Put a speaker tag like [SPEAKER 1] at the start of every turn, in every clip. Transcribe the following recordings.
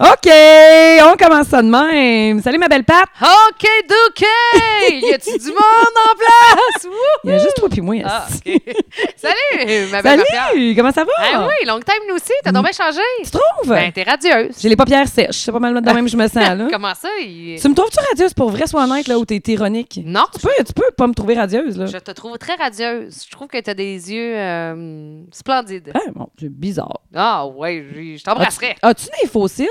[SPEAKER 1] OK, on commence ça de même. Salut ma belle patte.
[SPEAKER 2] OK, doké! Y a-tu du monde en place?
[SPEAKER 1] Il y a juste toi puis moi.
[SPEAKER 2] Ah,
[SPEAKER 1] ici.
[SPEAKER 2] OK. Salut, ma belle papière.
[SPEAKER 1] Salut, comment ça va?
[SPEAKER 2] Ah oui, long time nous aussi, t'as donc bien changé.
[SPEAKER 1] Tu trouves?
[SPEAKER 2] Ben, t'es radieuse.
[SPEAKER 1] J'ai les paupières sèches, c'est pas mal de même que je me sens là.
[SPEAKER 2] Comment ça? il-
[SPEAKER 1] tu me trouves-tu radieuse pour vrai, sois honnête, là, ou t'es t'es ironique?
[SPEAKER 2] Non,
[SPEAKER 1] Tu peux, tu peux pas me trouver radieuse, là.
[SPEAKER 2] je te trouve très radieuse. Je trouve que t'as des yeux euh, splendides.
[SPEAKER 1] Ah, bon, c'est bizarre.
[SPEAKER 2] Ah ouais, j'ai- je t'embrasserais.
[SPEAKER 1] As-tu des fossiles?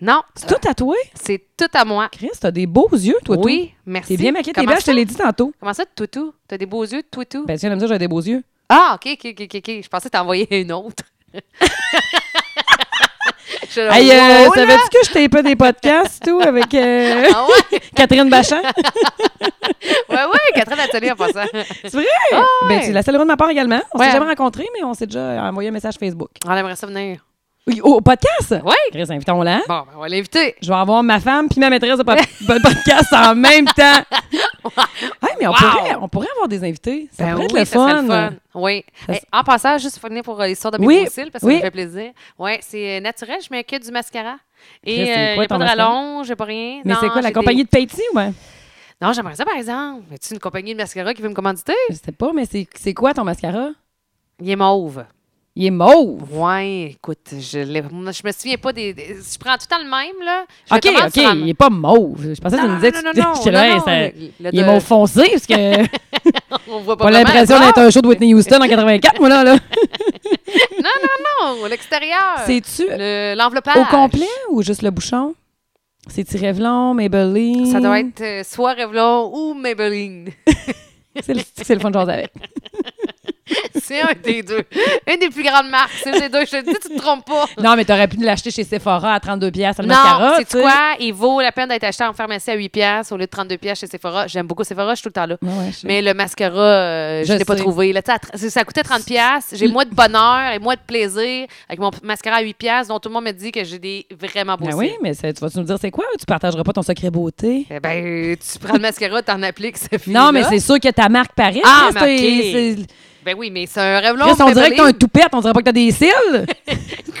[SPEAKER 2] Non,
[SPEAKER 1] C'est tout tatoué?
[SPEAKER 2] c'est tout à moi.
[SPEAKER 1] Chris, t'as des beaux yeux, toi, tout.
[SPEAKER 2] Oui, merci.
[SPEAKER 1] T'es bien maquillée, t'es
[SPEAKER 2] Comment
[SPEAKER 1] belle, je te
[SPEAKER 2] ça?
[SPEAKER 1] l'ai dit tantôt.
[SPEAKER 2] Comment ça, toutou? T'as des beaux yeux de toutou?
[SPEAKER 1] Ben, tu viens de me dire que j'ai des beaux yeux.
[SPEAKER 2] Ah, OK, OK, OK, OK, OK. Je pensais t'envoyer une autre. Je-
[SPEAKER 1] Hey, euh,
[SPEAKER 2] Wow, oh, là!
[SPEAKER 1] savais-tu que je pas des podcasts, tout, avec euh,
[SPEAKER 2] Ah ouais,
[SPEAKER 1] Catherine Bachan?
[SPEAKER 2] ouais, ouais, Catherine Atelier en passant.
[SPEAKER 1] C'est vrai?
[SPEAKER 2] Ah ouais.
[SPEAKER 1] Ben, c'est la seule erreur de ma part également. On s'est
[SPEAKER 2] Ouais.
[SPEAKER 1] jamais rencontrés, mais on s'est déjà envoyé un message Facebook.
[SPEAKER 2] On aimerait ça venir.
[SPEAKER 1] Oui, au podcast?
[SPEAKER 2] Oui.
[SPEAKER 1] Chris, invitons-la.
[SPEAKER 2] Bon, ben, on va l'inviter.
[SPEAKER 1] Je vais avoir ma femme puis ma maîtresse de pod- de podcast en même temps. Hey, mais on,
[SPEAKER 2] Wow.
[SPEAKER 1] pourrait, on pourrait avoir des invités. Ça
[SPEAKER 2] Ben
[SPEAKER 1] pourrait être
[SPEAKER 2] oui,
[SPEAKER 1] le
[SPEAKER 2] ça serait
[SPEAKER 1] fun.
[SPEAKER 2] Oui.
[SPEAKER 1] Ça
[SPEAKER 2] Eh,
[SPEAKER 1] s-
[SPEAKER 2] en passant, juste pour venir pour euh, l'histoire de mes
[SPEAKER 1] Oui,
[SPEAKER 2] fossiles, parce que
[SPEAKER 1] oui.
[SPEAKER 2] ça me fait plaisir. Oui, c'est euh, naturel, je mets que du mascara. Et
[SPEAKER 1] Chris, c'est quoi
[SPEAKER 2] euh, y a pas
[SPEAKER 1] ton
[SPEAKER 2] de
[SPEAKER 1] mascara?
[SPEAKER 2] rallonge, j'ai pas rien.
[SPEAKER 1] Mais
[SPEAKER 2] Non,
[SPEAKER 1] c'est quoi, la
[SPEAKER 2] j'ai
[SPEAKER 1] compagnie de Paiti? Ouais.
[SPEAKER 2] des- Non, j'aimerais ça, par exemple. As-tu une compagnie de mascara qui veut me commanditer?
[SPEAKER 1] Je sais pas, mais c'est c'est quoi ton mascara?
[SPEAKER 2] Il est mauve.
[SPEAKER 1] Il est mauve.
[SPEAKER 2] Ouais, écoute, je, l'ai- moi, je me souviens pas des, des- Je prends tout le temps le même, là. Je le
[SPEAKER 1] OK,
[SPEAKER 2] commande
[SPEAKER 1] OK,
[SPEAKER 2] sur la-
[SPEAKER 1] il est pas mauve. Je pensais que tu
[SPEAKER 2] Non,
[SPEAKER 1] me disais...
[SPEAKER 2] non,
[SPEAKER 1] tu-
[SPEAKER 2] non,
[SPEAKER 1] tu-
[SPEAKER 2] non,
[SPEAKER 1] j'étais
[SPEAKER 2] non,
[SPEAKER 1] là, hein,
[SPEAKER 2] non,
[SPEAKER 1] c'est-
[SPEAKER 2] le- le
[SPEAKER 1] Il est
[SPEAKER 2] de-
[SPEAKER 1] mauve foncé, parce que
[SPEAKER 2] On voit pas
[SPEAKER 1] pas
[SPEAKER 2] vraiment.
[SPEAKER 1] l'impression
[SPEAKER 2] Ah!
[SPEAKER 1] d'être un show de Whitney Houston en 84, moi, là. là.
[SPEAKER 2] Non, non, non, l'extérieur.
[SPEAKER 1] C'est-tu
[SPEAKER 2] Le- L'enveloppage.
[SPEAKER 1] au complet ou juste le bouchon? C'est-tu Revlon, Maybelline?
[SPEAKER 2] Ça doit être euh, soit Revlon ou Maybelline.
[SPEAKER 1] C'est le, c'est le fun de jaser avec.
[SPEAKER 2] C'est un des deux. Une des plus grandes marques. C'est une des deux. Je te dis, tu te trompes pas.
[SPEAKER 1] Non, mais t'aurais pu l'acheter chez Sephora à 32 pièces le
[SPEAKER 2] Non,
[SPEAKER 1] mascara, tu
[SPEAKER 2] c'est
[SPEAKER 1] sais.
[SPEAKER 2] quoi? Il vaut la peine d'être acheté en pharmacie à 8 piastres au lieu de 32 piastres chez Sephora. J'aime beaucoup Sephora, je suis tout le temps là.
[SPEAKER 1] Ouais, ouais, je sais.
[SPEAKER 2] Mais le mascara, euh, je
[SPEAKER 1] Je
[SPEAKER 2] l'ai pas
[SPEAKER 1] sais.
[SPEAKER 2] trouvé. Là, tu sais, à tr- ça coûtait 30 piastres. J'ai moins de bonheur et moins de plaisir avec mon p- mascara à 8 piastres dont tout le monde me dit que j'ai des vraiment beaux
[SPEAKER 1] Ben
[SPEAKER 2] cils.
[SPEAKER 1] oui, mais ça- tu vas-tu nous dire c'est quoi? Tu partageras pas ton secret beauté?
[SPEAKER 2] Eh Ben, tu prends le mascara, t'en appliques, ça finit
[SPEAKER 1] Non, mais
[SPEAKER 2] là.
[SPEAKER 1] c'est sûr que ta marque paraît.
[SPEAKER 2] Ah,
[SPEAKER 1] Chris,
[SPEAKER 2] mais
[SPEAKER 1] t'es-
[SPEAKER 2] ok.
[SPEAKER 1] c'est-
[SPEAKER 2] Ben oui, mais c'est un rêve long.
[SPEAKER 1] Chris, on dirait que t'as un
[SPEAKER 2] Maybelline. Euh.
[SPEAKER 1] toupette, on dirait pas que t'as des cils.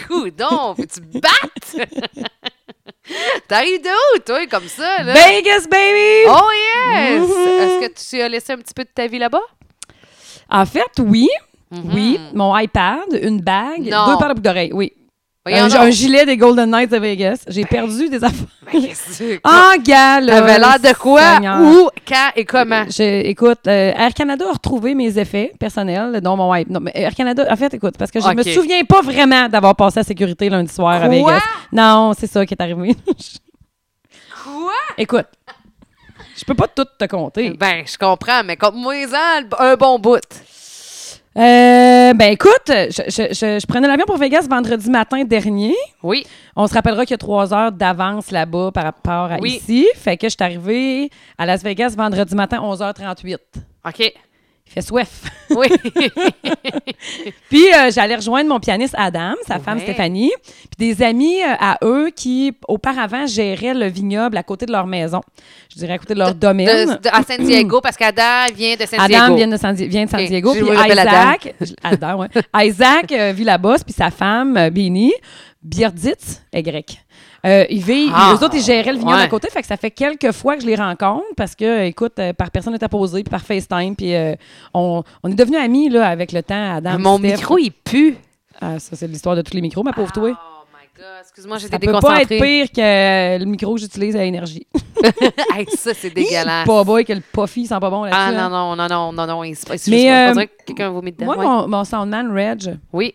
[SPEAKER 2] Coudon, tu te battre? T'arrives de où, toi, comme ça, là?
[SPEAKER 1] Vegas, baby!
[SPEAKER 2] oh yes!
[SPEAKER 1] Mhm.
[SPEAKER 2] Est-ce que tu as laissé un petit peu de ta vie là-bas?
[SPEAKER 1] En fait, oui.
[SPEAKER 2] Mhm.
[SPEAKER 1] Oui, mon iPad, une bague,
[SPEAKER 2] Non.
[SPEAKER 1] deux paires de boucles d'oreilles, oui.
[SPEAKER 2] Voyons
[SPEAKER 1] Un,
[SPEAKER 2] donc.
[SPEAKER 1] un gilet des Golden Knights de Vegas. J'ai perdu des affaires.
[SPEAKER 2] Ben, qu'est-ce que-
[SPEAKER 1] En gale!
[SPEAKER 2] T'avais l'air de quoi,
[SPEAKER 1] Ah, Seigneur.
[SPEAKER 2] où, quand et comment?
[SPEAKER 1] Je- écoute, euh, Air Canada a retrouvé mes effets personnels, dont mon wipe. Non, mais Air Canada, en fait, écoute, parce que je
[SPEAKER 2] Ok.
[SPEAKER 1] me souviens pas vraiment d'avoir passé à sécurité lundi soir à
[SPEAKER 2] Quoi?
[SPEAKER 1] Vegas. Non, c'est ça qui est arrivé.
[SPEAKER 2] Quoi?
[SPEAKER 1] écoute, je peux pas tout te compter.
[SPEAKER 2] Ben, je comprends, mais comme moi un bon bout.
[SPEAKER 1] Euh, ben écoute, je, je- je- je prenais l'avion pour Vegas vendredi matin dernier.
[SPEAKER 2] Oui.
[SPEAKER 1] On se rappellera qu'il y a trois heures d'avance là-bas par rapport à
[SPEAKER 2] Oui.
[SPEAKER 1] ici. Fait que je suis arrivée à Las Vegas vendredi matin 11h38.
[SPEAKER 2] OK.
[SPEAKER 1] Il fait soif.
[SPEAKER 2] Oui.
[SPEAKER 1] Puis euh, j'allais rejoindre mon pianiste Adam, sa femme
[SPEAKER 2] Ouais.
[SPEAKER 1] Stéphanie, puis des amis euh, à eux qui auparavant géraient le vignoble à côté de leur maison. Je dirais à côté de leur domaine.
[SPEAKER 2] De- de- à San Diego, parce qu'Adam vient de San
[SPEAKER 1] Adam
[SPEAKER 2] Diego.
[SPEAKER 1] vient de San, Di- vient de San
[SPEAKER 2] Ok,
[SPEAKER 1] Diego,
[SPEAKER 2] je
[SPEAKER 1] puis
[SPEAKER 2] me rappelle
[SPEAKER 1] Isaac, Adam, ouais. Isaac euh, vit là-bas, puis sa femme euh, Beanie, Birdit est grecque. Euh, ils vivent,
[SPEAKER 2] Ah,
[SPEAKER 1] eux autres, ils géraient le vignoble
[SPEAKER 2] ouais.
[SPEAKER 1] à côté, fait que ça fait quelques fois que je les rencontre parce que, euh, écoute, euh, par personne est apposée, puis par FaceTime, puis euh, on, on est devenus amis là avec le temps. Adam,
[SPEAKER 2] Mon
[SPEAKER 1] Steph.
[SPEAKER 2] micro, il pue.
[SPEAKER 1] Ah, ça, c'est l'histoire de tous les micros, ma pauvre toi.
[SPEAKER 2] Oh my God. Excuse-moi, j'étais
[SPEAKER 1] Ça peut pas être
[SPEAKER 2] déconcentrée.
[SPEAKER 1] pire que euh, le micro que j'utilise à énergie.
[SPEAKER 2] Hey, ça, c'est dégueulasse.
[SPEAKER 1] pas boy que le puffy sent pas bon
[SPEAKER 2] Ah
[SPEAKER 1] là-dessus.
[SPEAKER 2] non,
[SPEAKER 1] hein.
[SPEAKER 2] non, non, non, non, non. il se- c'est
[SPEAKER 1] Mais,
[SPEAKER 2] juste moi,
[SPEAKER 1] euh,
[SPEAKER 2] on dirait que quelqu'un vomit dedans.
[SPEAKER 1] Moi,
[SPEAKER 2] Ouais.
[SPEAKER 1] mon, mon soundman, Reg,
[SPEAKER 2] Oui.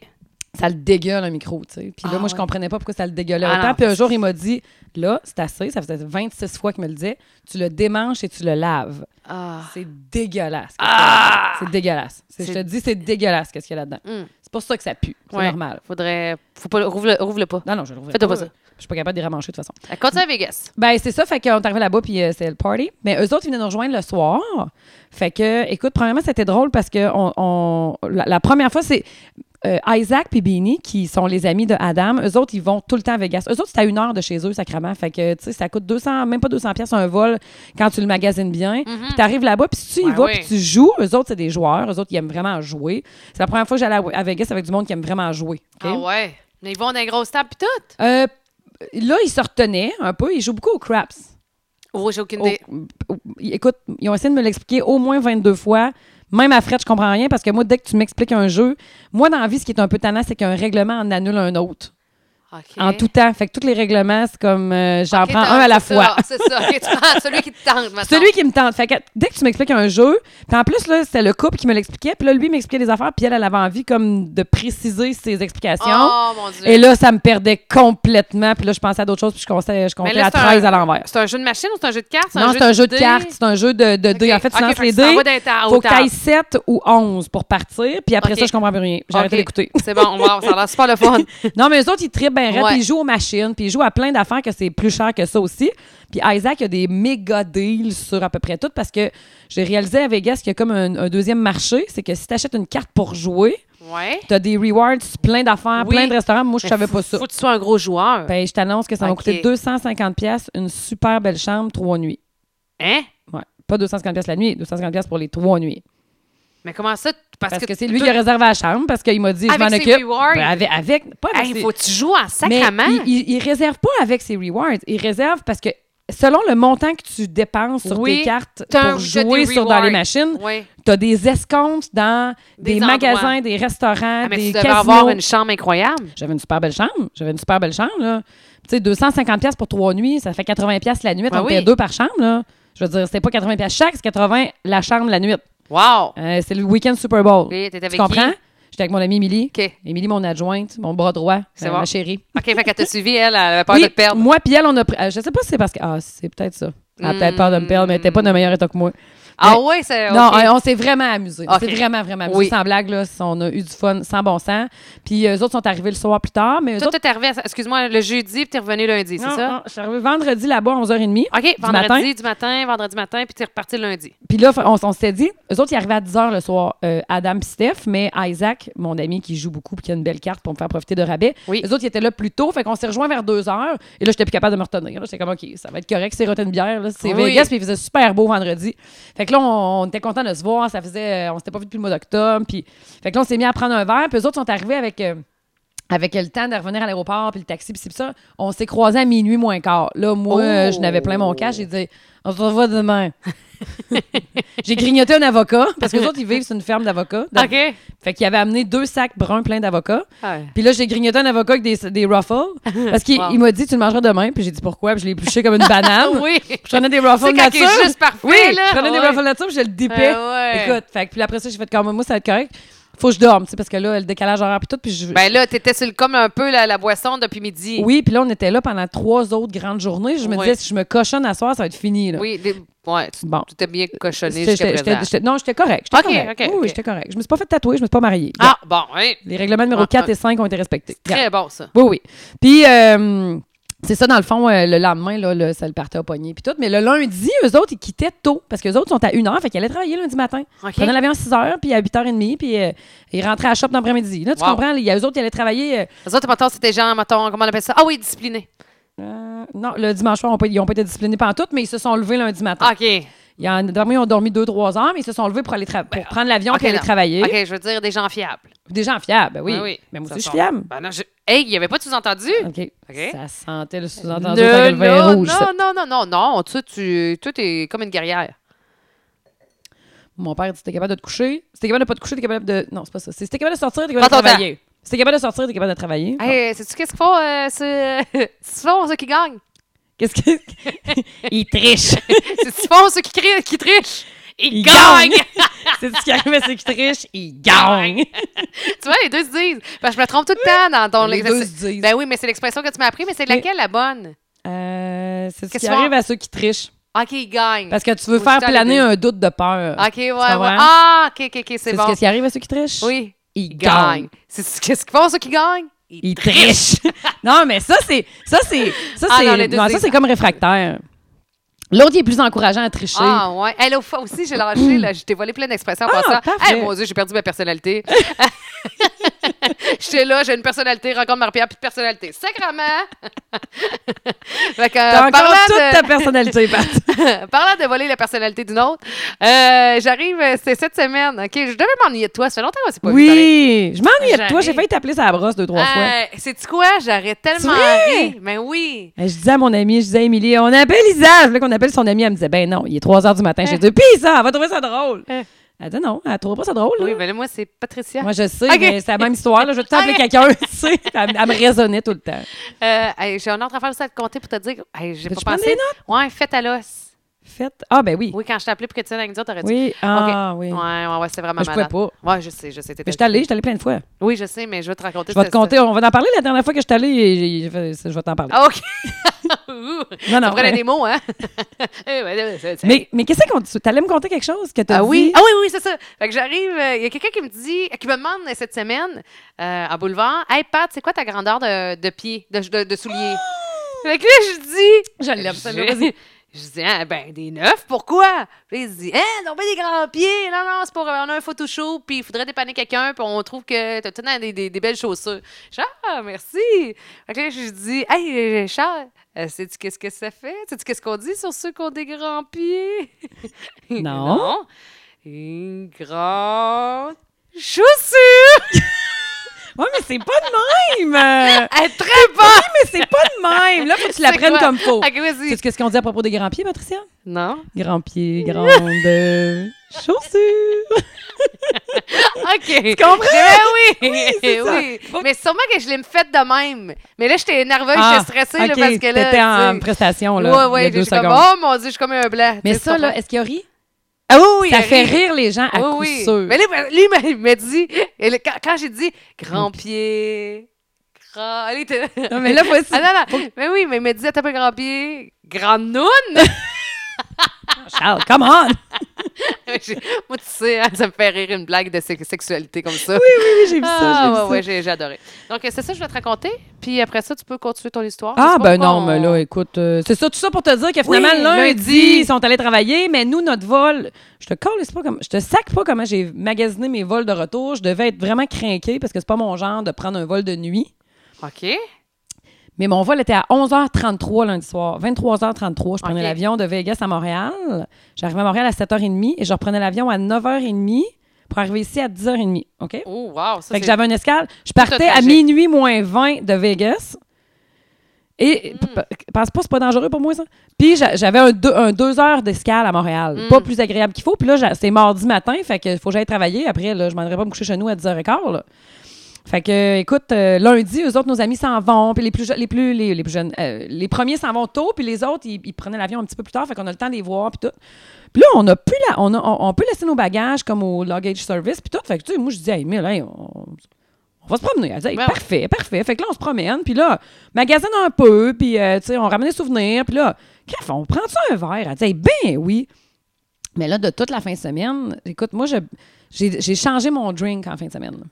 [SPEAKER 1] ça le dégueule un micro, tu sais. Puis là,
[SPEAKER 2] Ah,
[SPEAKER 1] moi, je
[SPEAKER 2] ouais.
[SPEAKER 1] comprenais pas pourquoi ça le dégueulait
[SPEAKER 2] Ah,
[SPEAKER 1] autant.
[SPEAKER 2] non.
[SPEAKER 1] Puis un jour, il m'a dit, là, c'est assez, ça faisait 26 fois qu'il me le disait, tu le démanches et tu le laves.
[SPEAKER 2] Ah.
[SPEAKER 1] C'est dégueulasse.
[SPEAKER 2] Ah!
[SPEAKER 1] C'est dégueulasse. C'est- Je
[SPEAKER 2] C'est-
[SPEAKER 1] te dis, c'est dégueulasse qu'est-ce qu'il y a là-dedans.
[SPEAKER 2] Hum.
[SPEAKER 1] C'est pour ça que ça pue. C'est
[SPEAKER 2] Ouais.
[SPEAKER 1] normal.
[SPEAKER 2] Faudrait. Faut pas. Rouvre-le rouvre-le pas.
[SPEAKER 1] Non, non, je le rouvrirai
[SPEAKER 2] Faites-le pas ça.
[SPEAKER 1] Je suis pas capable d'y ramancher de toute façon.
[SPEAKER 2] Euh, Continue à Vegas.
[SPEAKER 1] Ben, c'est ça, fait qu'on est arrivé là-bas, puis euh, c'était le party. Mais eux autres, ils venaient nous rejoindre le soir. Fait que, écoute, premièrement, c'était drôle parce que on, on- la, la première fois, c'est euh, Isaac puis Beanie, qui sont les amis de Adam. Eux autres, ils vont tout le temps à Vegas. Eux autres, c'est à une heure de chez eux, sacrément. Fait que, tu sais, ça coûte 200, même pas 200 pièces un vol quand tu le magasines bien. Puis t'arrives là-bas, puis si tu y
[SPEAKER 2] Mm-hmm. Ouais,
[SPEAKER 1] vas,
[SPEAKER 2] ouais.
[SPEAKER 1] puis tu joues, eux autres, c'est des joueurs. Eux autres, ils aiment vraiment jouer. C'est la première fois que j'allais à à Vegas avec du monde qui aime vraiment jouer. OK?
[SPEAKER 2] Ah ouais. Mais ils vont dans les grosses tables pis tout.
[SPEAKER 1] Euh, là, ils se retenaient un peu. Ils jouent beaucoup au craps.
[SPEAKER 2] Oh, j'ai aucune
[SPEAKER 1] Au-
[SPEAKER 2] idée.
[SPEAKER 1] au- écoute, ils ont essayé de me l'expliquer au moins 22 fois. Même à Fred, je comprends rien parce que moi, dès que tu m'expliques un jeu, moi, dans la vie, ce qui est un peu tannant, c'est qu'un règlement en annule un autre.
[SPEAKER 2] OK.
[SPEAKER 1] En tout temps. Fait que tous les règlements, c'est comme euh, j'en
[SPEAKER 2] Ok,
[SPEAKER 1] prends
[SPEAKER 2] t'as-
[SPEAKER 1] un à la
[SPEAKER 2] c'est
[SPEAKER 1] fois.
[SPEAKER 2] ça, C'est ça. Ok, tu prends celui qui te tente maintenant.
[SPEAKER 1] Celui qui me tente. Fait que dès que tu m'expliques un jeu, puis en plus, là, c'était le couple qui me l'expliquait, puis là, lui m'expliquait les affaires, puis elle, elle avait envie comme de préciser ses explications.
[SPEAKER 2] Oh mon Dieu.
[SPEAKER 1] Et là, ça me perdait complètement, puis là, je pensais à d'autres choses, puis je comptais, je comptais
[SPEAKER 2] là,
[SPEAKER 1] à
[SPEAKER 2] c'est un-
[SPEAKER 1] 13 à l'envers.
[SPEAKER 2] C'est un jeu de machine ou c'est un jeu de cartes?
[SPEAKER 1] Non, c'est un jeu de
[SPEAKER 2] dés?
[SPEAKER 1] cartes, c'est un jeu de, de dés.
[SPEAKER 2] Ok,
[SPEAKER 1] En fait, tu
[SPEAKER 2] ok,
[SPEAKER 1] lances les
[SPEAKER 2] t'en
[SPEAKER 1] dés.
[SPEAKER 2] vas d'un ta- au
[SPEAKER 1] Faut que
[SPEAKER 2] table.
[SPEAKER 1] t'ailles 7 ou 11 pour partir, puis après
[SPEAKER 2] Ok.
[SPEAKER 1] ça, je comprends plus rien. J'ai arrêté
[SPEAKER 2] Ok,
[SPEAKER 1] d'écouter.
[SPEAKER 2] C'est bon, on va, ça a l'air super le fun.
[SPEAKER 1] Non, mais eux autres, ils trippent bien raide,
[SPEAKER 2] Ouais.
[SPEAKER 1] puis ils jouent aux machines, puis ils jouent à plein d'affaires que c'est plus cher que ça aussi. Puis Isaac a des méga deals sur à peu près tout parce que j'ai réalisé à Vegas qu'il y a comme un, un deuxième marché, c'est que si t'achètes une carte pour jouer,
[SPEAKER 2] Ouais.
[SPEAKER 1] t'as des rewards, sur plein d'affaires,
[SPEAKER 2] Oui.
[SPEAKER 1] plein de restaurants. Moi, je
[SPEAKER 2] Mais
[SPEAKER 1] savais
[SPEAKER 2] faut-
[SPEAKER 1] pas ça.
[SPEAKER 2] Faut que tu sois un gros joueur.
[SPEAKER 1] Ben, je t'annonce que ça m'a
[SPEAKER 2] Ok.
[SPEAKER 1] coûté 250 pièces, une super belle chambre, trois nuits.
[SPEAKER 2] Hein?
[SPEAKER 1] Ouais, pas 250 pièces la nuit, 250 pièces pour les trois nuits.
[SPEAKER 2] Mais comment ça? t- Parce,
[SPEAKER 1] Parce que, c'est lui qui a réservé la chambre parce qu'il m'a dit je
[SPEAKER 2] Avec
[SPEAKER 1] m'en
[SPEAKER 2] ses
[SPEAKER 1] occupe.
[SPEAKER 2] rewards.
[SPEAKER 1] Ben, avec, avec- pas avec
[SPEAKER 2] Hey,
[SPEAKER 1] ses-
[SPEAKER 2] faut que tu joues en
[SPEAKER 1] mais
[SPEAKER 2] sacrament.
[SPEAKER 1] il, il- il réserve pas avec ses rewards, il réserve parce que selon le montant que tu dépenses sur
[SPEAKER 2] Oui,
[SPEAKER 1] tes cartes
[SPEAKER 2] t'as
[SPEAKER 1] pour
[SPEAKER 2] un- t'as
[SPEAKER 1] jouer
[SPEAKER 2] des
[SPEAKER 1] sur dans les
[SPEAKER 2] rewards.
[SPEAKER 1] machines, Ah,
[SPEAKER 2] Oui.
[SPEAKER 1] tu as des escomptes dans
[SPEAKER 2] Des
[SPEAKER 1] des,
[SPEAKER 2] endroits.
[SPEAKER 1] magasins, des restaurants,
[SPEAKER 2] Ah, mais
[SPEAKER 1] des
[SPEAKER 2] tu devais
[SPEAKER 1] casinos.
[SPEAKER 2] avoir une chambre incroyable.
[SPEAKER 1] J'avais une super belle chambre, j'avais une super belle chambre là. Tu sais 250 pièces pour trois nuits, ça fait 80 pièces la nuit,
[SPEAKER 2] Ben
[SPEAKER 1] on
[SPEAKER 2] oui.
[SPEAKER 1] était deux par chambre là. Je veux dire, c'était pas 80 pièces chaque, c'est 80 la chambre la nuit.
[SPEAKER 2] Wow.
[SPEAKER 1] Euh, c'est le week-end Super Bowl.
[SPEAKER 2] Oui, t'étais avec
[SPEAKER 1] tu comprends?
[SPEAKER 2] qui?
[SPEAKER 1] J'étais avec mon amie Émilie.
[SPEAKER 2] OK.
[SPEAKER 1] Émilie, mon adjointe, mon bras droit,
[SPEAKER 2] C'est
[SPEAKER 1] euh,
[SPEAKER 2] bon.
[SPEAKER 1] ma chérie.
[SPEAKER 2] OK, fait qu'elle t'a suivi, elle, elle avait peur
[SPEAKER 1] Oui,
[SPEAKER 2] de te perdre.
[SPEAKER 1] Moi, puis elle, on a pris. euh, Je sais pas si c'est parce que. Ah, c'est peut-être ça. Elle a peut-être peur de me perdre, mais elle était pas de meilleur état que moi.
[SPEAKER 2] Ah
[SPEAKER 1] Mais-
[SPEAKER 2] ouais, c'est.
[SPEAKER 1] Non,
[SPEAKER 2] ok.
[SPEAKER 1] euh, on s'est vraiment amusés.
[SPEAKER 2] Ok.
[SPEAKER 1] C'est vraiment, vraiment amusés.
[SPEAKER 2] Oui.
[SPEAKER 1] Sans blague, là, on a eu du fun, sans bon sens. Puis eux autres sont arrivés le soir plus tard, mais eux
[SPEAKER 2] Toi,
[SPEAKER 1] autres.
[SPEAKER 2] toi, t'es arrivé, excuse-moi, le jeudi, puis t'es revenu lundi, c'est
[SPEAKER 1] Non,
[SPEAKER 2] ça?
[SPEAKER 1] non, je suis arrivée vendredi là-bas à 11h30.
[SPEAKER 2] OK,
[SPEAKER 1] du
[SPEAKER 2] vendredi
[SPEAKER 1] matin.
[SPEAKER 2] du matin, vendredi matin, puis t'es reparti lundi.
[SPEAKER 1] Puis là, on, on s'était dit, eux autres, ils arrivaient à 10h le soir, euh, Adam pis Steph, mais Isaac, mon ami qui joue beaucoup puis qui a une belle carte pour me faire profiter de rabais,
[SPEAKER 2] Oui.
[SPEAKER 1] eux autres, ils étaient là plus tôt, fait qu'on s'est rejoints vers 2h, et là, j'étais plus capable de me retenir. là. J'étais comme, OK, ça va être correct, c'est rotten bière, là, c'est
[SPEAKER 2] Oui.
[SPEAKER 1] Vegas, puis il faisait super beau vendredi. Fait que là, on, on était contents de se voir, ça faisait, euh, on s'était pas vu depuis le mois d'octobre, puis fait que là, on s'est mis à prendre un verre, puis eux autres sont arrivés avec... euh, avec le temps de revenir à l'aéroport, puis le taxi, puis ci, puis ça, on s'est croisés à minuit moins quart. Là, moi,
[SPEAKER 2] Oh!
[SPEAKER 1] euh, je n'avais plein mon cash. J'ai dit, on se revoit demain. J'ai grignoté un avocat, parce que les autres, ils vivent sur une ferme d'avocats.
[SPEAKER 2] OK.
[SPEAKER 1] Fait qu'ils avaient amené deux sacs bruns pleins d'avocats.
[SPEAKER 2] Ouais.
[SPEAKER 1] Puis là, j'ai grignoté un avocat avec des, des ruffles. Parce qu'il
[SPEAKER 2] Wow.
[SPEAKER 1] il m'a dit, tu le mangeras demain. Puis j'ai dit, pourquoi? Puis je l'ai épluché comme une banane.
[SPEAKER 2] Oui.
[SPEAKER 1] Je prenais des ruffles
[SPEAKER 2] C'est quand il
[SPEAKER 1] nature.
[SPEAKER 2] est juste parfait,
[SPEAKER 1] oui,
[SPEAKER 2] là.
[SPEAKER 1] je prenais
[SPEAKER 2] Ouais.
[SPEAKER 1] des ruffles nature, puis je le dipais.
[SPEAKER 2] Ah ouais.
[SPEAKER 1] Écoute, fait que puis après ça, j'ai fait comme moi, ça va être correct. Faut que je dorme, tu sais, parce que là, le décalage horaire, puis tout, puis je,
[SPEAKER 2] Ben là, t'étais sur le comme un peu la, la boisson depuis midi.
[SPEAKER 1] oui, puis là, on était là pendant trois autres grandes journées. Je me
[SPEAKER 2] Ouais.
[SPEAKER 1] disais, si je me cochonne à soir, ça va être fini. Là.
[SPEAKER 2] Oui, des- ouais, tu
[SPEAKER 1] Bon.
[SPEAKER 2] tu t'es bien cochonné
[SPEAKER 1] J'étais-
[SPEAKER 2] jusqu'à
[SPEAKER 1] j'étais-
[SPEAKER 2] présent.
[SPEAKER 1] j'étais- j'étais- Non, j'étais correct. j'étais
[SPEAKER 2] Ok,
[SPEAKER 1] correct.
[SPEAKER 2] ok,
[SPEAKER 1] Oui,
[SPEAKER 2] ok.
[SPEAKER 1] oui, j'étais correct. Je me suis pas fait tatouer, je me suis pas mariée. Bien.
[SPEAKER 2] Ah, bon, hein.
[SPEAKER 1] Les règlements numéro
[SPEAKER 2] Ah,
[SPEAKER 1] 4
[SPEAKER 2] ah.
[SPEAKER 1] et 5 ont été respectés. Bien.
[SPEAKER 2] Très bon, ça.
[SPEAKER 1] Oui, oui. Puis, euh, c'est ça, dans le fond, euh, le lendemain, là, le- ça le partait au poignet. Puis tout. Mais le lundi, eux autres, ils quittaient tôt parce que les autres sont à 1h. Fait qu'ils allaient travailler lundi matin.
[SPEAKER 2] OK.
[SPEAKER 1] Ils prenaient l'avion à 6h, puis à 8h30, puis euh, ils rentraient à la shop dans l'après-midi. Là, tu
[SPEAKER 2] Wow.
[SPEAKER 1] comprends? Il y a eux autres, ils allaient travailler. euh,
[SPEAKER 2] Les autres, mettons, c'était genre, mettons, comment on appelle ça? Ah oui, discipliné.
[SPEAKER 1] euh, non, le dimanche soir, on peut- ils n'ont pas été disciplinés pendant tout, mais ils se sont levés lundi matin.
[SPEAKER 2] OK.
[SPEAKER 1] Il y en a dormi, ils ont dormi deux, trois heures, mais ils se sont levés pour aller tra- pour prendre l'avion
[SPEAKER 2] Ben, OK,
[SPEAKER 1] pour aller
[SPEAKER 2] non.
[SPEAKER 1] travailler.
[SPEAKER 2] OK, je veux dire des gens fiables.
[SPEAKER 1] Des gens fiables, ben oui.
[SPEAKER 2] Ah
[SPEAKER 1] Mais moi
[SPEAKER 2] Ça
[SPEAKER 1] aussi, je suis
[SPEAKER 2] sent-
[SPEAKER 1] fiable.
[SPEAKER 2] Ben non, je- Hey, il n'y avait pas de sous-entendu?
[SPEAKER 1] OK.
[SPEAKER 2] OK.
[SPEAKER 1] Ça sentait le
[SPEAKER 2] Non,
[SPEAKER 1] sous-entendu dans le vin
[SPEAKER 2] non,
[SPEAKER 1] rouge. ça.
[SPEAKER 2] non, non, non, non, non. Tu, tu, toi, t'es comme une guerrière.
[SPEAKER 1] Mon père dit, t'es capable de te coucher. Si t'es capable de pas te coucher, t'es capable de... Non, c'est pas ça. Si t'es capable de sortir, t'es capable
[SPEAKER 2] Prends
[SPEAKER 1] de
[SPEAKER 2] ton temps.
[SPEAKER 1] travailler. Si t'es capable de sortir, t'es capable de travailler.
[SPEAKER 2] Hey, sais-tu qu'est-ce qu'ils font, euh, ceux... c'est font ceux qui gagnent?
[SPEAKER 1] Qu'est-ce que... Il triche.
[SPEAKER 2] C'est ce qu'ils font ceux qui, crient- qui trichent? Ils,
[SPEAKER 1] Il
[SPEAKER 2] gagnent!
[SPEAKER 1] gagne. c'est ce qui arrive à ceux qui trichent. Il gagne.
[SPEAKER 2] tu vois, les deux se disent. Parce que je me trompe tout le temps dans ton...
[SPEAKER 1] Les deux se disent.
[SPEAKER 2] Ben oui, mais c'est l'expression que tu m'as appris, mais c'est
[SPEAKER 1] Mais-
[SPEAKER 2] laquelle la bonne?
[SPEAKER 1] Euh, c'est ce
[SPEAKER 2] Qu'est-ce
[SPEAKER 1] qui
[SPEAKER 2] qu'ils font?
[SPEAKER 1] arrive à ceux qui trichent.
[SPEAKER 2] OK, ils gagnent.
[SPEAKER 1] Parce que tu veux
[SPEAKER 2] Faut
[SPEAKER 1] faire
[SPEAKER 2] juste aller
[SPEAKER 1] planer
[SPEAKER 2] dire.
[SPEAKER 1] un doute de peur.
[SPEAKER 2] OK, ouais, ouais.
[SPEAKER 1] comprends?
[SPEAKER 2] Ah, OK, OK, OK, c'est
[SPEAKER 1] C'est
[SPEAKER 2] bon.
[SPEAKER 1] ce qui arrive à ceux qui trichent.
[SPEAKER 2] Oui.
[SPEAKER 1] Ils gagnent.
[SPEAKER 2] gagnent. C'est ce qu'est-ce qu'ils font, ceux qui gagnent? Ils,
[SPEAKER 1] Ils trichent. non, mais ça, c'est. Ça, c'est. Ça,
[SPEAKER 2] Ah,
[SPEAKER 1] c'est.
[SPEAKER 2] non, les deux,
[SPEAKER 1] non, ça,
[SPEAKER 2] c'est-
[SPEAKER 1] c'est comme réfractaire. L'autre, il est plus encourageant à tricher.
[SPEAKER 2] Ah, ouais. Hey, l'autre fois aussi, j'ai lâché, là, je t'ai volé plein d'expressions en
[SPEAKER 1] Ah,
[SPEAKER 2] passant.
[SPEAKER 1] parfait.
[SPEAKER 2] Hey, mon Dieu, j'ai perdu ma personnalité. J'étais là, j'ai une personnalité, rencontre Marie-Pierre, puis de personnalité. Sacrement! Fait que, euh,
[SPEAKER 1] T'as encore
[SPEAKER 2] parlant
[SPEAKER 1] toute
[SPEAKER 2] de-
[SPEAKER 1] ta personnalité, Pat.
[SPEAKER 2] Parlant de voler la personnalité d'une autre, euh, j'arrive, euh, c'est cette semaine. OK, je devais m'ennuyer de toi. Ça fait longtemps qu'on s'est pas vu. pareil.
[SPEAKER 1] oui! Je m'ennuyais de toi. J'ai
[SPEAKER 2] J'arrive.
[SPEAKER 1] failli t'appeler sur la brosse deux, trois fois.
[SPEAKER 2] Euh, Sais-tu quoi? J'aurais tellement
[SPEAKER 1] vrai?
[SPEAKER 2] ri. Mais oui.
[SPEAKER 1] Et Je disais à mon amie, je disais à Émilie, on appelle Isa. Je voulais qu'on appelle son amie. Elle me disait, ben non, il est 3 h du matin. J'ai
[SPEAKER 2] Hein?
[SPEAKER 1] dit, pis ça, elle va trouver ça drôle.
[SPEAKER 2] Hein?
[SPEAKER 1] Elle dit non, elle trouve pas ça drôle. là.
[SPEAKER 2] Oui, mais là, moi, c'est Patricia.
[SPEAKER 1] Moi, je sais,
[SPEAKER 2] Ok.
[SPEAKER 1] mais c'est la même histoire. Là. Je vais tout le temps appeler
[SPEAKER 2] Ok.
[SPEAKER 1] quelqu'un, tu sais. Elle, elle me raisonnait tout le temps.
[SPEAKER 2] Euh, hey, j'ai un autre affaire aussi à te compter pour te dire. Hey, j'ai
[SPEAKER 1] Veux-tu
[SPEAKER 2] pas
[SPEAKER 1] prendre des
[SPEAKER 2] pensé. Ouais, fête à l'os.
[SPEAKER 1] Faites. Ah, ben oui.
[SPEAKER 2] Oui, quand je t'ai appelé pour que tu viennes avec nous autres, t'aurais dit.
[SPEAKER 1] Oui, ah oui.
[SPEAKER 2] Ouais, ouais, ouais, c'est vraiment
[SPEAKER 1] Mais je
[SPEAKER 2] malade.
[SPEAKER 1] pouvais
[SPEAKER 2] pas. Ouais, je sais, je sais.
[SPEAKER 1] Mais je suis allée, je suis allée plein de fois.
[SPEAKER 2] Oui, je sais, mais je vais te raconter.
[SPEAKER 1] Je vais te
[SPEAKER 2] cette-
[SPEAKER 1] compter. On va en parler la dernière fois que je suis allée. et j'ai- j'ai fait- Je vais t'en parler.
[SPEAKER 2] Ah, OK. Ouh.
[SPEAKER 1] non, non.
[SPEAKER 2] Tu prenais
[SPEAKER 1] ouais.
[SPEAKER 2] des mots, hein? Eh, ouais, ouais, ouais, ouais.
[SPEAKER 1] Mais, mais qu'est-ce qu'on dit? T'allais me conter quelque chose que t'as
[SPEAKER 2] Ah
[SPEAKER 1] dit?
[SPEAKER 2] oui, ah oui, oui, c'est ça. Fait que j'arrive, euh, il y a quelqu'un qui me dit, qui me demande euh, cette semaine euh, à Boulevard, Hey Pat, c'est quoi ta grandeur de, de pied, de, de, de soulier?
[SPEAKER 1] Ah!
[SPEAKER 2] Fait que là, je dis.
[SPEAKER 1] Je l'aime, ça,
[SPEAKER 2] Je-
[SPEAKER 1] là, vas-y.
[SPEAKER 2] Je dis, ah, ben, des neufs, pourquoi? Puis il dit, hein, non, ben, des grands pieds. Non, non, c'est pour. On a un photo show, puis il faudrait dépanner quelqu'un, puis on trouve que t'as tout le temps des, des, des belles chaussures. Je dis, ah, merci. Fait que là, je dis, hey, euh, Charles, euh, sais-tu qu'est-ce que ça fait? Sais-tu qu'est-ce qu'on dit sur ceux qui ont des grands pieds?
[SPEAKER 1] Non.
[SPEAKER 2] Une grande chaussure!
[SPEAKER 1] Ouais, mais c'est pas de même! Euh,
[SPEAKER 2] Elle est très bonne!
[SPEAKER 1] oui, mais c'est pas de même! Là, faut que tu la
[SPEAKER 2] C'est
[SPEAKER 1] prennes
[SPEAKER 2] quoi?
[SPEAKER 1] comme faux.
[SPEAKER 2] Ok, vas-y.
[SPEAKER 1] Tu sais ce qu'on dit à propos des grands pieds, Patricia?
[SPEAKER 2] Non?
[SPEAKER 1] Grands pieds, grande euh, chaussure.
[SPEAKER 2] OK. Tu
[SPEAKER 1] comprends?
[SPEAKER 2] Ben oui!
[SPEAKER 1] c'est ça.
[SPEAKER 2] oui. Mais sûrement que je l'ai me faite de même. Mais là, j'étais nerveuse,
[SPEAKER 1] Ah,
[SPEAKER 2] j'étais stressée, là,
[SPEAKER 1] ok,
[SPEAKER 2] parce que là.
[SPEAKER 1] T'étais
[SPEAKER 2] tu
[SPEAKER 1] en
[SPEAKER 2] sais.
[SPEAKER 1] prestation, là.
[SPEAKER 2] Ouais,
[SPEAKER 1] il y a
[SPEAKER 2] ouais,
[SPEAKER 1] deux
[SPEAKER 2] j'étais comme,
[SPEAKER 1] secondes.
[SPEAKER 2] oh mon Dieu, je suis comme un blanc.
[SPEAKER 1] mais
[SPEAKER 2] Tu sais,
[SPEAKER 1] ça,
[SPEAKER 2] tu
[SPEAKER 1] là,
[SPEAKER 2] comprends?
[SPEAKER 1] est-ce qu'il a ri?
[SPEAKER 2] Ah oui, oui,
[SPEAKER 1] ça
[SPEAKER 2] elle
[SPEAKER 1] fait
[SPEAKER 2] rit.
[SPEAKER 1] rire les gens à
[SPEAKER 2] Oui,
[SPEAKER 1] coup
[SPEAKER 2] oui.
[SPEAKER 1] sûr.
[SPEAKER 2] Mais là, lui, il m'a- il m'a dit, et le- quand, quand j'ai dit grand pied, grand. Allez, t'es-
[SPEAKER 1] Mm. Non, mais là, faut
[SPEAKER 2] Ah non, non. Mais oui, mais il m'a dit, t'as pas grand pied, grande noune.
[SPEAKER 1] Charles, come on!
[SPEAKER 2] J'ai- Moi, tu sais, hein, ça me fait rire une blague de sé- sexualité comme ça.
[SPEAKER 1] Oui, oui, j'ai vu ça, j'ai
[SPEAKER 2] ah,
[SPEAKER 1] vu
[SPEAKER 2] ouais,
[SPEAKER 1] ça.
[SPEAKER 2] ouais, j'ai j'ai adoré. Donc, euh, c'est ça que je vais te raconter. Puis après ça, tu peux continuer ton histoire. Je
[SPEAKER 1] Ah,
[SPEAKER 2] sais pas
[SPEAKER 1] ben
[SPEAKER 2] pourquoi
[SPEAKER 1] non,
[SPEAKER 2] on-
[SPEAKER 1] mais là, écoute, euh, c'est ça, tout ça pour te dire que finalement,
[SPEAKER 2] Oui,
[SPEAKER 1] lundi,
[SPEAKER 2] lundi.
[SPEAKER 1] ils sont allés travailler, mais nous, notre vol, je te calisse pas comme, je te sac pas comment j'ai magasiné mes vols de retour. Je devais être vraiment craqué parce que c'est pas mon genre de prendre un vol de nuit.
[SPEAKER 2] OK.
[SPEAKER 1] Mais mon vol était à 11h33 lundi soir. 23h33, je prenais
[SPEAKER 2] Ok.
[SPEAKER 1] l'avion de Vegas à Montréal. J'arrivais à Montréal à 7h30 et je reprenais l'avion à 9h30 pour arriver ici à 10h30. OK?
[SPEAKER 2] Oh, wow. Ça,
[SPEAKER 1] fait que
[SPEAKER 2] c'est-
[SPEAKER 1] j'avais une escale. Je partais à
[SPEAKER 2] tragique.
[SPEAKER 1] minuit moins 20 de Vegas. Et
[SPEAKER 2] Mm.
[SPEAKER 1] p- p- pense pas, c'est pas dangereux pour moi, ça. Puis j'a- j'avais un deux, un deux heures d'escale à Montréal.
[SPEAKER 2] Mm.
[SPEAKER 1] Pas plus agréable qu'il faut. Puis là, j'a- c'est mardi matin, fait que faut que j'aille travailler. Après, là, je m'en irais pas me coucher chez nous à 10h15. là. Fait que, euh, écoute, euh, lundi, eux autres, nos amis s'en vont. Puis les plus, je- les plus, les, les plus jeunes, euh, les premiers s'en vont tôt. Puis les autres, ils, ils prenaient l'avion un petit peu plus tard. Fait qu'on a le temps de les voir. Puis tout. Puis là, on, a plus la, on, a- on, on peut laisser nos bagages comme au luggage service. Puis tout. Fait que, tu sais, moi, je dis à Emile, Hey, on, on va se promener. Elle dit, Hey,
[SPEAKER 2] Ben Ouais, ouais.
[SPEAKER 1] parfait, parfait. Fait que là, on se promène. Puis là, magasine un peu. Puis, euh, tu sais, on ramène des souvenirs. Puis là, Cref, on prend ça un verre? Elle dit, Hey, ben oui. Mais là, de toute la fin de semaine, écoute, moi, je- j'ai j'ai changé mon drink en fin de semaine. là.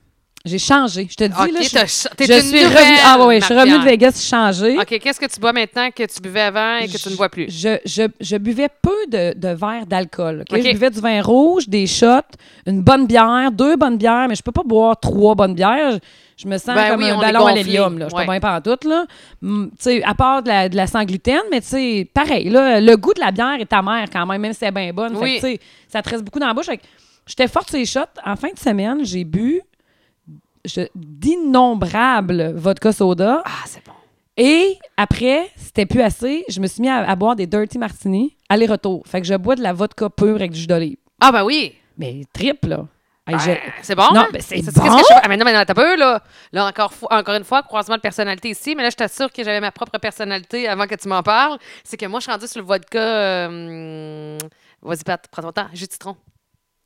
[SPEAKER 1] J'ai changé. Je te dis,
[SPEAKER 2] Ok,
[SPEAKER 1] là, je-
[SPEAKER 2] t'as cha- t'es
[SPEAKER 1] je
[SPEAKER 2] une
[SPEAKER 1] suis
[SPEAKER 2] nouvelle
[SPEAKER 1] revenue. Ah ouais, ouais, je suis
[SPEAKER 2] Marc-Pierre.
[SPEAKER 1] revenue de Vegas changée.
[SPEAKER 2] OK, qu'est-ce que tu bois maintenant que tu buvais avant et que tu ne bois plus?
[SPEAKER 1] Je, je, je buvais peu de, de verres d'alcool. ok?
[SPEAKER 2] Ok.
[SPEAKER 1] Je buvais du vin rouge, des shots, une bonne bière, deux bonnes bières, mais je peux pas boire trois bonnes bières. Je, je me sens
[SPEAKER 2] Ben
[SPEAKER 1] comme
[SPEAKER 2] oui,
[SPEAKER 1] un
[SPEAKER 2] on est
[SPEAKER 1] ballon à
[SPEAKER 2] gonflé.
[SPEAKER 1] l'hélium. là. Je suis
[SPEAKER 2] Ouais.
[SPEAKER 1] pas bien pantoute. Là. Hum, tu sais, à part de la, de la sans gluten, mais tu sais, pareil, là, le goût de la bière est amer quand même, même si c'est bien bonne. Fait que,
[SPEAKER 2] Oui.
[SPEAKER 1] tu sais, ça te reste beaucoup dans la bouche. Fait que J'étais forte sur les shots. En fin de semaine, j'ai bu je- d'innombrables vodka soda.
[SPEAKER 2] Ah, c'est bon.
[SPEAKER 1] Et après, c'était plus assez. Je me suis mis à, à boire des dirty martini aller-retour. Fait que je bois de la vodka pure avec du jus d'olive.
[SPEAKER 2] Ah, ben oui.
[SPEAKER 1] Mais triple, là. Hey,
[SPEAKER 2] Ben,
[SPEAKER 1] je-
[SPEAKER 2] c'est bon,
[SPEAKER 1] Non,
[SPEAKER 2] hein?
[SPEAKER 1] ben, c'est
[SPEAKER 2] Sais-tu
[SPEAKER 1] bon.
[SPEAKER 2] qu'est-ce que je fais? Ah, mais non, mais non, t'as peu, là. Là, encore, fo- encore une fois, croisement de personnalité ici, mais là, je t'assure que j'avais ma propre personnalité avant que tu m'en parles. C'est que moi, je suis rendue sur le vodka... euh, hum, Vas-y, Pat, prends ton temps. Jus de citron.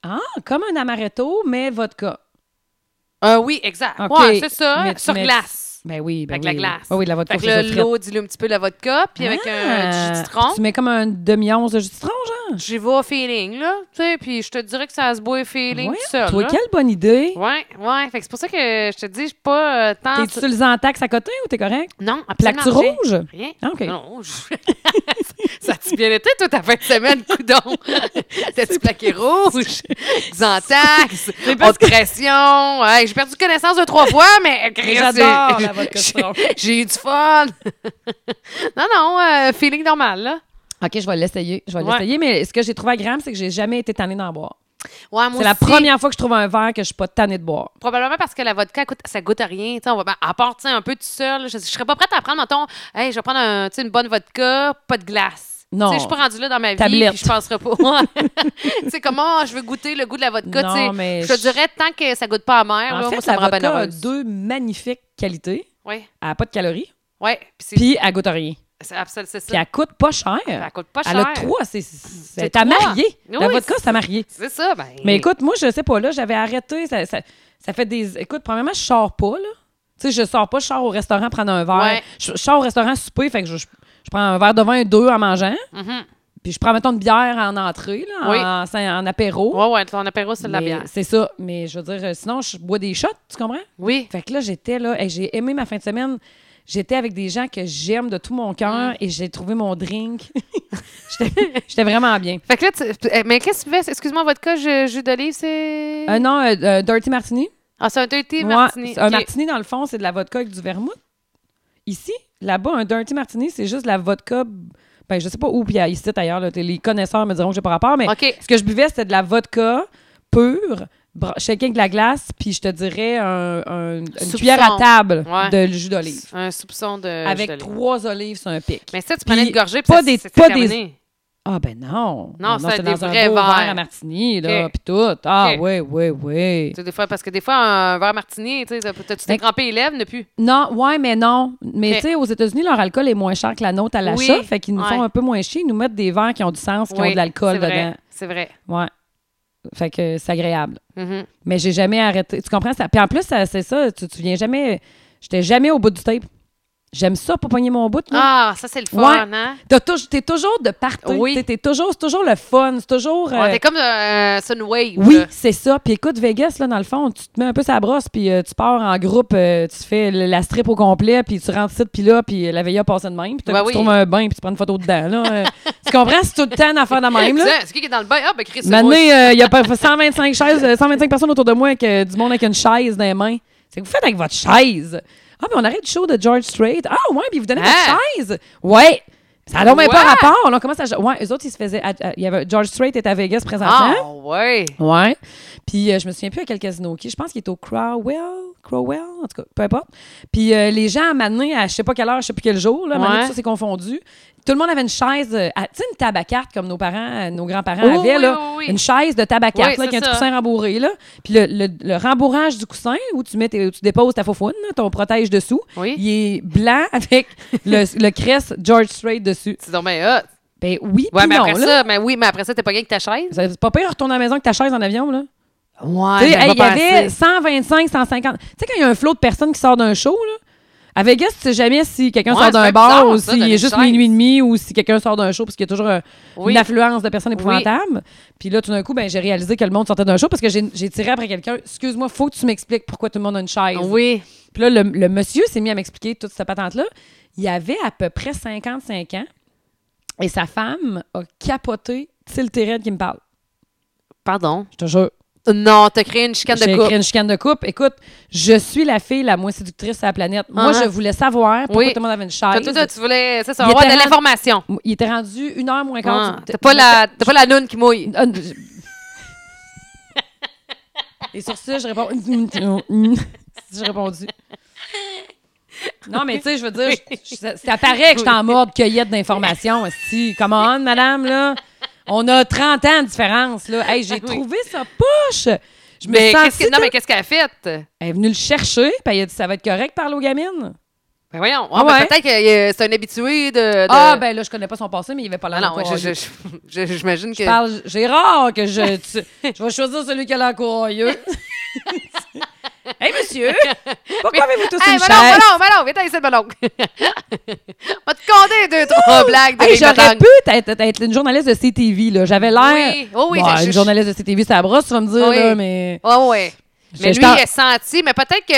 [SPEAKER 1] Ah, comme un amaretto, mais vodka.
[SPEAKER 2] Euh, oui, exact.
[SPEAKER 1] Ok.
[SPEAKER 2] Ouais, c'est ça.
[SPEAKER 1] Mais tu
[SPEAKER 2] sur
[SPEAKER 1] mets-
[SPEAKER 2] glace.
[SPEAKER 1] Ben oui, ben
[SPEAKER 2] Avec
[SPEAKER 1] oui.
[SPEAKER 2] la glace.
[SPEAKER 1] Oui, oui, de la vodka.
[SPEAKER 2] Fait que
[SPEAKER 1] c'est
[SPEAKER 2] là,
[SPEAKER 1] ça, frite.
[SPEAKER 2] l'eau dilue un petit peu la vodka, puis avec un
[SPEAKER 1] Ah!
[SPEAKER 2] du jus de citron.
[SPEAKER 1] Tu mets comme un demi-once de jus de citron, genre?
[SPEAKER 2] J'y vais au feeling, là. Tu sais, puis je te dirais que ça se boit feeling
[SPEAKER 1] Ouais,
[SPEAKER 2] tout seul.
[SPEAKER 1] Toi,
[SPEAKER 2] là.
[SPEAKER 1] quelle bonne idée.
[SPEAKER 2] Ouais, ouais. Fait que c'est pour ça que je te dis, je suis pas euh, tant.
[SPEAKER 1] T'es-tu sur le Zantax à côté ou t'es correct?
[SPEAKER 2] Non,
[SPEAKER 1] Plaque
[SPEAKER 2] absolument rien.
[SPEAKER 1] rouge?
[SPEAKER 2] Rien.
[SPEAKER 1] Ah, OK.
[SPEAKER 2] Non, je- ça a-tu bien été, toi, ta fin de semaine, coudon? T'as-tu plaqué rouge? Xantax?
[SPEAKER 1] parce
[SPEAKER 2] Haute pression? Hey, J'ai perdu connaissance deux, trois fois, mais euh, Chris,
[SPEAKER 1] J'adore
[SPEAKER 2] j'ai-
[SPEAKER 1] la vodka
[SPEAKER 2] j'ai-
[SPEAKER 1] citron.
[SPEAKER 2] J'ai eu du fun. non, non, euh, feeling normal, là.
[SPEAKER 1] OK, je vais l'essayer. Je vais
[SPEAKER 2] Ouais.
[SPEAKER 1] l'essayer, mais ce que j'ai trouvé agréable, c'est que j'ai jamais été tannée d'en boire.
[SPEAKER 2] Ouais, moi
[SPEAKER 1] C'est la
[SPEAKER 2] aussi,
[SPEAKER 1] première fois que je trouve un verre que je suis pas tannée de boire.
[SPEAKER 2] Probablement parce que la vodka, écoute, ça goûte à rien. Tu sais, On va, ben, à part tu sais, un peu tout seul, je, je serais pas prête à prendre, mettons, hey, je vais prendre un, tu sais, une bonne vodka, pas de glace.
[SPEAKER 1] Non.
[SPEAKER 2] Tu sais, Je suis pas rendue là dans ma vie,
[SPEAKER 1] Tablette.
[SPEAKER 2] puis je penserais pas. Ouais. tu sais, comment je veux goûter le goût de la vodka?
[SPEAKER 1] Non,
[SPEAKER 2] tu sais.
[SPEAKER 1] mais
[SPEAKER 2] je te
[SPEAKER 1] je-
[SPEAKER 2] dirais, tant que ça goûte pas amer, là,
[SPEAKER 1] En fait,
[SPEAKER 2] Ah, moi, ça
[SPEAKER 1] la
[SPEAKER 2] me rend
[SPEAKER 1] vodka a
[SPEAKER 2] bonne
[SPEAKER 1] deux magnifiques qualités.
[SPEAKER 2] Oui,
[SPEAKER 1] Elle n'a pas de calories,
[SPEAKER 2] oui. Puis c'est-
[SPEAKER 1] puis elle goûte à rien.
[SPEAKER 2] c'est absolument c'est
[SPEAKER 1] Puis
[SPEAKER 2] ça.
[SPEAKER 1] elle coûte pas cher.
[SPEAKER 2] Ça coûte pas
[SPEAKER 1] elle
[SPEAKER 2] cher.
[SPEAKER 1] a trois, c'est... c'est-
[SPEAKER 2] C'est
[SPEAKER 1] T'as
[SPEAKER 2] trois.
[SPEAKER 1] marié. La
[SPEAKER 2] Oui,
[SPEAKER 1] vodka,
[SPEAKER 2] c'est-
[SPEAKER 1] c'est marié.
[SPEAKER 2] C'est ça, ben.
[SPEAKER 1] Mais écoute, moi, je sais pas, là, j'avais arrêté. Ça, ça- ça fait des. Écoute, premièrement, je sors pas, là. Tu sais, je sors pas, je sors au restaurant prendre un verre.
[SPEAKER 2] Ouais.
[SPEAKER 1] Je, je sors au restaurant souper, fait que je, je- je prends un verre de vin, deux en mangeant.
[SPEAKER 2] Mhm.
[SPEAKER 1] Puis je prends, mettons, une bière en entrée, là, en-
[SPEAKER 2] Oui.
[SPEAKER 1] en, en apéro.
[SPEAKER 2] Ouais, ouais, ton apéro, c'est de la
[SPEAKER 1] Mais
[SPEAKER 2] bière.
[SPEAKER 1] C'est ça. Mais je veux dire, euh, sinon, je bois des shots, tu comprends?
[SPEAKER 2] Oui.
[SPEAKER 1] Fait que là, j'étais là, hey, j'ai aimé ma fin de semaine. J'étais avec des gens que j'aime de tout mon cœur et j'ai trouvé mon drink. J'étais j'étais vraiment bien.
[SPEAKER 2] Fait que là, tu- eh, mais qu'est-ce que tu fais? Excuse-moi, vodka, ju- jus d'olive, c'est.
[SPEAKER 1] Euh, non, euh, euh, Dirty Martini.
[SPEAKER 2] Ah, c'est un dirty
[SPEAKER 1] Ouais,
[SPEAKER 2] martini.
[SPEAKER 1] c'est Un
[SPEAKER 2] Ok.
[SPEAKER 1] martini, dans le fond, c'est de la vodka avec du vermouth. Ici, là-bas, un dirty martini, c'est juste de la vodka. Ben, je sais pas où, puis à- ici, d'ailleurs, là, t'es- les connaisseurs me diront que j'ai pas rapport, mais
[SPEAKER 2] OK.
[SPEAKER 1] ce que je buvais, c'était de la vodka pure, bra- shaking avec de la glace, puis je te dirais un- un- une
[SPEAKER 2] Soupçon.
[SPEAKER 1] cuillère à table
[SPEAKER 2] Ouais.
[SPEAKER 1] de jus d'olive.
[SPEAKER 2] Un soupçon de.
[SPEAKER 1] Avec
[SPEAKER 2] je te l'ai.
[SPEAKER 1] trois olives sur un pic.
[SPEAKER 2] Mais ça, tu prenais
[SPEAKER 1] Puis
[SPEAKER 2] une gorgée, puis
[SPEAKER 1] pas
[SPEAKER 2] ça,
[SPEAKER 1] des-
[SPEAKER 2] c'est
[SPEAKER 1] pas des-
[SPEAKER 2] terminé.
[SPEAKER 1] Ah, ben non.
[SPEAKER 2] Non, c'était
[SPEAKER 1] c'est
[SPEAKER 2] des
[SPEAKER 1] dans un
[SPEAKER 2] vrais
[SPEAKER 1] beau
[SPEAKER 2] verres.
[SPEAKER 1] verre à martini, là,
[SPEAKER 2] OK.
[SPEAKER 1] puis tout. Ah,
[SPEAKER 2] OK.
[SPEAKER 1] oui, oui, oui.
[SPEAKER 2] Tu sais, des fois, parce que des fois, un verre martini, tu sais, t'as- t'as- tu t'es
[SPEAKER 1] Mais-
[SPEAKER 2] trempé les lèvres, ne plus.
[SPEAKER 1] Non, ouais, mais non. Mais
[SPEAKER 2] Ok.
[SPEAKER 1] tu sais, aux États-Unis, leur alcool est moins cher que la nôtre à l'achat.
[SPEAKER 2] Oui,
[SPEAKER 1] Fait qu'ils nous
[SPEAKER 2] ouais.
[SPEAKER 1] font un peu moins chier. Ils nous mettent des verres qui ont du sens, qui ont de l'alcool
[SPEAKER 2] c'est vrai,
[SPEAKER 1] dedans.
[SPEAKER 2] C'est vrai.
[SPEAKER 1] Ouais. Fait que c'est agréable.
[SPEAKER 2] Mhm.
[SPEAKER 1] Mais j'ai jamais arrêté. Tu comprends ça? Puis en plus, ça- c'est ça. Tu, tu viens jamais. J'étais jamais au bout du tape. J'aime ça pour pogner mon bout. là.
[SPEAKER 2] Ah, ça, c'est le fun,
[SPEAKER 1] Ouais.
[SPEAKER 2] hein?
[SPEAKER 1] T'as tou- T'es toujours de partout.
[SPEAKER 2] Oui.
[SPEAKER 1] T'es t'es toujours, c'est toujours le fun. C'est toujours.
[SPEAKER 2] Ouais,
[SPEAKER 1] euh,
[SPEAKER 2] T'es comme euh, sur une wave.
[SPEAKER 1] oui,
[SPEAKER 2] là.
[SPEAKER 1] c'est ça. Puis écoute, Vegas, là, dans le fond, tu te mets un peu sa brosse, puis euh, tu pars en groupe, euh, tu fais le- la strip au complet, puis tu rentres ici, puis là, puis euh, la veille a passé de même, puis t'as-
[SPEAKER 2] Ouais,
[SPEAKER 1] tu
[SPEAKER 2] Ben oui.
[SPEAKER 1] trouves un bain, puis tu prends une photo dedans. Là, Euh, tu comprends? C'est tout le temps une affaire de même. Là.
[SPEAKER 2] Tiens, C'est qui qui est dans le bain? Ah, ben, Chris, c'est
[SPEAKER 1] Maintenant,
[SPEAKER 2] moi.
[SPEAKER 1] euh, il y a pas- 125 chaises, euh, 125 personnes autour de moi avec euh, du monde avec une chaise dans les mains. C'est que vous faites avec votre chaise. Ah, mais on arrête le show de George Strait. Ah, ouais, puis vous donnez
[SPEAKER 2] Hein?
[SPEAKER 1] votre chaise. Ouais. Ça n'a même
[SPEAKER 2] Ouais.
[SPEAKER 1] pas rapport. Là, on commence à... Ouais, eux autres, ils se faisaient... à- à- il y avait... George Strait était à Vegas présentement.
[SPEAKER 2] Ah, ouais.
[SPEAKER 1] Ouais. Puis euh, je me souviens plus à quel casino. qui Je pense qu'il était au Crowell. Crowell, en tout cas, peu importe. Puis euh, les gens, à Mané, à je sais pas quelle heure, je sais plus quel jour, là, à un moment donné,
[SPEAKER 2] Ouais.
[SPEAKER 1] tout ça s'est confondu. Tout le monde avait une chaise, euh, à- tu sais, une tabacarte comme nos parents, euh, nos grands-parents
[SPEAKER 2] Oui,
[SPEAKER 1] avaient,
[SPEAKER 2] oui,
[SPEAKER 1] là.
[SPEAKER 2] oui, oui.
[SPEAKER 1] Une chaise de tabacarte,
[SPEAKER 2] Oui,
[SPEAKER 1] là, avec
[SPEAKER 2] c'est
[SPEAKER 1] un petit
[SPEAKER 2] ça.
[SPEAKER 1] coussin rembourré, là. Puis le, le- le rembourrage du coussin, où tu, mets tes- où tu déposes ta faufoune, là, ton protège dessous,
[SPEAKER 2] Oui.
[SPEAKER 1] il est blanc avec le, le crest George Strait dessus.
[SPEAKER 2] C'est donc bien hot.
[SPEAKER 1] Ben oui,
[SPEAKER 2] Ouais,
[SPEAKER 1] puis
[SPEAKER 2] mais
[SPEAKER 1] non,
[SPEAKER 2] après
[SPEAKER 1] là.
[SPEAKER 2] ça, mais oui, mais après ça, t'es pas gagné avec ta chaise?
[SPEAKER 1] C'est pas pire de retourner à la maison que ta chaise en avion, là.
[SPEAKER 2] Ouais.
[SPEAKER 1] Tu sais,
[SPEAKER 2] mais
[SPEAKER 1] hey,
[SPEAKER 2] va
[SPEAKER 1] il y avait
[SPEAKER 2] passer.
[SPEAKER 1] 125, 150. Tu sais, quand il y a un flot de personnes qui sort d'un show, là, à Vegas, tu sais jamais si quelqu'un
[SPEAKER 2] Ouais,
[SPEAKER 1] sort
[SPEAKER 2] c'est
[SPEAKER 1] d'un
[SPEAKER 2] bien
[SPEAKER 1] bar
[SPEAKER 2] bizarre,
[SPEAKER 1] ou
[SPEAKER 2] ça,
[SPEAKER 1] s'il
[SPEAKER 2] d'aller
[SPEAKER 1] est juste
[SPEAKER 2] chaise.
[SPEAKER 1] minuit et demi ou si quelqu'un sort d'un show parce qu'il y a toujours euh,
[SPEAKER 2] Oui.
[SPEAKER 1] une affluence de personnes
[SPEAKER 2] Oui.
[SPEAKER 1] épouvantables. Puis là, tout d'un coup, ben, j'ai réalisé que le monde sortait d'un show parce que j'ai j'ai tiré après quelqu'un. Excuse-moi, faut que tu m'expliques pourquoi tout le monde a une chaise.
[SPEAKER 2] Oui.
[SPEAKER 1] Puis là, le, le monsieur s'est mis à m'expliquer toute cette patente-là. Il avait à peu près 55 ans et sa femme a capoté Tilted Red qui me parle.
[SPEAKER 2] Pardon.
[SPEAKER 1] Je te jure.
[SPEAKER 2] Non, t'as créé une chicane de
[SPEAKER 1] J'ai
[SPEAKER 2] couple.
[SPEAKER 1] écrit une chicane de coupe. Écoute, je suis la fille la moins séductrice de la planète. Moi,
[SPEAKER 2] Uh-huh.
[SPEAKER 1] je voulais savoir pourquoi
[SPEAKER 2] Oui.
[SPEAKER 1] tout le monde avait une
[SPEAKER 2] Toi,
[SPEAKER 1] chaise.
[SPEAKER 2] toi, toi, tu voulais, c'est ça,
[SPEAKER 1] Il
[SPEAKER 2] avoir de
[SPEAKER 1] était rendu-
[SPEAKER 2] l'information.
[SPEAKER 1] Il était rendu une heure moins
[SPEAKER 2] Ah,
[SPEAKER 1] quart. du-
[SPEAKER 2] T'as pas la, t'as pas la lune qui mouille.
[SPEAKER 1] Ah, je- Et sur ça, je réponds. J'ai répondu. Non, mais tu sais, je veux dire, je- je- ça, ça paraît que je suis en mode cueillette d'informations. Si, come on, madame, là. On a 30 ans de différence, là. Hey, j'ai trouvé sa poche. Je me
[SPEAKER 2] Mais
[SPEAKER 1] suis
[SPEAKER 2] qu'est-ce
[SPEAKER 1] sentie
[SPEAKER 2] que, non,
[SPEAKER 1] de-
[SPEAKER 2] mais qu'est-ce qu'elle a fait? Ben
[SPEAKER 1] Elle est venue le chercher, puis elle a dit ça va être correct par aux gamines.
[SPEAKER 2] voyons.
[SPEAKER 1] Ah
[SPEAKER 2] Ah, ben
[SPEAKER 1] ouais.
[SPEAKER 2] Peut-être que euh, c'est un habitué de. de-
[SPEAKER 1] Ah ben là je connais pas son passé, mais il avait pas
[SPEAKER 2] Ah
[SPEAKER 1] l'air.
[SPEAKER 2] non,
[SPEAKER 1] d'un
[SPEAKER 2] je- je-
[SPEAKER 1] courroyeux.
[SPEAKER 2] je- je- j'imagine que.
[SPEAKER 1] Je parle Gérard que je tu- je vais choisir celui qui a l'air courroyeux. Hey, monsieur! Pourquoi avez-vous tous
[SPEAKER 2] Hey,
[SPEAKER 1] une
[SPEAKER 2] mais
[SPEAKER 1] chaise?
[SPEAKER 2] non, mais non, mais non, viens t'en ici, mais non. On va te conter deux, trois blagues de
[SPEAKER 1] Hey,
[SPEAKER 2] Rémi
[SPEAKER 1] j'aurais
[SPEAKER 2] Tang.
[SPEAKER 1] pu être, être une journaliste de CTV, là. J'avais l'air.
[SPEAKER 2] Oui, oh oui,
[SPEAKER 1] Bon,
[SPEAKER 2] je- je-
[SPEAKER 1] une journaliste de CTV, c'est la brosse, tu vas me dire,
[SPEAKER 2] Oui.
[SPEAKER 1] là, mais.
[SPEAKER 2] Ouais, ouais.
[SPEAKER 1] Je-
[SPEAKER 2] Mais
[SPEAKER 1] je
[SPEAKER 2] lui,
[SPEAKER 1] t'en-
[SPEAKER 2] il a senti, mais peut-être que.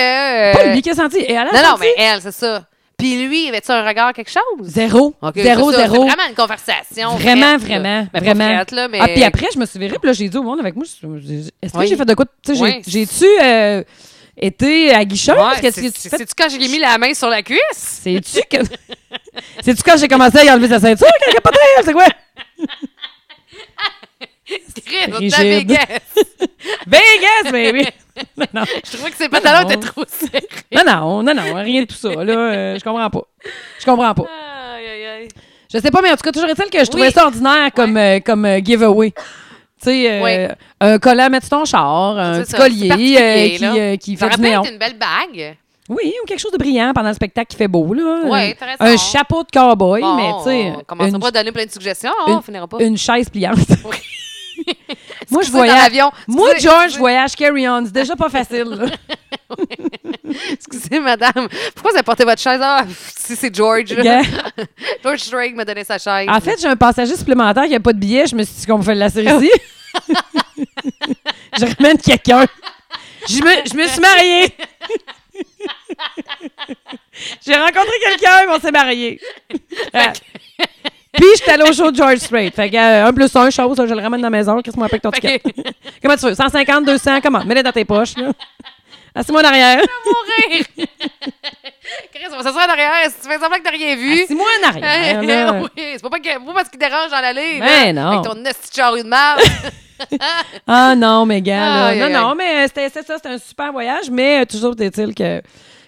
[SPEAKER 2] euh,
[SPEAKER 1] Pas lui qui a senti. Et elle a
[SPEAKER 2] Non, non,
[SPEAKER 1] senti
[SPEAKER 2] mais elle, c'est ça. Puis lui, avait-tu un regard quelque chose?
[SPEAKER 1] Zéro.
[SPEAKER 2] Ok,
[SPEAKER 1] zéro,
[SPEAKER 2] c'est ça,
[SPEAKER 1] zéro.
[SPEAKER 2] C'est vraiment une conversation.
[SPEAKER 1] Vraiment,
[SPEAKER 2] frette, là.
[SPEAKER 1] vraiment,
[SPEAKER 2] Ben, pas
[SPEAKER 1] vraiment.
[SPEAKER 2] frette, là, mais...
[SPEAKER 1] Ah, puis après, je me suis virée, puis là, j'ai dit au monde avec moi, je- je- est-ce que
[SPEAKER 2] Oui.
[SPEAKER 1] j'ai fait de quoi? Tu sais, j'ai-
[SPEAKER 2] Oui.
[SPEAKER 1] j'ai-tu euh, été aguicheuse?
[SPEAKER 2] Ouais,
[SPEAKER 1] Est-ce que
[SPEAKER 2] c'est-
[SPEAKER 1] tu
[SPEAKER 2] c'est-
[SPEAKER 1] fais-
[SPEAKER 2] C'est-tu quand j'ai mis la main sur la cuisse?
[SPEAKER 1] C'est-tu que. C'est-tu quand j'ai commencé à y enlever sa ceinture qu'elle a capoté, elle? C'est quoi?
[SPEAKER 2] Chris, on
[SPEAKER 1] rigide.
[SPEAKER 2] t'a Vegas.
[SPEAKER 1] Vegas, baby! non, non.
[SPEAKER 2] Je trouvais que ses pantalons
[SPEAKER 1] Ben non.
[SPEAKER 2] étaient trop serrés.
[SPEAKER 1] non, non, non, non, rien de tout ça. Là, euh, je comprends pas. Je comprends pas.
[SPEAKER 2] Aïe, aïe, aïe.
[SPEAKER 1] Je sais pas, mais en tout cas, toujours est-il que je trouvais
[SPEAKER 2] Oui.
[SPEAKER 1] ça ordinaire comme, euh, comme euh, giveaway. Tu sais, euh,
[SPEAKER 2] Oui.
[SPEAKER 1] un collant, mets-tu ton char, un
[SPEAKER 2] C'est
[SPEAKER 1] petit
[SPEAKER 2] ça,
[SPEAKER 1] collier
[SPEAKER 2] c'est particulier,
[SPEAKER 1] euh, qui,
[SPEAKER 2] là.
[SPEAKER 1] euh, qui
[SPEAKER 2] Ça
[SPEAKER 1] fait
[SPEAKER 2] aurait
[SPEAKER 1] du
[SPEAKER 2] pu
[SPEAKER 1] néon.
[SPEAKER 2] être une belle bague.
[SPEAKER 1] Oui, ou quelque chose de brillant pendant le spectacle qui fait beau, là.
[SPEAKER 2] Ouais,
[SPEAKER 1] Un-
[SPEAKER 2] t'as raison.
[SPEAKER 1] Un chapeau de cowboy,
[SPEAKER 2] Bon,
[SPEAKER 1] mais tu sais.
[SPEAKER 2] on commencera
[SPEAKER 1] une-
[SPEAKER 2] pas à donner plein de suggestions, hein,
[SPEAKER 1] une-
[SPEAKER 2] on finira pas.
[SPEAKER 1] une chaise pliante. moi, je
[SPEAKER 2] Excusez, dans
[SPEAKER 1] voyage.
[SPEAKER 2] l'avion.
[SPEAKER 1] Moi,
[SPEAKER 2] Excusez,
[SPEAKER 1] George, je
[SPEAKER 2] excusez.
[SPEAKER 1] voyage carry-on. C'est déjà pas facile. là.
[SPEAKER 2] Excusez, madame. Pourquoi vous avez porté votre chaise? Ah, pff, si c'est George. là.
[SPEAKER 1] Gars,
[SPEAKER 2] George Strait m'a donné sa chaise.
[SPEAKER 1] en fait, j'ai un passager supplémentaire qui a pas de billet. Je me suis dit qu'on me fait la série ici. je ramène quelqu'un. Je me, je me suis mariée. j'ai rencontré quelqu'un, mais on s'est mariés. Ah. Puis, je suis allée au show de George Strait. Fait que, euh, un plus un, chose, je le ramène dans la maison. Qu'est-ce que moi, avec ton ticket?
[SPEAKER 2] Fait que-
[SPEAKER 1] Comment tu veux? 150, 200, comment? Mets-les dans tes poches, là. Assis-moi en arrière.
[SPEAKER 2] mourir. Chris, on va s'asseoir en arrière. Si tu fais semblant que t'as rien vu.
[SPEAKER 1] Assis-moi en arrière. là.
[SPEAKER 2] oui, c'est pas, pas que- pas parce qu'il dérange dans l'allée.
[SPEAKER 1] Ben
[SPEAKER 2] là,
[SPEAKER 1] non.
[SPEAKER 2] Avec ton esti de charrue de marde.
[SPEAKER 1] Ah non, mais gars, là,
[SPEAKER 2] Aïe,
[SPEAKER 1] non,
[SPEAKER 2] aïe,
[SPEAKER 1] non, mais euh, c'était c'est ça, c'était un super voyage, mais euh, toujours est-il que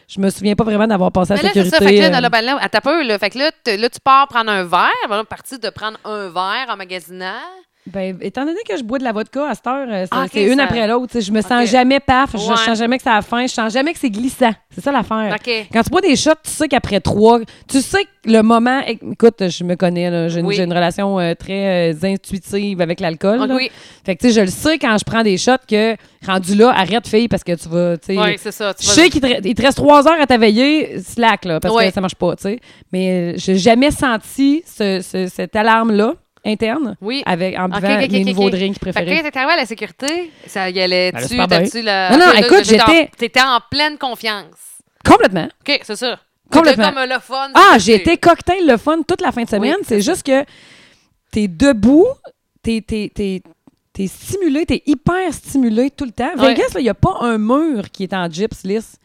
[SPEAKER 1] je me souviens pas vraiment d'avoir passé à
[SPEAKER 2] Mais
[SPEAKER 1] la
[SPEAKER 2] là, c'est
[SPEAKER 1] sécurité.
[SPEAKER 2] ça. Fait que là,
[SPEAKER 1] euh,
[SPEAKER 2] dans le ben là, attends un peu, là. Fait que là, t- là, tu pars prendre un verre. Ben là, parti de prendre un verre en magasinant.
[SPEAKER 1] ben, étant donné que je bois de la vodka à cette heure, euh, c'est
[SPEAKER 2] Ah, ok,
[SPEAKER 1] c'est une
[SPEAKER 2] ça-
[SPEAKER 1] après l'autre. tu sais, Je me sens
[SPEAKER 2] ok.
[SPEAKER 1] jamais paf, je,
[SPEAKER 2] Ouais.
[SPEAKER 1] je sens jamais que ça a faim, je sens jamais que c'est glissant. C'est ça l'affaire.
[SPEAKER 2] OK.
[SPEAKER 1] Quand tu bois des shots, tu sais qu'après trois, tu sais que le moment. eh, Écoute, je me connais, là, j'ai une,
[SPEAKER 2] Oui.
[SPEAKER 1] j'ai une relation euh, très euh, intuitive avec l'alcool.
[SPEAKER 2] Ah,
[SPEAKER 1] là.
[SPEAKER 2] oui.
[SPEAKER 1] Fait que, tu sais, je le sais quand je prends des shots que rendu là, arrête, fille, parce que tu vas. tu sais,
[SPEAKER 2] Oui, c'est ça. tu
[SPEAKER 1] Je
[SPEAKER 2] vas-
[SPEAKER 1] sais qu'il te, il te reste trois heures à ta veillée, slack, là, parce
[SPEAKER 2] Ouais.
[SPEAKER 1] que ça marche pas, tu sais. Mais euh, j'ai jamais senti ce- ce- cette alarme-là, interne,
[SPEAKER 2] Oui.
[SPEAKER 1] avec, en
[SPEAKER 2] Ok,
[SPEAKER 1] buvant
[SPEAKER 2] ok, ok,
[SPEAKER 1] mes
[SPEAKER 2] ok,
[SPEAKER 1] nouveaux
[SPEAKER 2] ok.
[SPEAKER 1] drinks
[SPEAKER 2] Fait que là,
[SPEAKER 1] préférés.
[SPEAKER 2] t'es arrivé à la sécurité. Ça y allait-tu?
[SPEAKER 1] Elle allait super
[SPEAKER 2] T'as-tu la...
[SPEAKER 1] Non, non,
[SPEAKER 2] Là,
[SPEAKER 1] écoute,
[SPEAKER 2] t'étais en-
[SPEAKER 1] j'étais-
[SPEAKER 2] T'étais en pleine confiance.
[SPEAKER 1] Complètement.
[SPEAKER 2] OK, c'est ça.
[SPEAKER 1] Complètement.
[SPEAKER 2] T'étais comme le fun.
[SPEAKER 1] Ah,
[SPEAKER 2] c'est-
[SPEAKER 1] j'ai été cocktail le fun toute la fin de semaine.
[SPEAKER 2] Oui,
[SPEAKER 1] c'est juste que t'es debout, t'es t'es- t'es- t'es stimulé, t'es hyper stimulé tout le temps.
[SPEAKER 2] Ouais.
[SPEAKER 1] Vegas, il n'y a pas un mur qui est en gyps lisse.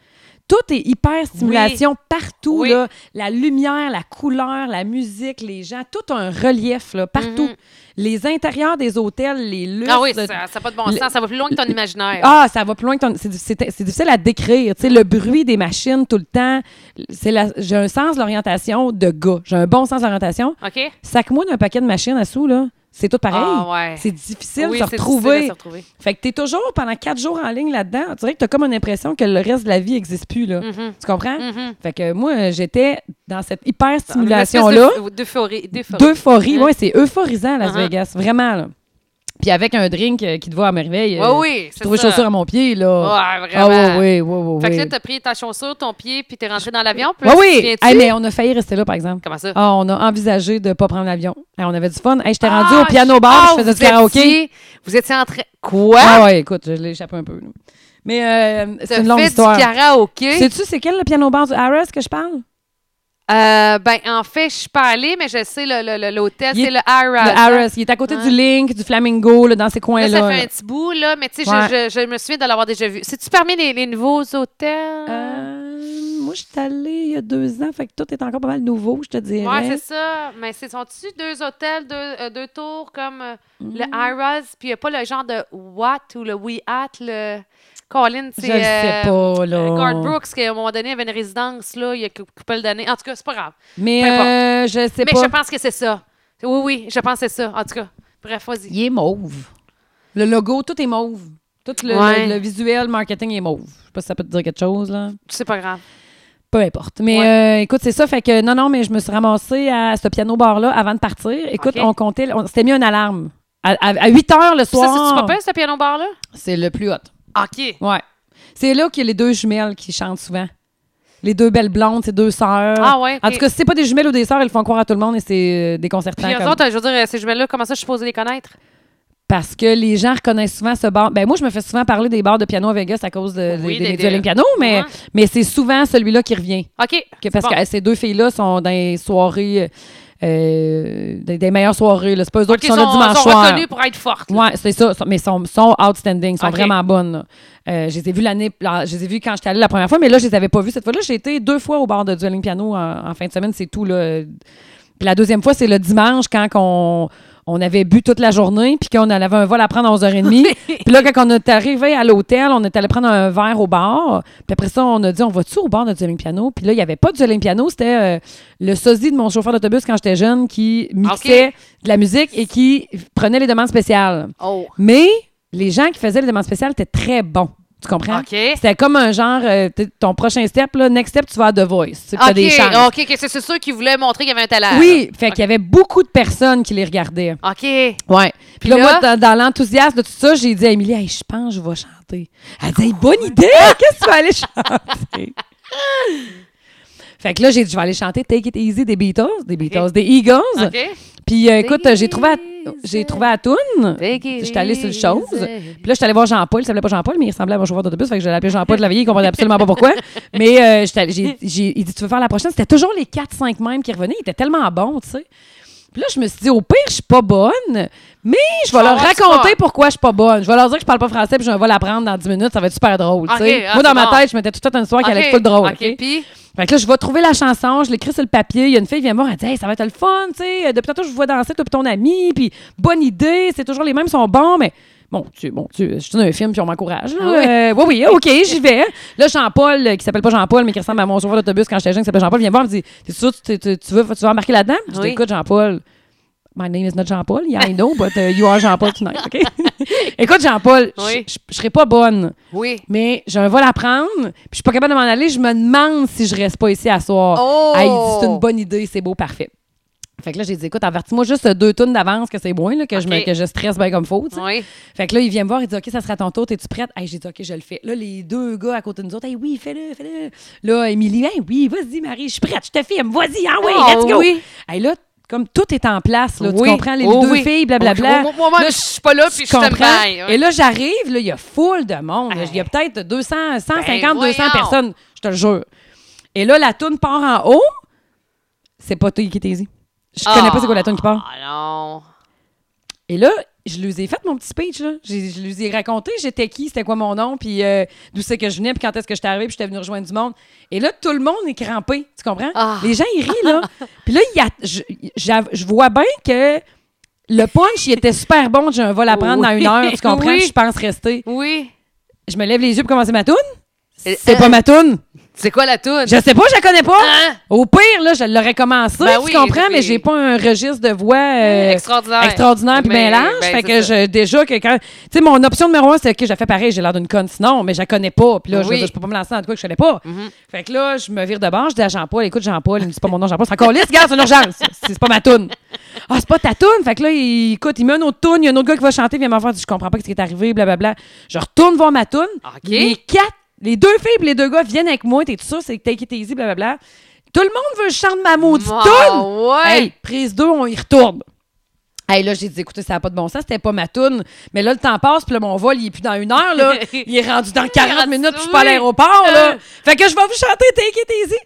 [SPEAKER 1] Tout est hyper stimulation partout.
[SPEAKER 2] Oui.
[SPEAKER 1] Là. La lumière, la couleur, la musique, les gens, tout un relief là, partout. Les intérieurs des hôtels, les lustres.
[SPEAKER 2] Mm-hmm. Ah oui, ça n'a pas de bon
[SPEAKER 1] Le-
[SPEAKER 2] sens. Ça va plus loin que ton imaginaire.
[SPEAKER 1] Ah, ça va plus loin que ton. C'est diffi- c'est- c'est difficile à décrire. Tu sais, le bruit des machines tout le temps. C'est la- J'ai un sens d'orientation de gars. J'ai un bon sens d'orientation.
[SPEAKER 2] OK?
[SPEAKER 1] Sac-moi d'un paquet de machines à sous, là. C'est tout pareil.
[SPEAKER 2] Ah ouais.
[SPEAKER 1] C'est difficile
[SPEAKER 2] Oui,
[SPEAKER 1] de se
[SPEAKER 2] c'est
[SPEAKER 1] retrouver.
[SPEAKER 2] difficile de se retrouver.
[SPEAKER 1] Fait que t'es toujours pendant quatre jours en ligne là-dedans. On dirait que t'as comme une impression que le reste de la vie n'existe plus,
[SPEAKER 2] Mm.
[SPEAKER 1] là. Tu comprends?
[SPEAKER 2] Mhm. Ah,
[SPEAKER 1] Fait que moi, j'étais dans cette hyper-stimulation-là
[SPEAKER 2] Simulation-là. D'euphorie. d'euphorie.
[SPEAKER 1] d'euphorie. Ouais, c'est euphorisant, Las
[SPEAKER 2] Mm. Uh-huh.
[SPEAKER 1] Vegas. Vraiment, là. Puis avec un drink euh, qui te va à merveille.
[SPEAKER 2] Ouais,
[SPEAKER 1] euh,
[SPEAKER 2] oui,
[SPEAKER 1] Je
[SPEAKER 2] c'est
[SPEAKER 1] trouvais
[SPEAKER 2] ça.
[SPEAKER 1] chaussures à mon pied, là.
[SPEAKER 2] Ouais,
[SPEAKER 1] ah,
[SPEAKER 2] vraiment.
[SPEAKER 1] ouais, ouais, ouais, ouais.
[SPEAKER 2] Fait que
[SPEAKER 1] ouais.
[SPEAKER 2] là, t'as pris ta chaussure, ton pied, puis t'es rentré dans l'avion. Puis
[SPEAKER 1] Ouais,
[SPEAKER 2] là, tu te
[SPEAKER 1] oui.
[SPEAKER 2] souviens-tu?
[SPEAKER 1] Hey, mais on a failli rester là, par exemple.
[SPEAKER 2] Comment ça?
[SPEAKER 1] Ah, on a envisagé de pas prendre l'avion. Hey, on avait du fun. Hey, j'étais
[SPEAKER 2] Ah,
[SPEAKER 1] rendue au piano bar,
[SPEAKER 2] ah,
[SPEAKER 1] je faisais du
[SPEAKER 2] vous
[SPEAKER 1] karaoké.
[SPEAKER 2] étiez- Vous étiez en train. Quoi?
[SPEAKER 1] Ah ouais, écoute, je l'ai échappé un peu. là. Mais euh,
[SPEAKER 2] T'as
[SPEAKER 1] c'est une longue
[SPEAKER 2] fait
[SPEAKER 1] histoire.
[SPEAKER 2] du karaoké?
[SPEAKER 1] Sais-tu c'est quel le piano bar du Harris que je parle?
[SPEAKER 2] Euh, ben, en fait, je suis pas allée, mais je sais le- le- le- l'hôtel,
[SPEAKER 1] Il est-
[SPEAKER 2] c'est le Harrah's.
[SPEAKER 1] le Harris, il est à côté
[SPEAKER 2] Bah, Ouais.
[SPEAKER 1] du Link, du Flamingo, là, dans ces
[SPEAKER 2] Là,
[SPEAKER 1] coins-là.
[SPEAKER 2] ça fait
[SPEAKER 1] là.
[SPEAKER 2] un petit bout, là, mais tu sais, je-
[SPEAKER 1] Ouais.
[SPEAKER 2] je, je me souviens de l'avoir déjà vu. C'est-tu parmi les, les nouveaux hôtels?
[SPEAKER 1] Euh, moi, je suis allée il y a deux ans, fait que tout est encore pas mal nouveau, je te dirais.
[SPEAKER 2] ouais, c'est ça. Mais c'est sont-tu deux hôtels, deux, euh, deux tours, comme euh, le
[SPEAKER 1] Mm.
[SPEAKER 2] Iras, puis il n'y a pas le genre de What ou le We At, le Colin, c'est.
[SPEAKER 1] Je le sais pas, là.
[SPEAKER 2] Guard Brooks, qui à un moment donné avait une résidence, là, il y a quelques- quelques d'années. En tout cas, c'est pas grave.
[SPEAKER 1] Mais
[SPEAKER 2] Peu importe.
[SPEAKER 1] euh, je sais
[SPEAKER 2] Mais
[SPEAKER 1] pas.
[SPEAKER 2] je pense que c'est ça. Oui, oui, je pense que c'est ça. En tout cas, bref, vas-y.
[SPEAKER 1] Il est mauve. Le logo, tout est mauve. Tout le,
[SPEAKER 2] Ouais.
[SPEAKER 1] le- le visuel, marketing est mauve. Je sais pas si ça peut te dire quelque chose, là.
[SPEAKER 2] C'est pas grave.
[SPEAKER 1] Peu importe. Mais euh, écoute, c'est ça. Fait que non, non, mais je me suis ramassée à ce piano bar-là avant de partir. Écoute,
[SPEAKER 2] Ok.
[SPEAKER 1] on comptait, on s'était mis une alarme. À, à, 8 heures le
[SPEAKER 2] Ça,
[SPEAKER 1] soir.
[SPEAKER 2] c'est-tu pas pire, ce piano bar-là?
[SPEAKER 1] c'est le plus hot.
[SPEAKER 2] OK.
[SPEAKER 1] Ouais. C'est là qu'il y a les deux jumelles qui chantent souvent. Les deux belles blondes, ces deux sœurs.
[SPEAKER 2] Ah ouais,
[SPEAKER 1] En
[SPEAKER 2] ok.
[SPEAKER 1] tout cas, si c'est pas des jumelles ou des sœurs, elles le font croire à tout le monde et c'est euh, déconcertant.
[SPEAKER 2] Puis eux
[SPEAKER 1] comme-
[SPEAKER 2] autres, je veux dire, euh, ces jumelles-là, comment ça je suis supposée les connaître?
[SPEAKER 1] Parce que les gens reconnaissent souvent ce bar. Ben moi, je me fais souvent parler des bars de piano à Vegas à cause de,
[SPEAKER 2] Oui,
[SPEAKER 1] des,
[SPEAKER 2] des-
[SPEAKER 1] des,
[SPEAKER 2] des-
[SPEAKER 1] Dueling Piano, mais,
[SPEAKER 2] Ouais.
[SPEAKER 1] mais c'est souvent celui-là qui revient.
[SPEAKER 2] OK.
[SPEAKER 1] Que- parce
[SPEAKER 2] Bon.
[SPEAKER 1] que euh, ces deux filles-là sont dans les soirées, euh, des, des meilleures soirées. là. C'est pas eux autres
[SPEAKER 2] OK,
[SPEAKER 1] qui sont, là dimanche
[SPEAKER 2] sont
[SPEAKER 1] soir.
[SPEAKER 2] reconnues pour être fortes. là.
[SPEAKER 1] Ouais, c'est ça. Sont- Mais sont, sont outstanding, sont
[SPEAKER 2] Ok.
[SPEAKER 1] vraiment bonnes. là. Euh, je les ai vues l'année, la- je les ai vues quand j'étais allée la première fois, mais là, je les avais pas vues cette fois-là. J'ai été deux fois au bar de Dueling Piano en, en fin de semaine, c'est tout. Là. Puis la deuxième fois, c'est le dimanche quand on, on avait bu toute la journée, puis qu'on avait un vol à prendre à 11h30. puis là, quand on est arrivé à l'hôtel, on est allé prendre un verre au bar. Puis après ça, on a dit, on va-tu au bar de Dueling Piano? Puis là, il n'y avait pas de Dueling Piano, c'était euh, le sosie de mon chauffeur d'autobus quand j'étais jeune qui mixait de la musique et qui prenait les demandes spéciales.
[SPEAKER 2] Oh.
[SPEAKER 1] Mais les gens qui faisaient les demandes spéciales étaient très bons. Tu comprends?
[SPEAKER 2] OK.
[SPEAKER 1] C'était comme un genre, euh, t'es- ton prochain step, là, next step, tu vas à The Voice. C'est que t'as
[SPEAKER 2] OK,
[SPEAKER 1] des chances.
[SPEAKER 2] OK, ok, c'est c'est sûr qu'ils voulaient montrer qu'il y avait un talent.
[SPEAKER 1] Oui, fait qu'il y avait beaucoup de personnes qui les regardaient.
[SPEAKER 2] là. OK.
[SPEAKER 1] Ouais. Puis là,
[SPEAKER 2] là-
[SPEAKER 1] moi, dans, dans l'enthousiasme de tout ça, j'ai dit à Émilie, Hey, je pense que je vais chanter. Elle dit, Hey, bonne idée, qu'est-ce que tu vas aller chanter? fait que là, j'ai dit, je vais aller chanter Take It Easy des Beatles, des Beatles, des Eagles.
[SPEAKER 2] OK.
[SPEAKER 1] Puis euh, écoute, j'ai trouvé à, j'ai trouvé à Toon.
[SPEAKER 2] Take it
[SPEAKER 1] J'étais allée sur le chose.
[SPEAKER 2] easy.
[SPEAKER 1] Puis là, j'étais allée voir Jean-Paul. Il s'appelait pas Jean-Paul, mais il ressemblait à mon chauffeur d'autobus. Fait que je l'ai appelé Jean-Paul de la veille. Il comprenait absolument pas pourquoi. Mais euh, j'étais allée- j'ai, j'ai- il dit Tu veux faire la prochaine C'était toujours les 4-5 mêmes qui revenaient. Ils étaient tellement bons, tu sais. Puis là, je me suis dit Au pire, je suis pas bonne, mais je vais
[SPEAKER 2] vais
[SPEAKER 1] leur
[SPEAKER 2] avoir du
[SPEAKER 1] raconter
[SPEAKER 2] fun.
[SPEAKER 1] pourquoi je suis pas bonne. Je vais leur dire que je parle pas français puis je vais l'apprendre dans 10 minutes. Ça va être super drôle, tu
[SPEAKER 2] Ok,
[SPEAKER 1] sais.
[SPEAKER 2] ah,
[SPEAKER 1] Moi, dans
[SPEAKER 2] c'est
[SPEAKER 1] ma
[SPEAKER 2] bon.
[SPEAKER 1] tête, je mettais tout à une histoire qui allait être full drôle.
[SPEAKER 2] OK,
[SPEAKER 1] ok?
[SPEAKER 2] puis...
[SPEAKER 1] Fait que là, je vais trouver la chanson, je l'écris sur le papier. Il y a une fille qui vient me voir, elle dit Hey, ça va être le fun, tu sais. euh, Depuis tantôt, je vous vois danser, toi, puis ton ami, puis bonne idée, c'est toujours les mêmes, sont bons, mais. Bon, tu, bon, tu, je suis dans un film, puis on m'encourage.
[SPEAKER 2] Ah
[SPEAKER 1] là. Euh, oui, oui, OK, j'y vais. Là, Jean-Paul, euh, qui s'appelle pas Jean-Paul, mais qui ressemble à mon chauffeur d'autobus quand j'étais jeune, qui s'appelle Jean-Paul, vient me voir, me dit T'es sûr, tu, tu, tu veux, tu veux embarquer là-dedans Je dis
[SPEAKER 2] Oui.
[SPEAKER 1] Écoute, Jean-Paul, my name is not Jean-Paul, yeah, I know, but euh, you are Jean-Paul tonight, OK Écoute, Jean-Paul, je-
[SPEAKER 2] Oui.
[SPEAKER 1] je je serais pas bonne
[SPEAKER 2] Oui.
[SPEAKER 1] mais j'ai un vol à prendre, puis je suis pas capable de m'en aller, je me demande si je reste pas ici à soir.
[SPEAKER 2] Oh!
[SPEAKER 1] Ah, il dit, c'est une bonne idée, c'est beau, parfait. Fait que là, j'ai dit, écoute, avertis-moi juste deux tonnes d'avance que c'est moins, là, que, je me-
[SPEAKER 2] Ok.
[SPEAKER 1] que je stresse bien comme faut. tu sais.
[SPEAKER 2] Oui.
[SPEAKER 1] Fait que là, il vient me voir, il dit, OK, ça sera ton tour, t'es-tu prête? Hey, j'ai dit, OK, je le fais. Là, les deux gars à côté de nous autres, hey, oui, fais-le, fais-le. Là, Émilie, hey, oui, vas-y, Marie, je suis prête, je te filme, vas-y, ah oui,
[SPEAKER 2] Ah
[SPEAKER 1] let's go.
[SPEAKER 2] oui.
[SPEAKER 1] Hey, là, comme tout est en place, là,
[SPEAKER 2] Oui.
[SPEAKER 1] tu comprends, les
[SPEAKER 2] Oh
[SPEAKER 1] deux
[SPEAKER 2] oui.
[SPEAKER 1] filles, blablabla.
[SPEAKER 2] Moi, moi, moi,
[SPEAKER 1] Là,
[SPEAKER 2] je suis pas là, puis je
[SPEAKER 1] tu comprends?
[SPEAKER 2] t'aime
[SPEAKER 1] Et là, j'arrive, là, il y a full de monde. là. Il y a peut-être 200, 150, 200
[SPEAKER 2] Ben voyons.
[SPEAKER 1] personnes, je te le jure. Et là, la toune part en haut. C'est pas Take It Easy. Je connais pas c'est quoi la toune qui part.
[SPEAKER 2] Ah non.
[SPEAKER 1] Et là, je lui ai fait mon petit speech. Là. J'ai- Je lui ai raconté j'étais qui, c'était quoi mon nom, puis euh, d'où c'est que je venais, puis quand est-ce que j'étais arrivée, puis j'étais venue rejoindre du monde. Et là, tout le monde est crampé, tu comprends?
[SPEAKER 2] Ah.
[SPEAKER 1] Les gens, ils rient, là. puis là, il y a- je, j'av- je vois bien que le punch, il était super bon. J'ai un vol à prendre dans
[SPEAKER 2] Oui.
[SPEAKER 1] une heure, tu comprends?
[SPEAKER 2] Oui.
[SPEAKER 1] Puis Je pense rester.
[SPEAKER 2] Oui.
[SPEAKER 1] Je me lève les yeux pour commencer ma toune.
[SPEAKER 2] Et-
[SPEAKER 1] C'est pas ma toune.
[SPEAKER 2] C'est quoi la toune?
[SPEAKER 1] Je sais pas, je la connais pas.
[SPEAKER 2] Hein?
[SPEAKER 1] Au pire, là, je l'aurais commencé,
[SPEAKER 2] Ben
[SPEAKER 1] tu
[SPEAKER 2] oui,
[SPEAKER 1] comprends, mais
[SPEAKER 2] oui.
[SPEAKER 1] j'ai pas un registre de voix euh,
[SPEAKER 2] Extraordinaire.
[SPEAKER 1] extraordinaire puis bien
[SPEAKER 2] Mais-
[SPEAKER 1] large.
[SPEAKER 2] ben,
[SPEAKER 1] fait
[SPEAKER 2] c'est
[SPEAKER 1] que
[SPEAKER 2] ça.
[SPEAKER 1] je, déjà, que quand. Tu sais, mon option numéro un, c'est que j'ai fait pareil, j'ai l'air d'une conne sinon, mais je la connais pas. Puis là, je, veux
[SPEAKER 2] Oui. Mm-hmm.
[SPEAKER 1] dire, je peux pas me lancer dans de quoi que je connais pas. Fait que là, je me vire de bord, je dis à Jean-Paul, écoute, Jean-Paul, il me dit pas mon nom, Jean-Paul, c'est encore lisse, regarde, c'est une urgence. C'est c'est pas ma toune. Ah, c'est pas ta toune. Fait que là, il, écoute, il met une autre toune, il y a un autre gars qui va chanter, il vient m'en voir, il dit, je comprends pas ce qui est arrivé, blablabla. Je retourne voir ma toune.
[SPEAKER 2] OK.
[SPEAKER 1] Les quatre, les deux filles et les deux gars viennent avec moi. T'es-tu sûr? C'est que take it easy, blablabla. Tout le monde veut que je chante ma maudite
[SPEAKER 2] Ah,
[SPEAKER 1] toune.
[SPEAKER 2] ouais.
[SPEAKER 1] Hey, prise 2, on y retourne. Hey, là, j'ai dit, écoutez, ça n'a pas de bon sens, c'était pas ma toune. Mais là, le temps passe, puis là, mon vol, il est plus dans une heure, là. Il est rendu Ah. dans 40 minutes, puis je suis pas à l'aéroport, là. Fait que je vais vous chanter Take It Easy.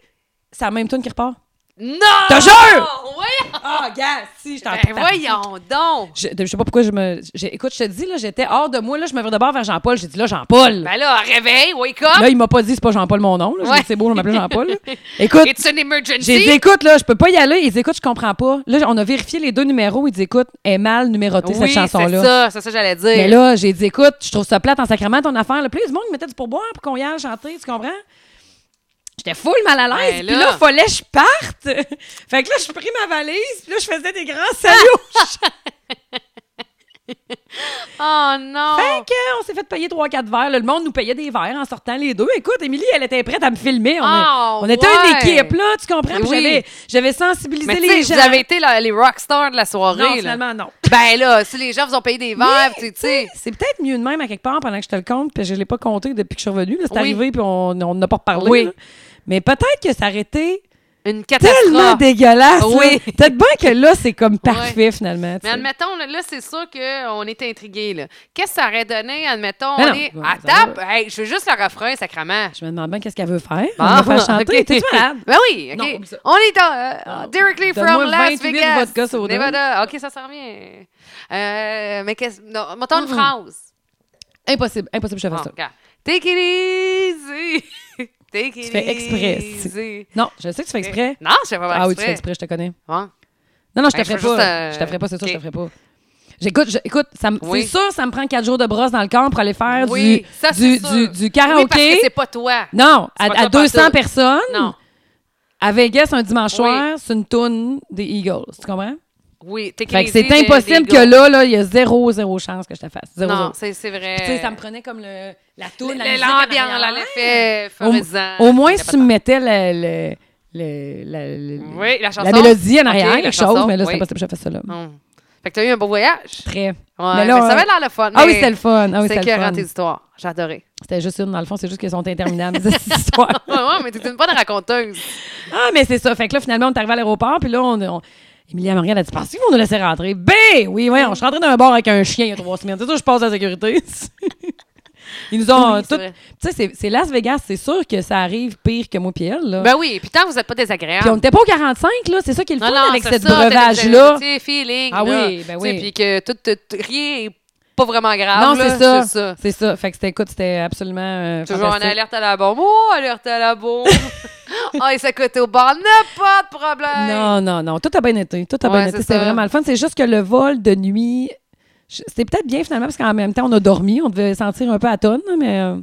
[SPEAKER 1] C'est la même toune qui repart.
[SPEAKER 2] Non!
[SPEAKER 1] Te jure!
[SPEAKER 2] Voyons!
[SPEAKER 1] Ah, gars, si, je t'en
[SPEAKER 2] Ben, voyons donc!
[SPEAKER 1] Je, je sais pas pourquoi je me. j'ai- écoute, je te dis, là, j'étais hors de moi, là, je me vire de bord vers Jean-Paul. J'ai dit, là, Jean-Paul.
[SPEAKER 2] Ben là, réveil, wake up!
[SPEAKER 1] Là, il m'a pas dit c'est pas Jean-Paul mon nom. là. J'ai
[SPEAKER 2] Ah! Ouais.
[SPEAKER 1] dit, C'est beau, je m'appelle Jean-Paul. là. Écoute,
[SPEAKER 2] It's an emergency!
[SPEAKER 1] j'ai dit écoute, là, je peux pas y aller. Il dit écoute, je comprends pas. Là, on a vérifié les deux numéros. Il dit écoute, elle est mal numérotée
[SPEAKER 2] oui,
[SPEAKER 1] cette chanson-là.
[SPEAKER 2] c'est ça, c'est ça que j'allais dire.
[SPEAKER 1] Mais là, j'ai dit écoute, je trouve ça plate en sacrement ton affaire. Le plus du monde me mettait du pourboire pour qu'on y aille chanter, tu comprends? J'étais full mal à l'aise.
[SPEAKER 2] Ben
[SPEAKER 1] Puis
[SPEAKER 2] là.
[SPEAKER 1] là, fallait que je parte. fait que là, je pris ma valise. Puis là, je faisais des grands saluts.
[SPEAKER 2] Oh non!
[SPEAKER 1] Fait que, on s'est fait payer 3-4 verres. là. le monde nous payait des verres en sortant les deux. Écoute, Émilie, elle était prête à me filmer. On,
[SPEAKER 2] Ah,
[SPEAKER 1] on était
[SPEAKER 2] ouais.
[SPEAKER 1] une équipe, là, tu comprends?
[SPEAKER 2] Mais
[SPEAKER 1] Puis
[SPEAKER 2] oui.
[SPEAKER 1] j'avais- J'avais sensibilisé
[SPEAKER 2] mais tu
[SPEAKER 1] les
[SPEAKER 2] sais,
[SPEAKER 1] gens.
[SPEAKER 2] vous avez été là, les rockstars de la soirée.
[SPEAKER 1] Non,
[SPEAKER 2] là.
[SPEAKER 1] finalement, non.
[SPEAKER 2] Ben là, si les gens vous ont payé des verres,
[SPEAKER 1] Mais,
[SPEAKER 2] tu sais.
[SPEAKER 1] C'est peut-être mieux de même à quelque part pendant que je te le compte, puis je ne l'ai pas compté depuis que je suis revenue. là. C'est
[SPEAKER 2] Oui.
[SPEAKER 1] arrivé, puis on on n'a pas reparlé.
[SPEAKER 2] Oui.
[SPEAKER 1] là. Mais peut-être que ça aurait été tellement
[SPEAKER 2] Une catastrophe.
[SPEAKER 1] dégueulasse. là.
[SPEAKER 2] Oui.
[SPEAKER 1] Peut-être bien que là, c'est comme parfait, finalement. tu
[SPEAKER 2] Mais
[SPEAKER 1] sais.
[SPEAKER 2] admettons, là, là, c'est sûr qu'on est intrigué. là. Qu'est-ce que ça aurait donné, admettons,
[SPEAKER 1] Mais
[SPEAKER 2] on
[SPEAKER 1] non.
[SPEAKER 2] est
[SPEAKER 1] Ouais,
[SPEAKER 2] à
[SPEAKER 1] ça
[SPEAKER 2] table? Hey, je veux juste le refrain, sacrement.
[SPEAKER 1] Je me demande bien qu'est-ce qu'elle veut faire.
[SPEAKER 2] Ah,
[SPEAKER 1] Elle veut faire chanter.
[SPEAKER 2] ok.
[SPEAKER 1] T'es-tu malade?
[SPEAKER 2] Ben oui, OK.
[SPEAKER 1] Non, oublie ça.
[SPEAKER 2] on est dans, euh,
[SPEAKER 1] Ah,
[SPEAKER 2] directly
[SPEAKER 1] donne-moi
[SPEAKER 2] from Las
[SPEAKER 1] 28
[SPEAKER 2] Vegas,
[SPEAKER 1] vodka soda.
[SPEAKER 2] Nevada. OK, ça s'en revient. Euh, mais qu'est-ce... Non, mettons une
[SPEAKER 1] Mm-mm.
[SPEAKER 2] phrase.
[SPEAKER 1] Impossible, impossible que je
[SPEAKER 2] Bon,
[SPEAKER 1] fasse ça.
[SPEAKER 2] regarde. Take it easy. Take it
[SPEAKER 1] Tu fais exprès, si.
[SPEAKER 2] easy.
[SPEAKER 1] Non, je sais que tu fais exprès.
[SPEAKER 2] Non, je sais pas
[SPEAKER 1] Ah oui, tu
[SPEAKER 2] exprès.
[SPEAKER 1] fais exprès, je te connais.
[SPEAKER 2] Bon.
[SPEAKER 1] Non, non, je te ferai
[SPEAKER 2] Ben, je fais juste,
[SPEAKER 1] pas.
[SPEAKER 2] euh,
[SPEAKER 1] Je te ferai pas, c'est sûr,
[SPEAKER 2] ok.
[SPEAKER 1] je te ferai pas. J'écoute, je- écoute, ça me-
[SPEAKER 2] Oui.
[SPEAKER 1] c'est sûr, ça me prend quatre jours de brosse dans le corps pour aller faire
[SPEAKER 2] Oui,
[SPEAKER 1] du,
[SPEAKER 2] ça, c'est
[SPEAKER 1] du,
[SPEAKER 2] sûr.
[SPEAKER 1] du, du
[SPEAKER 2] Oui, parce
[SPEAKER 1] karaoké.
[SPEAKER 2] que c'est pas toi.
[SPEAKER 1] non, à,
[SPEAKER 2] C'est pas
[SPEAKER 1] à
[SPEAKER 2] toi pantoute.
[SPEAKER 1] 200 personnes.
[SPEAKER 2] Non.
[SPEAKER 1] À Vegas, un dimanche
[SPEAKER 2] Oui.
[SPEAKER 1] soir, c'est une toune des Eagles. Tu comprends?
[SPEAKER 2] Oui, take it
[SPEAKER 1] Fait que
[SPEAKER 2] easy.
[SPEAKER 1] c'est
[SPEAKER 2] des-
[SPEAKER 1] impossible que
[SPEAKER 2] des gars.
[SPEAKER 1] là, là, il y a zéro, zéro chance que je te fasse. Zéro,
[SPEAKER 2] Non,
[SPEAKER 1] zéro.
[SPEAKER 2] c'est c'est vrai.
[SPEAKER 1] Tu sais, ça me prenait comme le, la toune, la musique en
[SPEAKER 2] L'ambiance,
[SPEAKER 1] arrière.
[SPEAKER 2] l'effet
[SPEAKER 1] Au,
[SPEAKER 2] favorisant.
[SPEAKER 1] au moins, si tu me
[SPEAKER 2] mets.
[SPEAKER 1] mettais le, le- le- la, le-
[SPEAKER 2] Oui, la chanson.
[SPEAKER 1] mélodie en arrière,
[SPEAKER 2] Ok, la
[SPEAKER 1] quelque
[SPEAKER 2] chanson,
[SPEAKER 1] chose, mais là,
[SPEAKER 2] oui.
[SPEAKER 1] c'est pas possible que je fasse ça. Là.
[SPEAKER 2] Hum. Fait que t'as eu un beau voyage.
[SPEAKER 1] Très.
[SPEAKER 2] Ouais,
[SPEAKER 1] Mais
[SPEAKER 2] mais
[SPEAKER 1] là,
[SPEAKER 2] ça
[SPEAKER 1] euh,
[SPEAKER 2] va être le fun.
[SPEAKER 1] Ah oui,
[SPEAKER 2] mais
[SPEAKER 1] c'était le fun. Ah oui, c'était
[SPEAKER 2] c'est
[SPEAKER 1] le
[SPEAKER 2] écœurant,
[SPEAKER 1] fun.
[SPEAKER 2] tes histoires. J'ai adoré.
[SPEAKER 1] C'était juste une, dans le fond, c'est juste qu'elles sont interminables, ces histoires.
[SPEAKER 2] Ouais, ouais, mais t'es une bonne raconteuse.
[SPEAKER 1] Ah, mais c'est ça. Fait que là, finalement, on est arrivé à l'aéroport, puis là, on. on... Emilia Morgan a dit Pensez-vous qu'on nous laissait rentrer Ben oui, oui, je suis rentrée dans un bar avec un chien il y a trois semaines. C'est sûr, je passe à la sécurité. Ils nous ont
[SPEAKER 2] Oui,
[SPEAKER 1] euh,
[SPEAKER 2] c'est
[SPEAKER 1] tout.
[SPEAKER 2] vrai.
[SPEAKER 1] Tu sais, c'est- c'est Las Vegas, c'est sûr que ça arrive pire que moi, puis elle, là.
[SPEAKER 2] Ben oui, puis tant que vous êtes pas
[SPEAKER 1] Puis on
[SPEAKER 2] désagréable.
[SPEAKER 1] n'était pas au 45, là. C'est ça qui est le fun avec
[SPEAKER 2] Ah. c'est
[SPEAKER 1] cette
[SPEAKER 2] ça, t'as-
[SPEAKER 1] breuvage-là.
[SPEAKER 2] Tu sais, feeling.
[SPEAKER 1] Ah
[SPEAKER 2] là.
[SPEAKER 1] oui, ben
[SPEAKER 2] Tu sais,
[SPEAKER 1] oui.
[SPEAKER 2] Puis que tout, tout- tout- rien est pas vraiment grave.
[SPEAKER 1] Non,
[SPEAKER 2] Ah, là,
[SPEAKER 1] c'est ça.
[SPEAKER 2] C'est ça.
[SPEAKER 1] C'est ça. Fait que c'était, écoute, c'était absolument. euh,
[SPEAKER 2] Toujours en
[SPEAKER 1] fantastique.
[SPEAKER 2] alerte à la bombe. Oh, alerte à la bombe. Ah, il s'est coté au bar. N'a pas de problème.
[SPEAKER 1] Non, non, non. Tout a bien été. Tout a
[SPEAKER 2] Ouais,
[SPEAKER 1] bien été.
[SPEAKER 2] c'est
[SPEAKER 1] C'était
[SPEAKER 2] ça.
[SPEAKER 1] vraiment le fun. C'est juste que le vol de nuit, je- c'était peut-être bien finalement parce qu'en même temps, on a dormi. On devait sentir un peu à tonne, là, mais euh,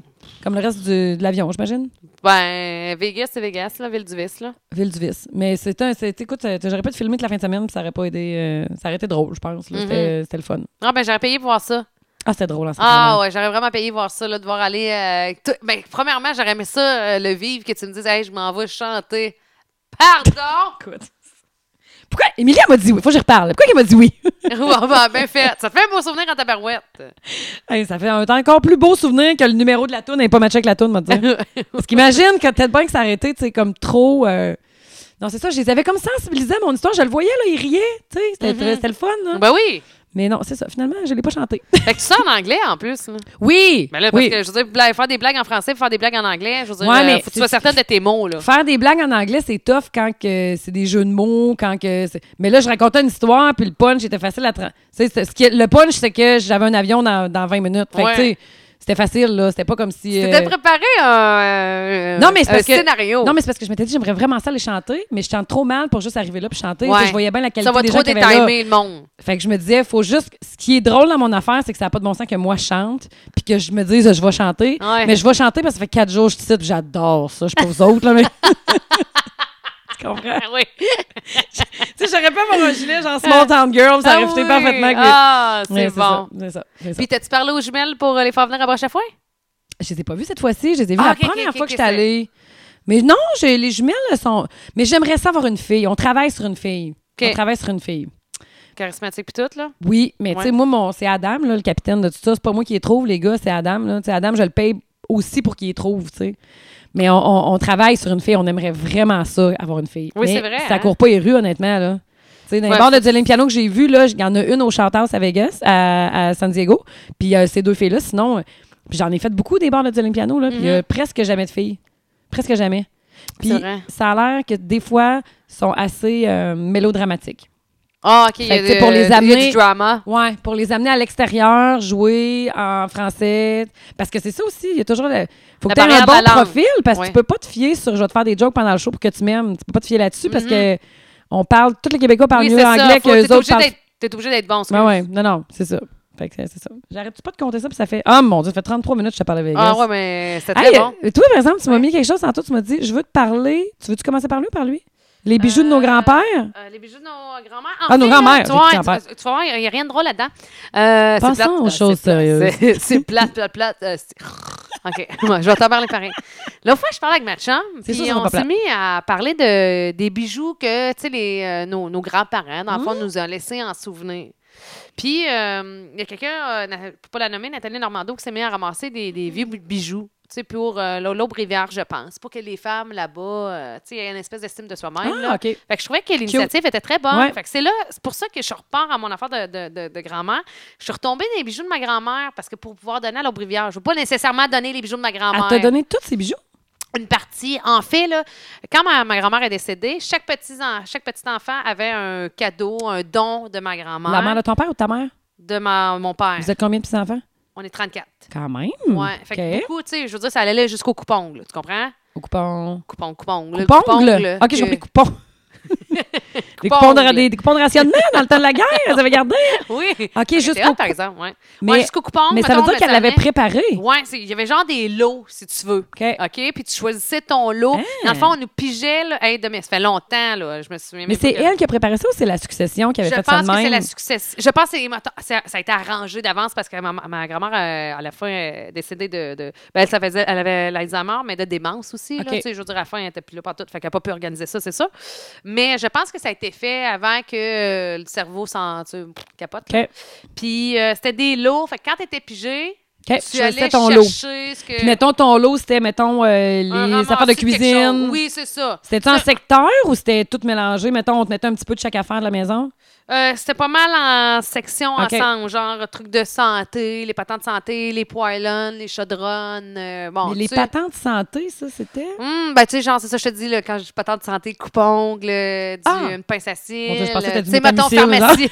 [SPEAKER 1] comme le reste du- de l'avion, j'imagine.
[SPEAKER 2] Ben, Vegas, c'est Vegas, là, ville du vice, là.
[SPEAKER 1] Ville du vice. Mais c'était un. c'est- Écoute, ça- j'aurais pas de filmer toute la fin de semaine, puis ça aurait pas aidé. euh, ça aurait été drôle, je pense.
[SPEAKER 2] Mm-hmm.
[SPEAKER 1] là. C'était c'était le fun.
[SPEAKER 2] Ah, ben, j'aurais payé pour voir ça.
[SPEAKER 1] Ah, c'était drôle en ce
[SPEAKER 2] Ah,
[SPEAKER 1] moment.
[SPEAKER 2] ouais, j'aurais vraiment payé voir ça, là, de voir aller. euh, tout- Ben, premièrement, j'aurais aimé ça, euh, le vivre, que tu me dises, hey, je m'en vais chanter. Pardon!
[SPEAKER 1] Écoute. Pourquoi? Emilia m'a dit oui. Faut que j'y reparle. Pourquoi qu'elle m'a dit oui?
[SPEAKER 2] Ouais, ben, bien fait. Ça te fait un beau souvenir en tabarouette.
[SPEAKER 1] Hey, ça fait un temps encore plus beau souvenir que le numéro de la toune n'est pas matché avec la toune, m'a dit. Parce qu'imagine que peut-être bien que ça arrêtait, tu sais, comme trop. euh, Non, c'est ça, je les avais comme sensibilisés à mon histoire. Je le voyais, là, ils riaient, tu sais. C'était
[SPEAKER 2] Mhm.
[SPEAKER 1] c'était le fun, là.
[SPEAKER 2] ben oui!
[SPEAKER 1] Mais non, c'est ça. Finalement, je l'ai pas chanté.
[SPEAKER 2] Fait que tu sors en anglais, en plus, là.
[SPEAKER 1] Oui!
[SPEAKER 2] Ben là, parce
[SPEAKER 1] oui.
[SPEAKER 2] que, je veux dire, bla- faire des blagues en français, faire des blagues en anglais, je veux dire,
[SPEAKER 1] Ouais,
[SPEAKER 2] euh,
[SPEAKER 1] mais
[SPEAKER 2] faut que tu
[SPEAKER 1] c'est-
[SPEAKER 2] sois certaine de tes mots, là.
[SPEAKER 1] Faire des blagues en anglais, c'est tough quand que c'est des jeux de mots, quand que c'est- Mais là, je racontais une histoire, puis le punch était facile à... tra- tu sais, c'était- ce qui est- Le punch, c'est que j'avais un avion dans, dans 20 minutes. Fait que,
[SPEAKER 2] Ouais.
[SPEAKER 1] tu sais, c'était facile, là. C'était pas comme si... euh,
[SPEAKER 2] T'étais préparé un, un-
[SPEAKER 1] Non, mais c'est
[SPEAKER 2] Euh, un
[SPEAKER 1] parce que-
[SPEAKER 2] scénario.
[SPEAKER 1] Non, mais c'est parce que je m'étais dit, j'aimerais vraiment ça les chanter, mais je chante trop mal pour juste arriver là puis chanter.
[SPEAKER 2] Ouais.
[SPEAKER 1] Tu sais, Je voyais bien la
[SPEAKER 2] ça
[SPEAKER 1] qualité
[SPEAKER 2] va
[SPEAKER 1] des
[SPEAKER 2] trop
[SPEAKER 1] gens qui avaient là.
[SPEAKER 2] détimer le monde.
[SPEAKER 1] Fait que je me disais, faut juste. Ce qui est drôle dans mon affaire, c'est que ça n'a pas de bon sens que moi je chante, puis que je me dise, je vais chanter.
[SPEAKER 2] Ouais.
[SPEAKER 1] Mais je vais chanter parce que ça fait quatre jours que je suis ici, puis j'adore ça. Je suis pas vous autres, là, mais. tu comprends?
[SPEAKER 2] Ah oui.
[SPEAKER 1] Tu sais, j'aurais pas mon gilet, genre Small Town Girl, ça
[SPEAKER 2] Ah
[SPEAKER 1] aurait fité
[SPEAKER 2] oui.
[SPEAKER 1] parfaitement avec les-
[SPEAKER 2] Ah, c'est
[SPEAKER 1] Ouais,
[SPEAKER 2] bon.
[SPEAKER 1] ça, C'est ça. c'est ça.
[SPEAKER 2] Puis, t'as-tu parlé aux jumelles pour euh, les faire venir à prochaine fois?
[SPEAKER 1] Je les ai pas vus cette fois-ci. Je les ai vus
[SPEAKER 2] Ah,
[SPEAKER 1] la
[SPEAKER 2] ok, ok,
[SPEAKER 1] première
[SPEAKER 2] ok,
[SPEAKER 1] fois
[SPEAKER 2] ok,
[SPEAKER 1] que j'étais
[SPEAKER 2] c'est-
[SPEAKER 1] allée. Mais non, j'ai- les jumelles elles sont. Mais j'aimerais ça avoir une fille. On travaille sur une fille.
[SPEAKER 2] Ok.
[SPEAKER 1] On travaille sur une fille.
[SPEAKER 2] Charismatique puis tout, là.
[SPEAKER 1] Oui, mais tu
[SPEAKER 2] Ouais.
[SPEAKER 1] sais, moi, mon, c'est Adam, là, le capitaine de tout ça. C'est pas moi qui les trouve, les gars, c'est Adam. Là. Tu sais, Adam, je le paye aussi pour qu'il les trouve, tu sais. Mais on, on- on travaille sur une fille. On aimerait vraiment ça, avoir une fille.
[SPEAKER 2] Oui,
[SPEAKER 1] Mais
[SPEAKER 2] c'est vrai,
[SPEAKER 1] Ça
[SPEAKER 2] hein?
[SPEAKER 1] court pas les rues, honnêtement, là. Tu sais, dans
[SPEAKER 2] Ouais,
[SPEAKER 1] les bars de
[SPEAKER 2] faut-
[SPEAKER 1] Jolene Piano que j'ai vu, là, il y en a une au Shorthouse à Vegas, à, à San Diego. Puis euh, ces deux filles-là, sinon, euh, puis j'en ai fait beaucoup des bars de Jolene Piano, là. Puis
[SPEAKER 2] Mhm.
[SPEAKER 1] euh, presque jamais de filles. Presque jamais. Puis
[SPEAKER 2] C'est vrai.
[SPEAKER 1] ça a l'air que des fois, sont assez euh, mélodramatiques.
[SPEAKER 2] Ah, OK. il y a
[SPEAKER 1] Fait que, tu sais,
[SPEAKER 2] de-
[SPEAKER 1] pour les
[SPEAKER 2] il y a
[SPEAKER 1] amener-
[SPEAKER 2] du drama.
[SPEAKER 1] Ouais, pour les amener à l'extérieur, jouer en français. Parce que c'est ça aussi, il y a toujours le. Faut
[SPEAKER 2] La
[SPEAKER 1] que tu aies
[SPEAKER 2] barrière
[SPEAKER 1] un bon
[SPEAKER 2] de la langue.
[SPEAKER 1] profil parce que
[SPEAKER 2] Ouais.
[SPEAKER 1] tu peux pas te fier sur je vais te faire des jokes pendant le show pour que tu m'aimes. Tu peux pas te fier là-dessus parce que on parle, tous les Québécois parlent
[SPEAKER 2] Mm-hmm. Oui,
[SPEAKER 1] mieux
[SPEAKER 2] c'est ça.
[SPEAKER 1] anglais
[SPEAKER 2] Faut-
[SPEAKER 1] que les
[SPEAKER 2] T'es
[SPEAKER 1] autres
[SPEAKER 2] obligé
[SPEAKER 1] parlent.
[SPEAKER 2] d'être- t'es obligé d'être bon,
[SPEAKER 1] Ouais,
[SPEAKER 2] excuse.
[SPEAKER 1] ouais, non, non, c'est ça. Fait que c'est c'est ça. J'arrête pas de compter ça puis ça fait. Ah mon dieu, ça fait 33 minutes que je te parle avec
[SPEAKER 2] Ah, ouais, mais c'était
[SPEAKER 1] Hey,
[SPEAKER 2] très bon.
[SPEAKER 1] euh, toi, par exemple, tu m'as
[SPEAKER 2] Ouais.
[SPEAKER 1] mis quelque chose en toi, tu m'as dit, je veux te parler. Tu veux-tu commencer par lui ou par lui? Les bijoux de nos
[SPEAKER 2] Euh,
[SPEAKER 1] grands-pères?
[SPEAKER 2] Euh, les bijoux de nos grands-mères. En
[SPEAKER 1] Ah, nos
[SPEAKER 2] fait,
[SPEAKER 1] grands-mères,
[SPEAKER 2] Tu
[SPEAKER 1] j'ai dit
[SPEAKER 2] vois,
[SPEAKER 1] grands-pères.
[SPEAKER 2] tu, tu vois, il n'y a rien de drôle là-dedans. Euh, c'est
[SPEAKER 1] Passons
[SPEAKER 2] plate,
[SPEAKER 1] aux
[SPEAKER 2] euh,
[SPEAKER 1] choses
[SPEAKER 2] c'est
[SPEAKER 1] sérieuses.
[SPEAKER 2] plate, c'est- C'est plate, plate, plate. euh, c'est- OK, Moi, je vais t'en parler pareil. L'autre fois, je parlais avec ma chum,
[SPEAKER 1] C'est sûr,
[SPEAKER 2] puis
[SPEAKER 1] ça sera
[SPEAKER 2] on
[SPEAKER 1] pas
[SPEAKER 2] s'est
[SPEAKER 1] plate.
[SPEAKER 2] mis à parler de, des bijoux que, tu sais, les, euh, nos, nos grands-parents, dans le
[SPEAKER 1] Mmh.
[SPEAKER 2] fond, nous ont laissés en souvenir. Puis, euh, il y a quelqu'un, euh, na- faut pas la nommer, Nathalie Normando, qui s'est mis à ramasser des, des vieux bijoux, tu sais, pour euh, l'Aube-Rivière, je pense, pour que les femmes là-bas, euh, tu sais, aient une espèce d'estime de soi-même. là.
[SPEAKER 1] Ah, OK.
[SPEAKER 2] Fait que je trouvais que l'initiative était très bonne.
[SPEAKER 1] Ouais.
[SPEAKER 2] Fait que c'est là, c'est pour ça que je repars à mon affaire de, de- de- de grand-mère. Je suis retombée dans les bijoux de ma grand-mère parce que pour pouvoir donner à l'aubrivière, je veux pas nécessairement donner les bijoux de ma
[SPEAKER 1] Elle
[SPEAKER 2] grand-mère.
[SPEAKER 1] t'a donné tous ces bijoux?
[SPEAKER 2] Une partie. En fait, là, quand ma, ma grand-mère est décédée, chaque petit, en- chaque petit enfant avait un cadeau, un don de ma grand-mère,
[SPEAKER 1] La mère de ton père ou de ta mère?
[SPEAKER 2] de ma, mon père.
[SPEAKER 1] Vous êtes combien de petits-enfants?
[SPEAKER 2] On est 34.
[SPEAKER 1] Quand même.
[SPEAKER 2] Ouais. Fait que
[SPEAKER 1] OK.
[SPEAKER 2] beaucoup, tu sais, je veux dire, ça allait jusqu'au coupon, tu comprends?
[SPEAKER 1] Au coupon.
[SPEAKER 2] Coupon, coupon. le
[SPEAKER 1] Coupongle? OK,
[SPEAKER 2] que-
[SPEAKER 1] j'ai compris coupon. des, coupons de,
[SPEAKER 2] Coupongle.
[SPEAKER 1] des, des coupons de rationnement dans le temps de la guerre, vous avez gardé.
[SPEAKER 2] Oui.
[SPEAKER 1] OK,
[SPEAKER 2] C'était
[SPEAKER 1] jusqu'au
[SPEAKER 2] hot, par exemple, ouais.
[SPEAKER 1] Mais,
[SPEAKER 2] Ouais, jusqu'au coupon.
[SPEAKER 1] mais ça veut
[SPEAKER 2] mettons,
[SPEAKER 1] dire
[SPEAKER 2] mais
[SPEAKER 1] qu'elle
[SPEAKER 2] ça
[SPEAKER 1] l'avait
[SPEAKER 2] venait-
[SPEAKER 1] préparé.
[SPEAKER 2] Ouais, c'est- il y avait genre des lots, si tu veux.
[SPEAKER 1] OK.
[SPEAKER 2] OK? Puis tu choisissais ton lot.
[SPEAKER 1] Hein?
[SPEAKER 2] Dans le fond, on nous pigeait, là. Hey, demain, ça fait longtemps, là. Je me souviens
[SPEAKER 1] Mais
[SPEAKER 2] même pas
[SPEAKER 1] c'est
[SPEAKER 2] que-
[SPEAKER 1] elle qui a préparé ça ou c'est la succession qui avait
[SPEAKER 2] Je
[SPEAKER 1] fait
[SPEAKER 2] pense
[SPEAKER 1] ça de
[SPEAKER 2] que c'est
[SPEAKER 1] même?
[SPEAKER 2] la success. Je pense que c'est- mettons, ça, ça a été arrangé d'avance parce que ma, ma grand-mère, euh, à la fin, est décédée de. de ben, elle, ça faisait, elle avait l'Alzheimer, mais de démence aussi. là.
[SPEAKER 1] OK.
[SPEAKER 2] Tu sais, je veux dire, à la fin, elle n'était plus là partout. Fait qu'elle n'a pas pu organiser ça, c'est ça. Mais je pense que ça a été fait avant que euh, le cerveau s'en tu sais, capote. là.
[SPEAKER 1] OK.
[SPEAKER 2] Puis euh, c'était des lots. Fait que quand tu étais pigé,
[SPEAKER 1] OK,
[SPEAKER 2] tu,
[SPEAKER 1] Eh, tu
[SPEAKER 2] allais
[SPEAKER 1] choisissais ton lot.
[SPEAKER 2] chercher ce que.
[SPEAKER 1] Puis mettons, ton lot, c'était, mettons, euh,
[SPEAKER 2] un
[SPEAKER 1] les affaires de
[SPEAKER 2] ramassis quelque
[SPEAKER 1] cuisine.
[SPEAKER 2] chose. Oui, c'est ça.
[SPEAKER 1] C'était-tu en
[SPEAKER 2] Ça-
[SPEAKER 1] secteur ou c'était tout mélangé? Mettons, on te mettait un petit peu de chaque affaire de la maison?
[SPEAKER 2] Euh, c'était pas mal en section
[SPEAKER 1] OK.
[SPEAKER 2] ensemble, genre trucs de santé, les patentes santé, les poilons, les chaudrons. euh, bon,
[SPEAKER 1] Mais les
[SPEAKER 2] tu sais.
[SPEAKER 1] patentes santé, ça, c'était?
[SPEAKER 2] Hum, ben, tu sais, genre, c'est ça, que je te dis, là, quand je dis patente santé, coupongle, euh, du,
[SPEAKER 1] Ah!
[SPEAKER 2] une pince à cire.
[SPEAKER 1] Mon Dieu, je pensais que t'as
[SPEAKER 2] euh,
[SPEAKER 1] dit
[SPEAKER 2] tu sais, mettons,
[SPEAKER 1] Métamycine, genre.
[SPEAKER 2] pharmacie.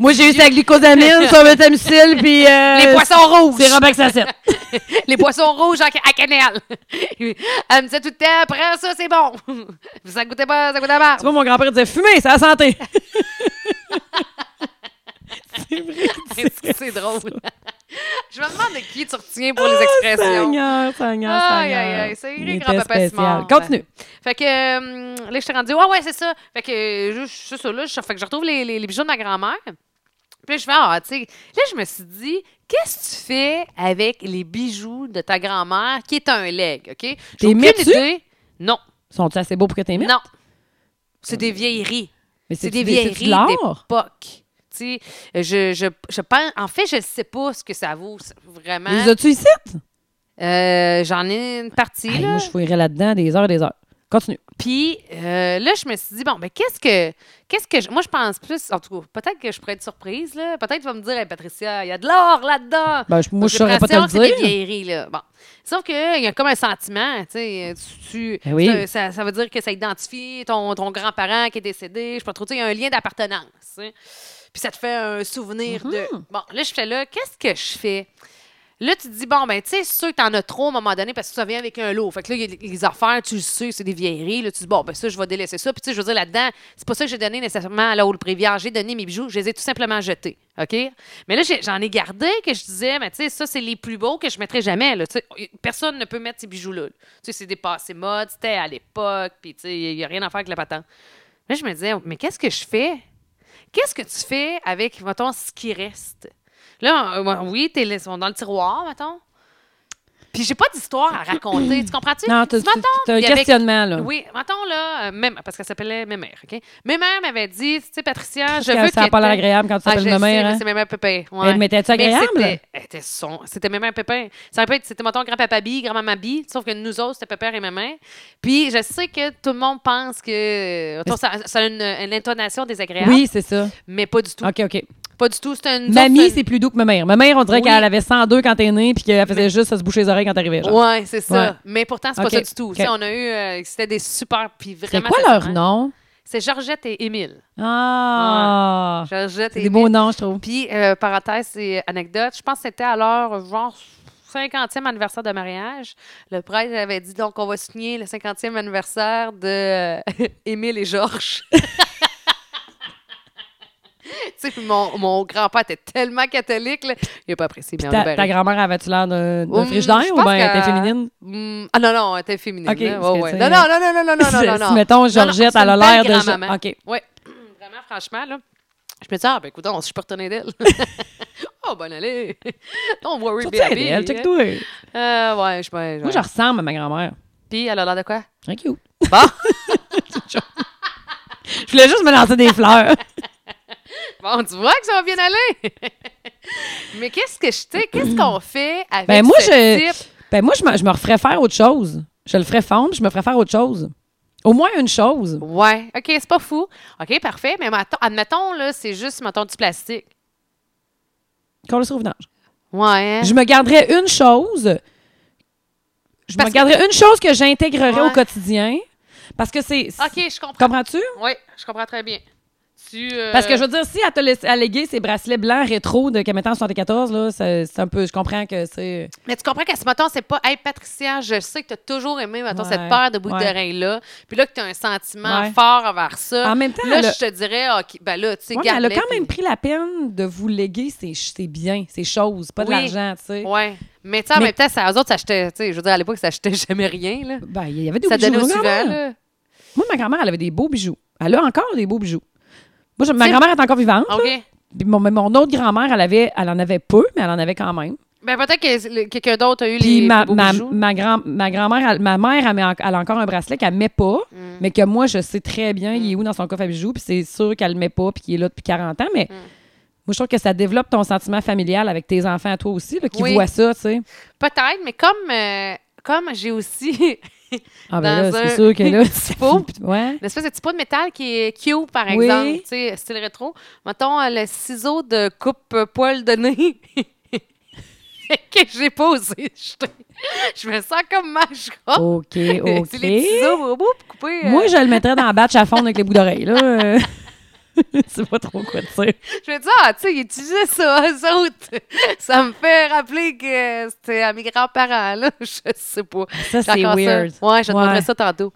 [SPEAKER 1] Moi, j'ai eu sa glucosamine, son métamicile, puis... euh,
[SPEAKER 2] les poissons rouges.
[SPEAKER 1] C'est Robert Sasset.
[SPEAKER 2] les poissons rouges à, à cannelle. Elle me disait tout le temps, après ça, c'est bon. ça goûtait pas, ça goûtait pas.
[SPEAKER 1] Tu vois, mon grand-père disait fumer, c'est la santé. c'est vrai.
[SPEAKER 2] C'est drôle. je me demande de qui tu retiens pour les expressions.
[SPEAKER 1] Ah, Seigneur, Seigneur,
[SPEAKER 2] Aïe,
[SPEAKER 1] Seigneur.
[SPEAKER 2] aïe, aïe, c'est
[SPEAKER 1] Il
[SPEAKER 2] vrai,
[SPEAKER 1] était
[SPEAKER 2] grand-papa
[SPEAKER 1] spécial.
[SPEAKER 2] Simard.
[SPEAKER 1] Continue.
[SPEAKER 2] Fait que euh, là, je t'ai rendu, ouais, ouais, c'est ça. Fait que euh, je- c'est ça, là, je, fait que je retrouve les, les- les bijoux de ma grand-mère. Puis là, je fais, ah, tu sais. Là, je me suis dit, qu'est-ce que tu fais avec les bijoux de ta grand-mère qui est un leg, OK? J'ai
[SPEAKER 1] T'es
[SPEAKER 2] aucune
[SPEAKER 1] mets-tu?
[SPEAKER 2] idée. Non,
[SPEAKER 1] Sont-ils assez beaux pour que t'aimes?
[SPEAKER 2] non. C'est des vieilleries.
[SPEAKER 1] Mais
[SPEAKER 2] C'est
[SPEAKER 1] c'est
[SPEAKER 2] des
[SPEAKER 1] de
[SPEAKER 2] vieilleries
[SPEAKER 1] l'or.
[SPEAKER 2] d'époque. Tu sais, je, je, je pense, en fait, je ne sais pas ce que ça vaut ça, vraiment.
[SPEAKER 1] Les as-tu ici?
[SPEAKER 2] Euh, J'en ai une partie,
[SPEAKER 1] Aïe,
[SPEAKER 2] là.
[SPEAKER 1] Moi, je fouillerais là-dedans des heures et des heures. Continue.
[SPEAKER 2] Puis euh, là, je me suis dit, bon, ben qu'est-ce que. Qu'est-ce que. je- moi, je pense plus. En tout cas, peut-être que je pourrais être surprise, là. Peut-être que tu vas me dire, Hey, Patricia, il y a de l'or là-dedans.
[SPEAKER 1] Ben, je- moi,
[SPEAKER 2] Parce
[SPEAKER 1] je
[SPEAKER 2] que
[SPEAKER 1] saurais pas te
[SPEAKER 2] l'impression
[SPEAKER 1] le
[SPEAKER 2] que C'est des
[SPEAKER 1] dire.
[SPEAKER 2] vieilleries, là. Bon. Sauf qu'il y a comme un sentiment, tu sais. tu- tu-
[SPEAKER 1] Ben oui.
[SPEAKER 2] ça- ça, ça veut dire que ça identifie ton, ton grand-parent qui est décédé. Je sais pas trop. Tu sais, il y a un lien d'appartenance. hein. Puis ça te fait un souvenir
[SPEAKER 1] Mm-hmm.
[SPEAKER 2] de. Bon, là, je fais là, qu'est-ce que je fais? Là, tu te dis, bon, ben, tu sais, c'est sûr que t'en as trop à un moment donné parce que ça vient avec un lot. Fait que là, il y a les- les affaires, tu le sais, c'est des vieilleries. Là, tu te dis, bon, ben, ça, je vais délaisser ça. Puis, tu sais, je veux dire, là-dedans, c'est pas ça que j'ai donné nécessairement à la haute prévière. J'ai donné mes bijoux, je les ai tout simplement jetés. OK? Mais là, j'ai- j'en ai gardé que je disais, mais tu sais, ça, c'est les plus beaux que je mettrais jamais. Là, Tu sais, personne ne peut mettre ces bijoux-là. Tu sais, c'est dépassé mode, c'était à l'époque, puis tu sais, il n'y a rien à faire avec la patente. Là, je me disais, mais qu'est-ce que je fais? Qu'est-ce que tu fais avec, mettons, ce qui reste? Là, euh, oui, t'es ils sont dans le tiroir, mettons. Puis j'ai pas d'histoire à raconter, tu comprends-tu?
[SPEAKER 1] Non, t'as-
[SPEAKER 2] Tu m'entends?
[SPEAKER 1] t'as t'as un
[SPEAKER 2] Il y avait-
[SPEAKER 1] questionnement, là.
[SPEAKER 2] Oui, mettons, là, euh, même, parce qu'elle s'appelait Mémère, OK? Mémère m'avait dit, tu sais, Patricia, je
[SPEAKER 1] Parce que
[SPEAKER 2] veux
[SPEAKER 1] Ça n'a
[SPEAKER 2] qu'elle
[SPEAKER 1] pas l'air
[SPEAKER 2] t'aime.
[SPEAKER 1] agréable quand tu
[SPEAKER 2] Ah, je
[SPEAKER 1] t'appelles ma
[SPEAKER 2] sais, mais
[SPEAKER 1] mère. hein?
[SPEAKER 2] C'est même un pépin. Ouais.
[SPEAKER 1] Elle mettait-tu
[SPEAKER 2] Mais
[SPEAKER 1] agréable?
[SPEAKER 2] c'était- elle était son- C'était même un pépin. Ça aurait pu être- c'était mettons grand-papa Bi, grand-maman Bi, sauf que nous autres, c'était pépère et maman. Puis je sais que tout le monde pense que. mettons, ça, ça a une, une intonation désagréable,
[SPEAKER 1] Oui, c'est ça.
[SPEAKER 2] mais pas du tout.
[SPEAKER 1] OK, OK.
[SPEAKER 2] Pas du tout. C'était une.
[SPEAKER 1] Mamie,
[SPEAKER 2] c'est
[SPEAKER 1] c'est plus doux que ma mère. Ma mère, on dirait
[SPEAKER 2] Oui.
[SPEAKER 1] qu'elle avait 102 quand t'es née, puis qu'elle faisait juste se boucher les oreilles quand t'arrivais. genre.
[SPEAKER 2] Ouais, c'est ça.
[SPEAKER 1] Ouais.
[SPEAKER 2] Mais pourtant, c'est pas
[SPEAKER 1] Ok,
[SPEAKER 2] ça du tout.
[SPEAKER 1] ok.
[SPEAKER 2] Tu sais, On a eu. euh, c'était des super. Puis
[SPEAKER 1] C'est
[SPEAKER 2] vraiment.
[SPEAKER 1] quoi
[SPEAKER 2] ça,
[SPEAKER 1] leur
[SPEAKER 2] ça-
[SPEAKER 1] nom?
[SPEAKER 2] C'est Georgette et Émile.
[SPEAKER 1] Ah!
[SPEAKER 2] Georgette
[SPEAKER 1] C'est
[SPEAKER 2] et
[SPEAKER 1] des
[SPEAKER 2] Émile.
[SPEAKER 1] beaux noms, je trouve.
[SPEAKER 2] Puis, euh, parenthèse et anecdote, je pense que c'était à leur euh, genre 50e anniversaire de mariage. Le prêtre avait dit donc on va signer le 50e anniversaire de euh, Émile et Georges. sais, puis mon, mon grand-père était tellement catholique, là, il n'a pas apprécié. mais on a
[SPEAKER 1] Ta,
[SPEAKER 2] bien
[SPEAKER 1] ta
[SPEAKER 2] ri.
[SPEAKER 1] grand-mère avait-tu l'air de, de
[SPEAKER 2] Hum, ben je
[SPEAKER 1] frigidaire ou
[SPEAKER 2] pense
[SPEAKER 1] bien
[SPEAKER 2] que-
[SPEAKER 1] t'es féminine?
[SPEAKER 2] Hum, ah non, non, elle était féminine.
[SPEAKER 1] Ok,
[SPEAKER 2] hein,
[SPEAKER 1] parce
[SPEAKER 2] ouais,
[SPEAKER 1] que
[SPEAKER 2] ouais.
[SPEAKER 1] tu
[SPEAKER 2] Non,
[SPEAKER 1] sais-
[SPEAKER 2] non, non, non, non, non, non,
[SPEAKER 1] Si-
[SPEAKER 2] non, non.
[SPEAKER 1] si, mettons,
[SPEAKER 2] Non, non,
[SPEAKER 1] Georgette,
[SPEAKER 2] c'est
[SPEAKER 1] elle a
[SPEAKER 2] une
[SPEAKER 1] l'air
[SPEAKER 2] belle
[SPEAKER 1] de-
[SPEAKER 2] grand-maman.
[SPEAKER 1] Ok.
[SPEAKER 2] Ouais. Vraiment, franchement, là, je me dis, ah, ben écoute, on se suis pas retournée d'elle. oh, bonne allée. Don't worry,
[SPEAKER 1] Sorti
[SPEAKER 2] be happy.
[SPEAKER 1] elle, elle, check-toi.
[SPEAKER 2] Euh, ouais, je ben,
[SPEAKER 1] Moi,
[SPEAKER 2] ouais.
[SPEAKER 1] je ressemble à ma grand-mère.
[SPEAKER 2] Puis, elle a l'air de quoi?
[SPEAKER 1] Thank you.
[SPEAKER 2] Bon.
[SPEAKER 1] Je voulais juste me lancer des fleurs.
[SPEAKER 2] Bon, tu vois que ça va bien aller. Mais qu'est-ce que je tu sais, qu'est-ce qu'on fait avec
[SPEAKER 1] Ben moi,
[SPEAKER 2] ce
[SPEAKER 1] je,
[SPEAKER 2] type?
[SPEAKER 1] ben moi, je me, je me referais faire autre chose. Je le ferais fondre, je me ferais faire autre chose. Au moins une chose.
[SPEAKER 2] Ouais, OK, c'est pas fou. OK, parfait, mais mettons- admettons, là, c'est juste, mettons, du plastique.
[SPEAKER 1] Qu'on le sauve
[SPEAKER 2] Ouais, hein?
[SPEAKER 1] Je me garderais une chose. Je
[SPEAKER 2] Parce
[SPEAKER 1] me
[SPEAKER 2] que-
[SPEAKER 1] garderais une chose que j'intégrerais
[SPEAKER 2] Ouais.
[SPEAKER 1] au quotidien. Parce que c'est. c'est-
[SPEAKER 2] OK, je comprends.
[SPEAKER 1] Comprends-tu?
[SPEAKER 2] Oui, je comprends très bien. Tu, euh,
[SPEAKER 1] Parce que je veux dire, si elle te laisse alléguer ces bracelets blancs rétro de Camettan 74, là, ça- c'est un peu. Je comprends que c'est.
[SPEAKER 2] Mais tu comprends qu'à ce moment c'est pas « Hey, Patricia, je sais que tu as toujours aimé, mettons,
[SPEAKER 1] Ouais,
[SPEAKER 2] cette paire de boucles
[SPEAKER 1] ouais.
[SPEAKER 2] d'oreilles-là. » Puis là, que tu as un sentiment
[SPEAKER 1] Ouais.
[SPEAKER 2] fort envers ça.
[SPEAKER 1] En même temps,
[SPEAKER 2] Là,
[SPEAKER 1] elle a-
[SPEAKER 2] je te dirais « OK, ben là, tu sais,
[SPEAKER 1] Ouais, mais elle a
[SPEAKER 2] garde-les,
[SPEAKER 1] quand même
[SPEAKER 2] puis-
[SPEAKER 1] pris la peine de vous léguer ces, ces biens, ces choses, pas de
[SPEAKER 2] Oui.
[SPEAKER 1] l'argent, tu sais.
[SPEAKER 2] Ouais. Mais tu sais, en
[SPEAKER 1] Mais-
[SPEAKER 2] même temps, ça, eux autres, ça achetait, tu sais, je veux dire, à l'époque, ça achetait jamais rien, là.
[SPEAKER 1] Ben, il y avait des
[SPEAKER 2] ça
[SPEAKER 1] bijoux.
[SPEAKER 2] donnait au
[SPEAKER 1] Ma
[SPEAKER 2] suivant,
[SPEAKER 1] grand-mère-
[SPEAKER 2] là.
[SPEAKER 1] Moi, ma grand-mère, elle avait des beaux bijoux. Elle a encore des beaux bijoux. Moi, je- ma
[SPEAKER 2] C'est- Ah.
[SPEAKER 1] grand-mère est encore vivante. là.
[SPEAKER 2] OK.
[SPEAKER 1] Puis mon, mais mon autre grand-mère, elle, avait, elle en avait peu, mais elle en avait quand même.
[SPEAKER 2] Ben, peut-être que le- quelqu'un d'autre a eu
[SPEAKER 1] Puis
[SPEAKER 2] les
[SPEAKER 1] ma,
[SPEAKER 2] beaux
[SPEAKER 1] ma,
[SPEAKER 2] bijoux.
[SPEAKER 1] ma, grand, ma grand-mère, elle- ma mère, elle, met en- elle a encore un bracelet qu'elle met pas,
[SPEAKER 2] Mm.
[SPEAKER 1] mais que moi, je sais très bien, il est où dans son coffre à bijoux, puis c'est sûr qu'elle le met pas, puis qu'il est là depuis 40 ans,
[SPEAKER 2] Mm.
[SPEAKER 1] mais moi, je trouve que ça développe ton sentiment familial avec tes enfants à toi aussi, là, qui
[SPEAKER 2] Oui.
[SPEAKER 1] voient ça, tu sais.
[SPEAKER 2] Peut-être, mais comme, euh, comme j'ai aussi
[SPEAKER 1] Ah ben
[SPEAKER 2] Dans
[SPEAKER 1] là, c'est
[SPEAKER 2] un Oh!
[SPEAKER 1] sûr que là...
[SPEAKER 2] petit pot.
[SPEAKER 1] Ouais.
[SPEAKER 2] une espèce de petit pot de métal qui est cute, par
[SPEAKER 1] Oui.
[SPEAKER 2] exemple, tu sais, style rétro. Mettons euh, le ciseau de coupe euh, poil de nez que j'ai pas osé jeter. Je me sens comme mage
[SPEAKER 1] OK, OK.
[SPEAKER 2] Oh! C'est les ciseaux, boum, coupés. euh,
[SPEAKER 1] Moi, je le mettrais dans la batch à fond avec les bouts d'oreille, là. euh. c'est pas trop quoi dire.
[SPEAKER 2] Je me dis, ah, tu sais, ils utilisaient ça, eux autres. Ça me fait rappeler que c'était à mes grands-parents, là. Je sais pas.
[SPEAKER 1] Ça,
[SPEAKER 2] J'ai
[SPEAKER 1] c'est
[SPEAKER 2] encore
[SPEAKER 1] weird.
[SPEAKER 2] Ça. Ouais, je te
[SPEAKER 1] Ouais.
[SPEAKER 2] demanderai ça tantôt.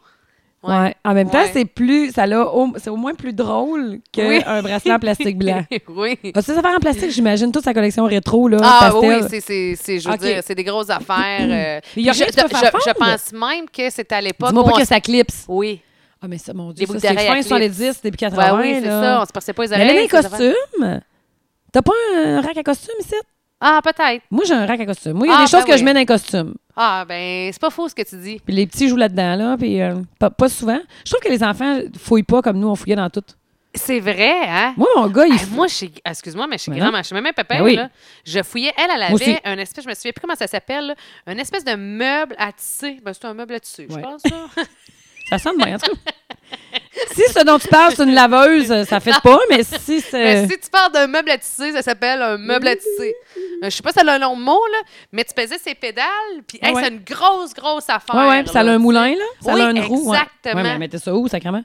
[SPEAKER 1] Ouais. En même temps,
[SPEAKER 2] Ouais.
[SPEAKER 1] c'est plus, ça l'a, au- c'est au moins plus drôle qu'un
[SPEAKER 2] Oui.
[SPEAKER 1] bracelet en plastique blanc.
[SPEAKER 2] oui.
[SPEAKER 1] Ah, ça, ça faire en plastique, j'imagine, toute sa collection rétro, là,
[SPEAKER 2] Ah oui,
[SPEAKER 1] pastel.
[SPEAKER 2] oui, c'est- c'est, c'est, je veux
[SPEAKER 1] Ok.
[SPEAKER 2] dire, c'est des grosses affaires. euh.
[SPEAKER 1] Il y a
[SPEAKER 2] Puis
[SPEAKER 1] rien
[SPEAKER 2] je,
[SPEAKER 1] que tu peux
[SPEAKER 2] je-
[SPEAKER 1] faire
[SPEAKER 2] je
[SPEAKER 1] fondre.
[SPEAKER 2] pense même que c'était à l'époque
[SPEAKER 1] Dis-moi
[SPEAKER 2] où
[SPEAKER 1] pas
[SPEAKER 2] on
[SPEAKER 1] que
[SPEAKER 2] s-
[SPEAKER 1] ça clipse.
[SPEAKER 2] Oui.
[SPEAKER 1] Ah, mais ça, mon Dieu,
[SPEAKER 2] Les
[SPEAKER 1] ça,
[SPEAKER 2] boucles
[SPEAKER 1] c'est
[SPEAKER 2] d'oreilles à
[SPEAKER 1] fin
[SPEAKER 2] clips.
[SPEAKER 1] 70, début 80,
[SPEAKER 2] Ouais, oui, c'est
[SPEAKER 1] là.
[SPEAKER 2] ça. On se passait pas les
[SPEAKER 1] Mais là,
[SPEAKER 2] oreilles.
[SPEAKER 1] les
[SPEAKER 2] ces affaires.
[SPEAKER 1] costumes, t'as pas un rack à costumes ici?
[SPEAKER 2] Ah, peut-être.
[SPEAKER 1] Moi, j'ai un rack à costumes. Moi, il y a
[SPEAKER 2] Ah,
[SPEAKER 1] des choses
[SPEAKER 2] ben
[SPEAKER 1] que je
[SPEAKER 2] oui.
[SPEAKER 1] mets dans les costumes.
[SPEAKER 2] Ah, ben, c'est pas faux ce que tu dis.
[SPEAKER 1] Puis les petits jouent là-dedans, là, puis euh, pas, pas souvent. Je trouve que les enfants fouillent pas comme nous, on fouillait dans tout.
[SPEAKER 2] C'est vrai, hein?
[SPEAKER 1] Moi, mon gars, il...
[SPEAKER 2] Ah, moi, chez, excuse-moi, mais chez
[SPEAKER 1] Mais
[SPEAKER 2] grand-mère, chez maman et papa,
[SPEAKER 1] Ben oui.
[SPEAKER 2] là, je fouillais, elle, elle
[SPEAKER 1] Moi aussi.
[SPEAKER 2] avait un espèce, je me souviens plus comment ça s'appelle, là, un espèce de meuble à tisser. Ben, c'est un meuble à tisser, je
[SPEAKER 1] Ouais.
[SPEAKER 2] pense, là.
[SPEAKER 1] ça sent de bien, en tout cas. si ce dont tu parles, c'est une laveuse, ça fait pas, mais si c'est...
[SPEAKER 2] Mais Ben, si tu parles d'un meuble à tisser, ça s'appelle un meuble à tisser. Euh, Je sais pas si elle a un long mot, là, mais tu pesais ses pédales, puis hey,
[SPEAKER 1] Ouais.
[SPEAKER 2] c'est une grosse, grosse affaire.
[SPEAKER 1] Ouais, ouais, puis ça a
[SPEAKER 2] là,
[SPEAKER 1] un
[SPEAKER 2] tu
[SPEAKER 1] moulin, là. Ça
[SPEAKER 2] Oui,
[SPEAKER 1] a une roue. ouais.
[SPEAKER 2] exactement.
[SPEAKER 1] Ouais, mais elle mettait ça où, sacrément?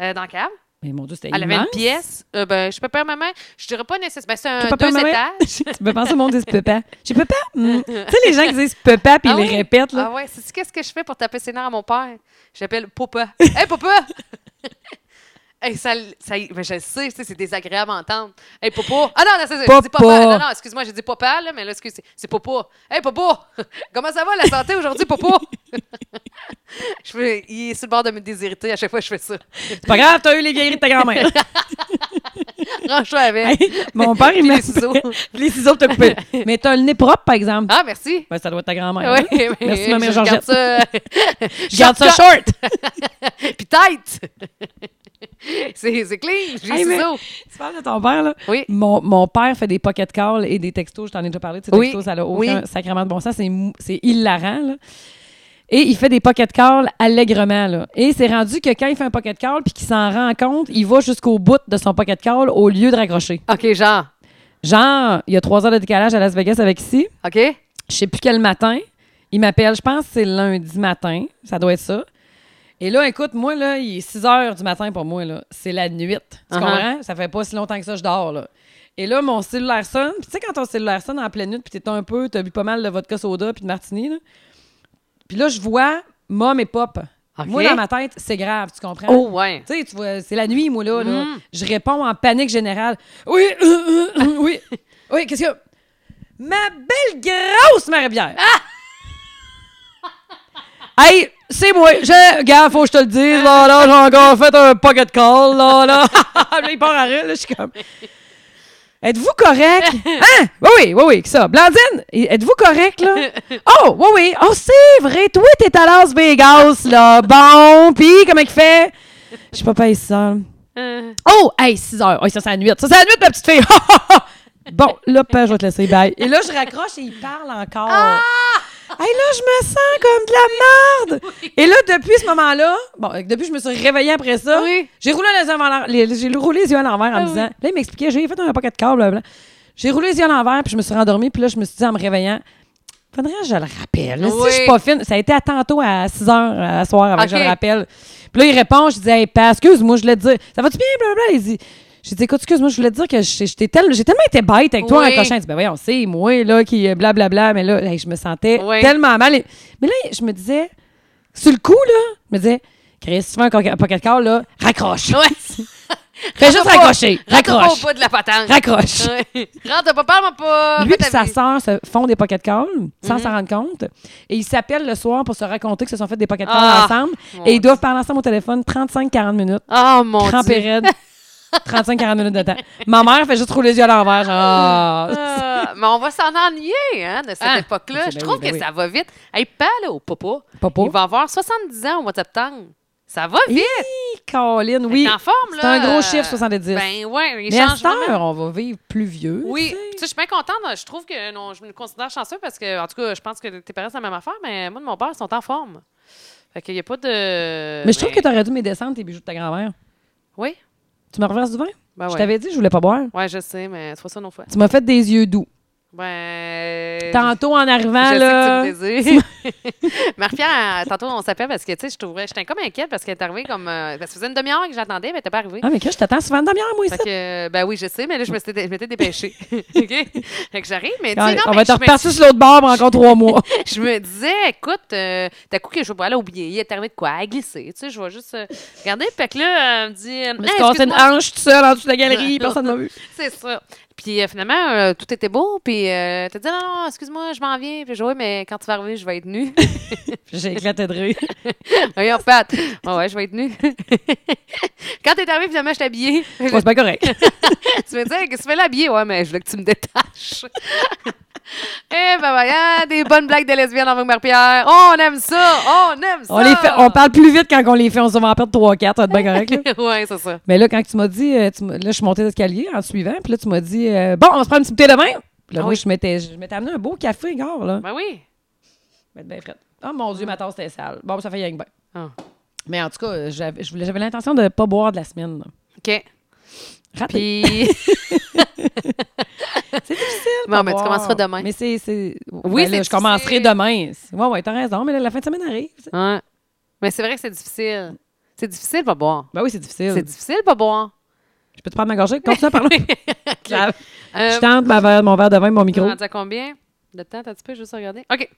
[SPEAKER 2] sais. Euh, dans la cave.
[SPEAKER 1] Mais mon Dieu, c'était
[SPEAKER 2] Elle avait
[SPEAKER 1] immense.
[SPEAKER 2] une pièce. Euh, ben, je peux pas maman. Je dirais pas nécessairement. Ben, c'est un
[SPEAKER 1] Papa,
[SPEAKER 2] deux
[SPEAKER 1] maman.
[SPEAKER 2] étages.
[SPEAKER 1] tu peux penser au monde disent papa. J'ai papa. hmm. Tu sais, les gens qui disent papa puis
[SPEAKER 2] Ah
[SPEAKER 1] ils
[SPEAKER 2] oui?
[SPEAKER 1] le répètent, là.
[SPEAKER 2] Ah ouais, c'est qu'est-ce que je fais pour taper ses nerfs à mon père? J'appelle Papa. Hey Papa! hey, ça, ça, mais je le sais, tu sais, c'est désagréable à entendre. Hey Papa! Ah non, non, c'est je dis
[SPEAKER 1] Papa.
[SPEAKER 2] Papa. Non, non, excuse-moi, j'ai dit Papa, là, mais là, excuse, c'est- c'est Papa. Hey Papa! Comment ça va la santé aujourd'hui, Papa? je fais, il est sur le bord de me déshériter à chaque fois que je fais ça.
[SPEAKER 1] C'est pas grave, t'as eu les vieilleries de ta grand-mère.
[SPEAKER 2] Range-toi avec.
[SPEAKER 1] Hey, mon père, il
[SPEAKER 2] Puis
[SPEAKER 1] m'a
[SPEAKER 2] les ciseaux.
[SPEAKER 1] les ciseaux, t'as coupé. Mais t'as le nez propre, par exemple.
[SPEAKER 2] Ah, merci!
[SPEAKER 1] Ben, ça doit être ta grand-mère.
[SPEAKER 2] Oui,
[SPEAKER 1] hein.
[SPEAKER 2] mais
[SPEAKER 1] Merci, maman
[SPEAKER 2] je regarde
[SPEAKER 1] Georgette.
[SPEAKER 2] ça.
[SPEAKER 1] Je garde ça short.
[SPEAKER 2] Puis tête! c'est c'est clean, j'ai les
[SPEAKER 1] Hey, mais-
[SPEAKER 2] ciseaux.
[SPEAKER 1] tu parles de ton père, là?
[SPEAKER 2] Oui.
[SPEAKER 1] Mon, mon père fait des pocket calls et des textos, je t'en ai déjà parlé, de ces
[SPEAKER 2] Oui,
[SPEAKER 1] textos, ça n'a
[SPEAKER 2] oui.
[SPEAKER 1] aucun sacrément de bon sens, c'est mou- c'est hilarant, là. Et il fait des pocket calls allègrement, là. Et c'est rendu que quand il fait un pocket call puis qu'il s'en rend compte, il va jusqu'au bout de son pocket call au lieu de raccrocher.
[SPEAKER 2] OK, genre.
[SPEAKER 1] Genre, il y a trois heures de décalage à Las Vegas avec ici,
[SPEAKER 2] OK? Hey,
[SPEAKER 1] je sais plus quel matin, il m'appelle, je pense que c'est lundi matin, ça doit être ça. Et là, écoute, moi, là, il est 6 heures du matin pour moi, là. C'est la nuit. Tu
[SPEAKER 2] Uh-huh.
[SPEAKER 1] comprends? Ça fait pas si longtemps que ça, je dors, là. Et là, mon cellulaire sonne. Puis tu sais, quand ton cellulaire sonne en pleine nuit, puis t'es un peu, t'as bu pas mal de vodka soda puis de martini, là. Puis là, je vois Mom et Pop
[SPEAKER 2] OK.
[SPEAKER 1] Moi, dans ma tête, c'est grave, tu comprends?
[SPEAKER 2] Oh, ouais.
[SPEAKER 1] Tu sais, tu vois, c'est la nuit, moi, là. là.
[SPEAKER 2] Mm.
[SPEAKER 1] Je réponds en panique générale. Oui, euh, euh, euh, oui. Oui, qu'est-ce que. Ma belle grosse Marie-Pierre!
[SPEAKER 2] Ah!
[SPEAKER 1] hey, c'est moi. Je... Gars, faut que je te le dise. Là, là, j'ai encore fait un pocket call. Là, là. Là, il part à rire, là. Je suis comme. Êtes-vous correct? Hein? Oui, oui, oui, oui, que ça. Blandine, êtes-vous correct, là? Oh, oui, oui. Oh, c'est vrai. Toi, t'es à Las Vegas, là. Bon, pis comment il fait? Je suis pas payé ça.
[SPEAKER 2] Euh,
[SPEAKER 1] Oh, hey, 6 heures. Oui, ça, c'est à la nuit. Ça, c'est à la nuit, ma petite fille. Ha, ha, ha. bon, là, père, je vais te laisser. Bye. Et là, je raccroche et il parle encore. Hey, là, je me sens comme de la merde. Et là, depuis ce moment-là, bon, euh, depuis, que je me suis réveillée après ça.
[SPEAKER 2] Oui.
[SPEAKER 1] J'ai roulé les yeux à l'envers- les- j'ai roulé les yeux à l'envers en
[SPEAKER 2] Ah
[SPEAKER 1] me disant. Là, il m'expliquait, j'ai fait un paquet de câbles. blablabla. J'ai roulé les yeux à l'envers, puis je me suis rendormie, puis là, je me suis dit en me réveillant. Faudrait que je le rappelle.
[SPEAKER 2] Oui.
[SPEAKER 1] Si je suis pas fine, ça a été à tantôt à 6 heures euh, à soir avant que je
[SPEAKER 2] Ok.
[SPEAKER 1] le rappelle. Puis là, il répond, je dis, hey, pa, excuse-moi, je voulais te dire, ça va-tu bien, blablabla? Il dit, j'ai dit, écoute, excuse-moi, je voulais te dire que j'ai j'étais tel- j'ai tellement été bête avec toi,
[SPEAKER 2] Oui.
[SPEAKER 1] un cochon. Il dit, ben voyons, c'est moi, là, qui, euh, blablabla, mais là, hey, je me sentais
[SPEAKER 2] Oui.
[SPEAKER 1] tellement mal. Et- Mais là, je me disais, sur le coup, là, je me disais, Chris, si tu fais un coca- pocket call, là, raccroche.
[SPEAKER 2] Ouais.
[SPEAKER 1] Fais juste
[SPEAKER 2] Rentre pas-
[SPEAKER 1] raccrocher.
[SPEAKER 2] rentre pas
[SPEAKER 1] Raccroche.
[SPEAKER 2] au bout de la patente.
[SPEAKER 1] Raccroche.
[SPEAKER 2] Ouais. Rentre pas, parle-moi pas.
[SPEAKER 1] Lui
[SPEAKER 2] fais
[SPEAKER 1] et
[SPEAKER 2] ta
[SPEAKER 1] sa
[SPEAKER 2] vie.
[SPEAKER 1] sœur se font des pocket calls
[SPEAKER 2] Mhm.
[SPEAKER 1] sans s'en rendre compte. Et ils s'appellent le soir pour se raconter que se sont fait des pocket calls
[SPEAKER 2] Ah,
[SPEAKER 1] ensemble.
[SPEAKER 2] mon
[SPEAKER 1] Et ils doivent parler ensemble au téléphone 35-40 minutes.
[SPEAKER 2] Oh mon
[SPEAKER 1] Crampé
[SPEAKER 2] dieu.
[SPEAKER 1] raide. 35-40 minutes de temps. Ma mère fait juste rouler les yeux à l'envers. genre, Ah.
[SPEAKER 2] Ah, mais on va s'en ennuyer hein, de cette
[SPEAKER 1] Ah,
[SPEAKER 2] époque-là.
[SPEAKER 1] ben
[SPEAKER 2] Je
[SPEAKER 1] oui,
[SPEAKER 2] trouve
[SPEAKER 1] ben
[SPEAKER 2] que
[SPEAKER 1] oui.
[SPEAKER 2] ça va vite. Hey, pas là, au papa.
[SPEAKER 1] Papa?
[SPEAKER 2] Il va avoir 70 ans au mois de septembre. Ça va vite.
[SPEAKER 1] Hi, Colin, oui.
[SPEAKER 2] Il est en forme, là.
[SPEAKER 1] C'est un gros
[SPEAKER 2] Euh,
[SPEAKER 1] chiffre, 70.
[SPEAKER 2] Ben ouais, il
[SPEAKER 1] Mais à
[SPEAKER 2] change
[SPEAKER 1] cette heure,
[SPEAKER 2] vraiment.
[SPEAKER 1] on va vivre plus vieux.
[SPEAKER 2] Oui,
[SPEAKER 1] tu
[SPEAKER 2] Euh,
[SPEAKER 1] sais.
[SPEAKER 2] tu sais, je suis bien contente. Je trouve que non, je me considère chanceux parce que, en tout cas, je pense que tes parents, c'est la même affaire, mais moi et mon père, ils sont en forme. Fait qu'il n'y a pas de.
[SPEAKER 1] Mais je trouve que tu aurais dû me descendre tes bijoux de ta grand-mère.
[SPEAKER 2] Oui.
[SPEAKER 1] Tu me reverses du vin?
[SPEAKER 2] Ben
[SPEAKER 1] Je
[SPEAKER 2] ouais.
[SPEAKER 1] t'avais dit, je voulais pas boire.
[SPEAKER 2] Ouais, je sais, mais tu vois ça non fois.
[SPEAKER 1] Tu m'as fait des yeux doux.
[SPEAKER 2] Ben.
[SPEAKER 1] Tantôt en arrivant,
[SPEAKER 2] je
[SPEAKER 1] là.
[SPEAKER 2] sais que tu me désires. Marie-Pierre, euh, tantôt, on s'appelle parce que, tu sais, je trouvais, j'étais comme inquiète parce qu'elle est arrivée comme. euh, parce que ça faisait une demi-heure que j'attendais, mais elle n'était pas arrivée.
[SPEAKER 1] Ah, mais que je t'attends souvent une demi-heure, moi, ici.
[SPEAKER 2] Fait que, euh, ben oui, je sais, mais là, je me suis dé- je m'étais dépêchée. OK? Fait que j'arrive, mais tu sais, non,
[SPEAKER 1] Ah, on
[SPEAKER 2] mais
[SPEAKER 1] va te
[SPEAKER 2] je me-
[SPEAKER 1] repartir sur l'autre bord pour encore trois mois.
[SPEAKER 2] je me disais, écoute, euh, t'as coup que je vais pas aller oublier, il est arrivé de quoi, à glisser, tu sais, je vais juste euh, regarder. Fait que là, elle me dit, euh,
[SPEAKER 1] Je me
[SPEAKER 2] Hey,
[SPEAKER 1] suis cassé une
[SPEAKER 2] excuse-moi.
[SPEAKER 1] hanche tout seul en dessous de la galerie, personne m'a vu.
[SPEAKER 2] c'est ça. Puis euh, finalement, euh, tout était beau, puis euh, t'as dit, non, non, excuse-moi, je m'en viens. Puis je dis, oui, mais quand tu vas arriver, je vais être nue.
[SPEAKER 1] Puis J'ai éclaté de rire.
[SPEAKER 2] Oui, en fait. Ouais, ouais, je vais être nue. Quand t'es arrivé, finalement, je t'ai habillée.
[SPEAKER 1] Ouais, c'est pas correct.
[SPEAKER 2] tu me dis, Hey, qu'est-ce que tu fais là habillée? Ouais, mais je voulais que tu me détaches. Eh, ben, voyons, des bonnes blagues de lesbiennes avec Marie-Pierre. Oh, on aime ça! On aime ça!
[SPEAKER 1] On, les fait, on parle plus vite quand on les fait, on se va en perdre 3-4, ça va être bien correct. là.
[SPEAKER 2] ouais, c'est ça.
[SPEAKER 1] Mais là, quand tu m'as dit, euh, tu m'as- là, je suis montée d'escalier en te suivant, puis là, tu m'as dit, euh, bon, on va se prendre une petite bouteille de vin. Puis là,
[SPEAKER 2] Ah
[SPEAKER 1] moi,
[SPEAKER 2] oui.
[SPEAKER 1] je m'étais je m'étais amené un beau café, gars, là.
[SPEAKER 2] Ben oui.
[SPEAKER 1] Mais ben frette. Oh mon Dieu, ma tasse était sale. Bon, ça fait rien que bien.
[SPEAKER 2] Ah.
[SPEAKER 1] Mais en tout cas, euh, j'avais je voulais- j'avais l'intention de ne pas boire de la semaine. là.
[SPEAKER 2] OK.
[SPEAKER 1] Raté.
[SPEAKER 2] Puis,
[SPEAKER 1] C'est difficile.
[SPEAKER 2] Bon,
[SPEAKER 1] pas
[SPEAKER 2] mais tu
[SPEAKER 1] boire.
[SPEAKER 2] commenceras demain.
[SPEAKER 1] Mais c'est. c'est-
[SPEAKER 2] Oui,
[SPEAKER 1] ben là,
[SPEAKER 2] c'est
[SPEAKER 1] je commencerai
[SPEAKER 2] difficile.
[SPEAKER 1] demain. Ouais, ouais, t'as raison, mais là, la fin de semaine arrive. tu sais.
[SPEAKER 2] ouais. Mais c'est vrai que c'est difficile. C'est difficile de pas boire.
[SPEAKER 1] Ben oui, c'est difficile.
[SPEAKER 2] C'est difficile de pas boire.
[SPEAKER 1] Je peux te prendre ma gorgée? Continue à parler. Clave.
[SPEAKER 2] Euh,
[SPEAKER 1] Je tente ma verre- mon verre de vin, mon
[SPEAKER 2] On
[SPEAKER 1] micro.
[SPEAKER 2] rendu à combien de temps? T'as un petit peu, je vais juste regarder. OK.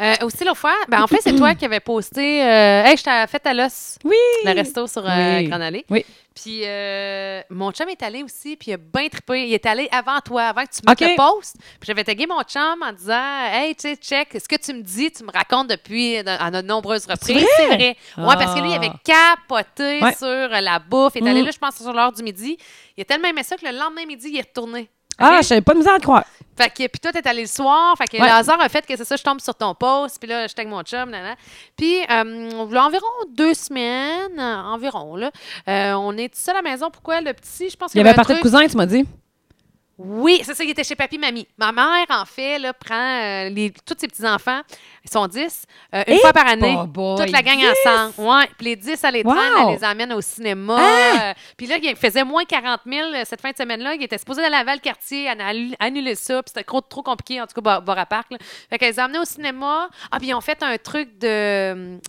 [SPEAKER 2] Euh, aussi, l'autre fois, ben, en fait, c'est toi qui avais posté euh, Hey, je t'ai fait à l'os,
[SPEAKER 1] Oui!
[SPEAKER 2] le resto sur euh,
[SPEAKER 1] Oui.
[SPEAKER 2] Grande Allée.
[SPEAKER 1] Oui.
[SPEAKER 2] Puis euh, mon chum est allé aussi, puis il a bien trippé. Il est allé avant toi, avant que tu mettes
[SPEAKER 1] OK.
[SPEAKER 2] le post. Puis j'avais tagué mon chum en disant Hey, tu sais, check, ce que tu me dis, tu me racontes depuis de- à de nombreuses reprises.
[SPEAKER 1] vrai?
[SPEAKER 2] C'est vrai. Ouais, parce que lui, il
[SPEAKER 1] Ah.
[SPEAKER 2] avait capoté
[SPEAKER 1] Ouais.
[SPEAKER 2] sur euh, la bouffe. Il est allé
[SPEAKER 1] Mm.
[SPEAKER 2] là, je pense, sur l'heure du midi. Il a tellement aimé ça que le lendemain midi, il est retourné.
[SPEAKER 1] Ah,
[SPEAKER 2] OK?
[SPEAKER 1] j'avais pas de misère à te croire.
[SPEAKER 2] Fait que, puis toi, t'es allé le soir. Fait que
[SPEAKER 1] Ouais.
[SPEAKER 2] le hasard a fait que c'est ça, je tombe sur ton post. Puis là, je tag mon chum, nanana. Puis, euh, on voulait environ deux semaines, euh, environ, là. euh, on est tout seul à la maison. Pourquoi le petit, je pense
[SPEAKER 1] Il y
[SPEAKER 2] qu'il y
[SPEAKER 1] avait un
[SPEAKER 2] un
[SPEAKER 1] parti de
[SPEAKER 2] truc-
[SPEAKER 1] cousin, tu m'as dit.
[SPEAKER 2] Oui, c'est ça, il était chez papy, mamie. Ma mère, en fait, là, prend euh, les, tous ses petits-enfants. Ils sont 10. euh, une
[SPEAKER 1] Eh,
[SPEAKER 2] fois par année.
[SPEAKER 1] bah, boy,
[SPEAKER 2] toute la gang
[SPEAKER 1] 10!
[SPEAKER 2] ensemble. Ouais. Puis les 10, elle les
[SPEAKER 1] Wow! Hein?
[SPEAKER 2] traîne, elle les amène au cinéma. euh, puis là, il faisait moins 40 000 euh, cette fin de semaine-là. Il était supposé aller à Val-Cartier, elle a allu- annulé ça. Puis c'était trop, trop compliqué, en tout cas, Bar- Bar à Parc. Là. Fait qu'elle les a amenés au cinéma. Ah, puis ils ont fait un truc de. hum,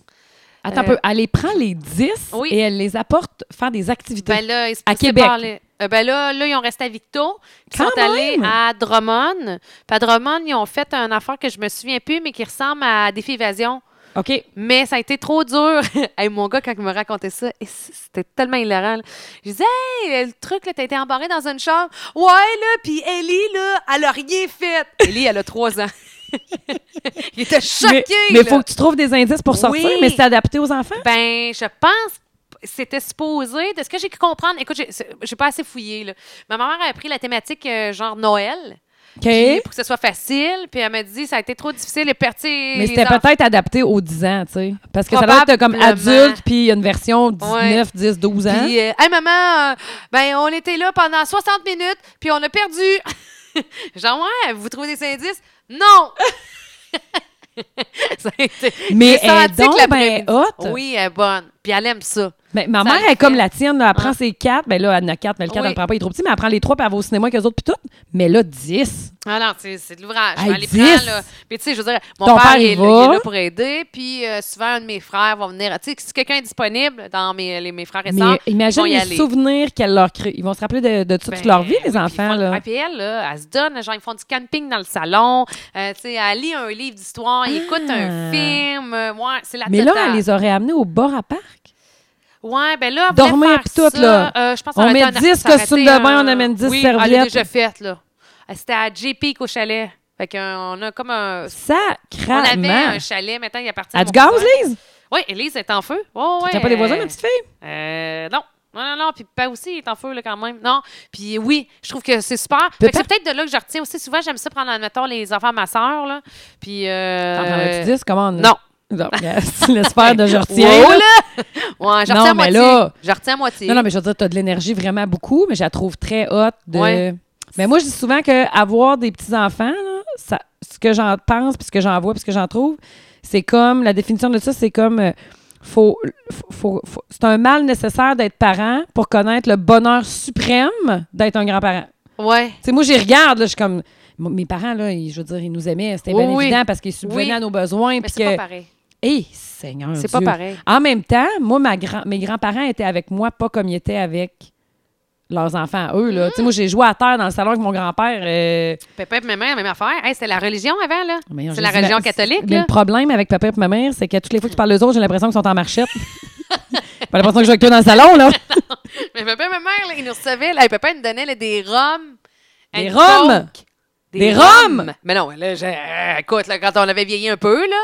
[SPEAKER 1] Attends un peu. Elle les prend les 10
[SPEAKER 2] Oui.
[SPEAKER 1] et elle les apporte faire des activités.
[SPEAKER 2] Ben là, ils se
[SPEAKER 1] À
[SPEAKER 2] poussent
[SPEAKER 1] Québec.
[SPEAKER 2] par les- Euh, ben là, là, ils ont resté à Victo. Ils
[SPEAKER 1] Quand
[SPEAKER 2] sont allés
[SPEAKER 1] même!
[SPEAKER 2] à Drummond. Puis à Drummond, ils ont fait un affaire que je me souviens plus, mais qui ressemble à Défi Évasion.
[SPEAKER 1] OK.
[SPEAKER 2] Mais ça a été trop dur. Hey, mon gars, quand il me racontait ça, et c- c'était tellement hilarant. là. Je disais, hey, le truc, là, t'as été embarré dans une chambre. Ouais, là, puis Ellie, là, elle a rien fait. Ellie, elle a trois ans. il était choqué.
[SPEAKER 1] Mais- Mais il
[SPEAKER 2] là.
[SPEAKER 1] faut que tu trouves des indices pour sortir,
[SPEAKER 2] Oui.
[SPEAKER 1] mais c'est adapté aux enfants.
[SPEAKER 2] Ben, je pense c'était supposé. De ce que j'ai pu comprendre, écoute, j'ai- c'est- j'ai pas assez fouillé. Là. Ma maman a pris la thématique euh, genre Noël.
[SPEAKER 1] OK.
[SPEAKER 2] puis pour que ce soit facile. Puis elle m'a dit ça a été trop difficile et perti.
[SPEAKER 1] Mais c'était peut-être adapté aux 10 ans, tu sais. Parce que ça doit être comme
[SPEAKER 2] Probablement.
[SPEAKER 1] adulte, puis il y a une version 19, 10, 12 ans.
[SPEAKER 2] Puis, euh, hey maman, euh, ben on était là pendant 60 minutes, puis on a perdu. genre, ouais, vous trouvez des indices? Non! ça a été-
[SPEAKER 1] Mais
[SPEAKER 2] j'ai
[SPEAKER 1] elle est
[SPEAKER 2] senti que
[SPEAKER 1] donc
[SPEAKER 2] l'après-midi-
[SPEAKER 1] ben haute.
[SPEAKER 2] Oui, elle est bonne. Puis elle aime ça.
[SPEAKER 1] Ben, ma
[SPEAKER 2] Ça
[SPEAKER 1] mère,
[SPEAKER 2] le
[SPEAKER 1] elle est comme
[SPEAKER 2] fait.
[SPEAKER 1] la tienne. là, elle prend
[SPEAKER 2] Ah.
[SPEAKER 1] ses quatre. Ben là, elle en a quatre, mais le quatre,
[SPEAKER 2] Oui.
[SPEAKER 1] elle le prend pas. Il est trop petit, mais elle prend les trois, puis elle va au cinéma avec eux autres, puis tout. Mais là, 10.
[SPEAKER 2] Ah non, c'est c'est de l'ouvrage.
[SPEAKER 1] Hey,
[SPEAKER 2] Elle les
[SPEAKER 1] 10.
[SPEAKER 2] prend, là. Puis tu sais, je veux dire, mon
[SPEAKER 1] Ton
[SPEAKER 2] père,
[SPEAKER 1] père,
[SPEAKER 2] il,
[SPEAKER 1] il
[SPEAKER 2] est là, il
[SPEAKER 1] va.
[SPEAKER 2] est là pour aider. Puis euh, souvent, un de mes frères va venir. Tu sais, si quelqu'un est disponible dans mes, les- mes frères et sœurs,
[SPEAKER 1] Mais euh, imagine
[SPEAKER 2] ils vont y
[SPEAKER 1] les
[SPEAKER 2] aller.
[SPEAKER 1] souvenirs qu'elle leur crée. Ils vont se rappeler de, de tout- toute
[SPEAKER 2] Ben,
[SPEAKER 1] leur vie, les
[SPEAKER 2] oui, puis ils
[SPEAKER 1] enfants.
[SPEAKER 2] font-
[SPEAKER 1] Là.
[SPEAKER 2] Ah, puis elle, là, elle se donne, genre, ils font du camping dans le salon. Euh, tu sais, elle lit un livre d'histoire, ils écoutent un film. euh, ouais, c'est la
[SPEAKER 1] Ah. Mais là,
[SPEAKER 2] totale.
[SPEAKER 1] elle les aurait amenés au bar à parc.
[SPEAKER 2] Ouais, ben là, elle
[SPEAKER 1] Dormir
[SPEAKER 2] voulait faire
[SPEAKER 1] puis tout,
[SPEAKER 2] ça.
[SPEAKER 1] là.
[SPEAKER 2] Euh, je pense que
[SPEAKER 1] On
[SPEAKER 2] ça aurait
[SPEAKER 1] met
[SPEAKER 2] été un-
[SPEAKER 1] 10
[SPEAKER 2] ça aurait été
[SPEAKER 1] costumes de bain,
[SPEAKER 2] un-
[SPEAKER 1] on amène 10
[SPEAKER 2] oui, elle l'a
[SPEAKER 1] serviettes.
[SPEAKER 2] déjà faite, là. Euh, C'était à JP au chalet. Fait qu'on a comme un... On avait
[SPEAKER 1] Sacrament.
[SPEAKER 2] un chalet, maintenant, il appartient
[SPEAKER 1] À
[SPEAKER 2] à
[SPEAKER 1] du
[SPEAKER 2] mon
[SPEAKER 1] gaz,
[SPEAKER 2] cousin.
[SPEAKER 1] Lise?
[SPEAKER 2] Oui, Elise est en feu. Oh, ouais,
[SPEAKER 1] T'as pas des voisins,
[SPEAKER 2] euh,
[SPEAKER 1] ma petite fille?
[SPEAKER 2] Euh, non. Non, non, non. Puis papa aussi, il est en feu, là, quand même. Non. Puis oui, je trouve que c'est super. Fait que
[SPEAKER 1] Papa-
[SPEAKER 2] c'est peut-être de là que je retiens aussi. Souvent, j'aime ça prendre, admettons, les enfants à ma soeur, là. Puis. Euh,
[SPEAKER 1] T'en prendrais-tu 10? Comment on...
[SPEAKER 2] Non.
[SPEAKER 1] Non, l'espère de je retiens.
[SPEAKER 2] Wow,
[SPEAKER 1] là.
[SPEAKER 2] là! Ouais, je
[SPEAKER 1] Non,
[SPEAKER 2] retiens
[SPEAKER 1] mais
[SPEAKER 2] à moitié.
[SPEAKER 1] là-
[SPEAKER 2] Je retiens à moitié.
[SPEAKER 1] Non, non, mais je veux dire, t'as de l'énergie vraiment beaucoup, mais je la trouve très haute. De...
[SPEAKER 2] Ouais.
[SPEAKER 1] Mais moi, je dis souvent que avoir des petits-enfants, là, ça, ce que j'en pense, puis ce que j'en vois, puis ce que j'en trouve, c'est comme, la définition de ça, c'est comme, euh, faut, faut- faut- faut- c'est un mal nécessaire d'être parent pour connaître le bonheur suprême d'être un grand-parent.
[SPEAKER 2] Ouais.
[SPEAKER 1] Tu sais, moi, j'y regarde, là, je suis comme, mon- mes parents, là, ils- je veux dire, ils nous aimaient, c'était
[SPEAKER 2] Oui,
[SPEAKER 1] bien
[SPEAKER 2] oui.
[SPEAKER 1] évident parce qu'ils subvenaient
[SPEAKER 2] Oui.
[SPEAKER 1] à nos besoins.
[SPEAKER 2] Mais
[SPEAKER 1] puis
[SPEAKER 2] c'est
[SPEAKER 1] que-
[SPEAKER 2] pas pareil.
[SPEAKER 1] Hey, Eh, Seigneur
[SPEAKER 2] C'est pas
[SPEAKER 1] Dieu.
[SPEAKER 2] pareil.
[SPEAKER 1] En même temps, moi, ma grand- mes grands-parents étaient avec moi pas comme ils étaient avec leurs enfants, à
[SPEAKER 2] Mm.
[SPEAKER 1] eux. Là. Tu sais, Moi, j'ai joué à terre dans le salon avec mon grand-père. euh,
[SPEAKER 2] Pépé et ma mère, la même affaire. Hey, c'était la religion avant, là.
[SPEAKER 1] Ah, mais
[SPEAKER 2] C'est
[SPEAKER 1] j'ai
[SPEAKER 2] la
[SPEAKER 1] dit,
[SPEAKER 2] religion
[SPEAKER 1] mais-
[SPEAKER 2] catholique,
[SPEAKER 1] Mais
[SPEAKER 2] là.
[SPEAKER 1] le problème avec papa et ma mère, c'est que toutes les fois que tu parles aux autres, j'ai l'impression qu'ils sont en marchette. pas l'impression que je joue avec toi dans le salon, là.
[SPEAKER 2] Mais papa et ma mère, là, ils nous recevaient. Là, Hey, papa, il nous donnait là, des rhums.
[SPEAKER 1] Des
[SPEAKER 2] and
[SPEAKER 1] rhums?
[SPEAKER 2] coke.
[SPEAKER 1] Des rhums?
[SPEAKER 2] Mais non, là, j'ai- euh, écoute, là, quand on avait vieilli un peu, là,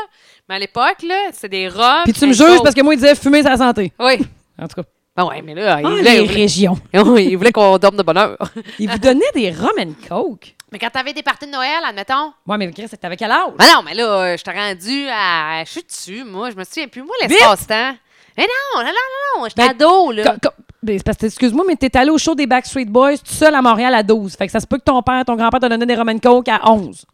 [SPEAKER 2] mais à l'époque, là, c'est des rhums.
[SPEAKER 1] Puis tu me juges parce que moi, ils disaient fumer, c'est la santé.
[SPEAKER 2] Oui.
[SPEAKER 1] En tout cas,
[SPEAKER 2] Ben ouais, mais là,
[SPEAKER 1] Ah,
[SPEAKER 2] il
[SPEAKER 1] les
[SPEAKER 2] voulait, il
[SPEAKER 1] régions.
[SPEAKER 2] voulait- il voulait qu'on dorme de bonne heure.
[SPEAKER 1] Ils vous donnaient des rum and coke.
[SPEAKER 2] mais quand t'avais des parties de Noël, admettons.
[SPEAKER 1] Moi, mais Chris, t'avais quel âge?
[SPEAKER 2] Ben non, mais là, euh, je t'ai rendu à. Je suis dessus, moi. Je me souviens plus, moi, l'espace-temps. Mais non, non, non, non, non. J'étais
[SPEAKER 1] Ben,
[SPEAKER 2] ado, là.
[SPEAKER 1] Co- co- ben, c'est parce que, excuse-moi, mais t'es allé au show des Backstreet Boys tout seul à Montréal à 12. Fait que ça se peut que ton père, ton grand-père te donnait des Roman Coke à 11.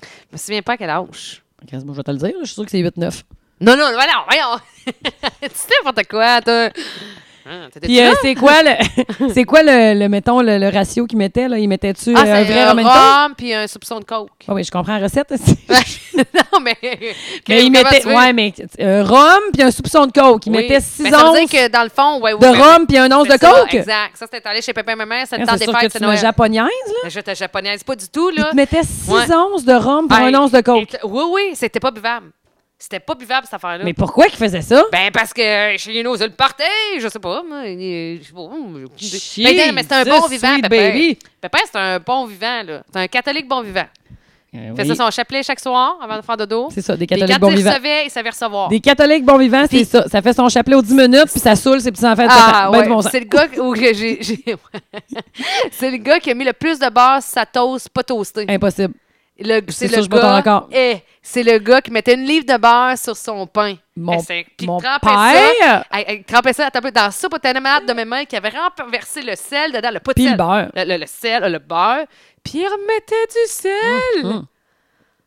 [SPEAKER 2] Je me souviens pas à quel âge.
[SPEAKER 1] Chris, moi, je vais te le dire, je suis sûre que c'est 8-9.
[SPEAKER 2] Non, non, ben non, voyons. c'est n'importe quoi, toi. Ah, t'étais-tu
[SPEAKER 1] Puis euh, c'est quoi, le, c'est quoi le, le, mettons, le, le ratio qu'ils mettaient? Là? Ils mettaient-tu
[SPEAKER 2] Ah,
[SPEAKER 1] euh, un
[SPEAKER 2] c'est
[SPEAKER 1] vrai
[SPEAKER 2] un
[SPEAKER 1] Roman Coke?
[SPEAKER 2] rhum puis un soupçon de coke.
[SPEAKER 1] Ah oui, je comprends la recette. aussi.
[SPEAKER 2] non, mais.
[SPEAKER 1] mais ils
[SPEAKER 2] comment
[SPEAKER 1] mettaient,
[SPEAKER 2] tu veux?
[SPEAKER 1] ouais, mais un rhum puis un soupçon de coke. Ils
[SPEAKER 2] Oui.
[SPEAKER 1] mettaient 6
[SPEAKER 2] Mais ça veut
[SPEAKER 1] onces
[SPEAKER 2] dire que dans le fond, ouais, ouais,
[SPEAKER 1] de
[SPEAKER 2] ouais,
[SPEAKER 1] rhum puis un once
[SPEAKER 2] c'est
[SPEAKER 1] de
[SPEAKER 2] ça,
[SPEAKER 1] coke.
[SPEAKER 2] Exact. Ça, c'était allé chez Pépin et Maman, c'est le
[SPEAKER 1] Hein,
[SPEAKER 2] temps
[SPEAKER 1] c'est
[SPEAKER 2] des
[SPEAKER 1] sûr que
[SPEAKER 2] fêtes, c'est
[SPEAKER 1] tu me
[SPEAKER 2] Noël.
[SPEAKER 1] japonaise, là.
[SPEAKER 2] Je te japonaise pas du tout,
[SPEAKER 1] Ils
[SPEAKER 2] là.
[SPEAKER 1] te mettaient 6
[SPEAKER 2] Ouais.
[SPEAKER 1] onces de rhum pour
[SPEAKER 2] Hey,
[SPEAKER 1] un once de coke.
[SPEAKER 2] et- Oui, oui, c'était pas buvable. C'était pas buvable, cette affaire-là.
[SPEAKER 1] Mais pourquoi ils faisaient ça?
[SPEAKER 2] Ben, parce que chez nous, c'est le party, je sais pas. moi, il- Je sais pas. hum, j'ai aucune idée.
[SPEAKER 1] Jeez,
[SPEAKER 2] Ben, mais c'est un bon
[SPEAKER 1] sweet
[SPEAKER 2] vivant, Pépin.
[SPEAKER 1] baby.
[SPEAKER 2] Pépin, c'est un bon vivant, là. C'est un catholique bon vivant.
[SPEAKER 1] Euh,
[SPEAKER 2] Il fait
[SPEAKER 1] oui.
[SPEAKER 2] ça son chapelet chaque soir avant de faire dodo.
[SPEAKER 1] C'est ça, des
[SPEAKER 2] Puis
[SPEAKER 1] catholiques
[SPEAKER 2] quand
[SPEAKER 1] bon
[SPEAKER 2] il
[SPEAKER 1] vivants.
[SPEAKER 2] recevait, il savait recevoir.
[SPEAKER 1] Des catholiques bon vivants, c'est ça. Ça fait son chapelet aux 10 minutes, puis ça saoule ses petits-enfants. de
[SPEAKER 2] Ah,
[SPEAKER 1] tata. Ben
[SPEAKER 2] ouais.
[SPEAKER 1] du bon sens.
[SPEAKER 2] c'est le gars que- où que j'ai. j'ai- c'est le gars qui a mis le plus de beurre sur sa toast pas toastée.
[SPEAKER 1] Impossible.
[SPEAKER 2] Le-
[SPEAKER 1] Eh, c'est
[SPEAKER 2] C'est
[SPEAKER 1] sûr,
[SPEAKER 2] le
[SPEAKER 1] je m'attends
[SPEAKER 2] gars.
[SPEAKER 1] encore.
[SPEAKER 2] Eh, c'est le gars qui mettait une livre de beurre sur son pain.
[SPEAKER 1] Mon,
[SPEAKER 2] Eh, c'est- puis
[SPEAKER 1] mon
[SPEAKER 2] trempait
[SPEAKER 1] père,
[SPEAKER 2] ça- eh, eh, trempait ça attends un peu, dans la soupe au tannée malade de mes mains qui avait renversé le sel dedans, le pot de
[SPEAKER 1] puis le
[SPEAKER 2] sel.
[SPEAKER 1] beurre.
[SPEAKER 2] Le, le- le sel, euh, le beurre. Puis il remettait du sel.
[SPEAKER 1] hum.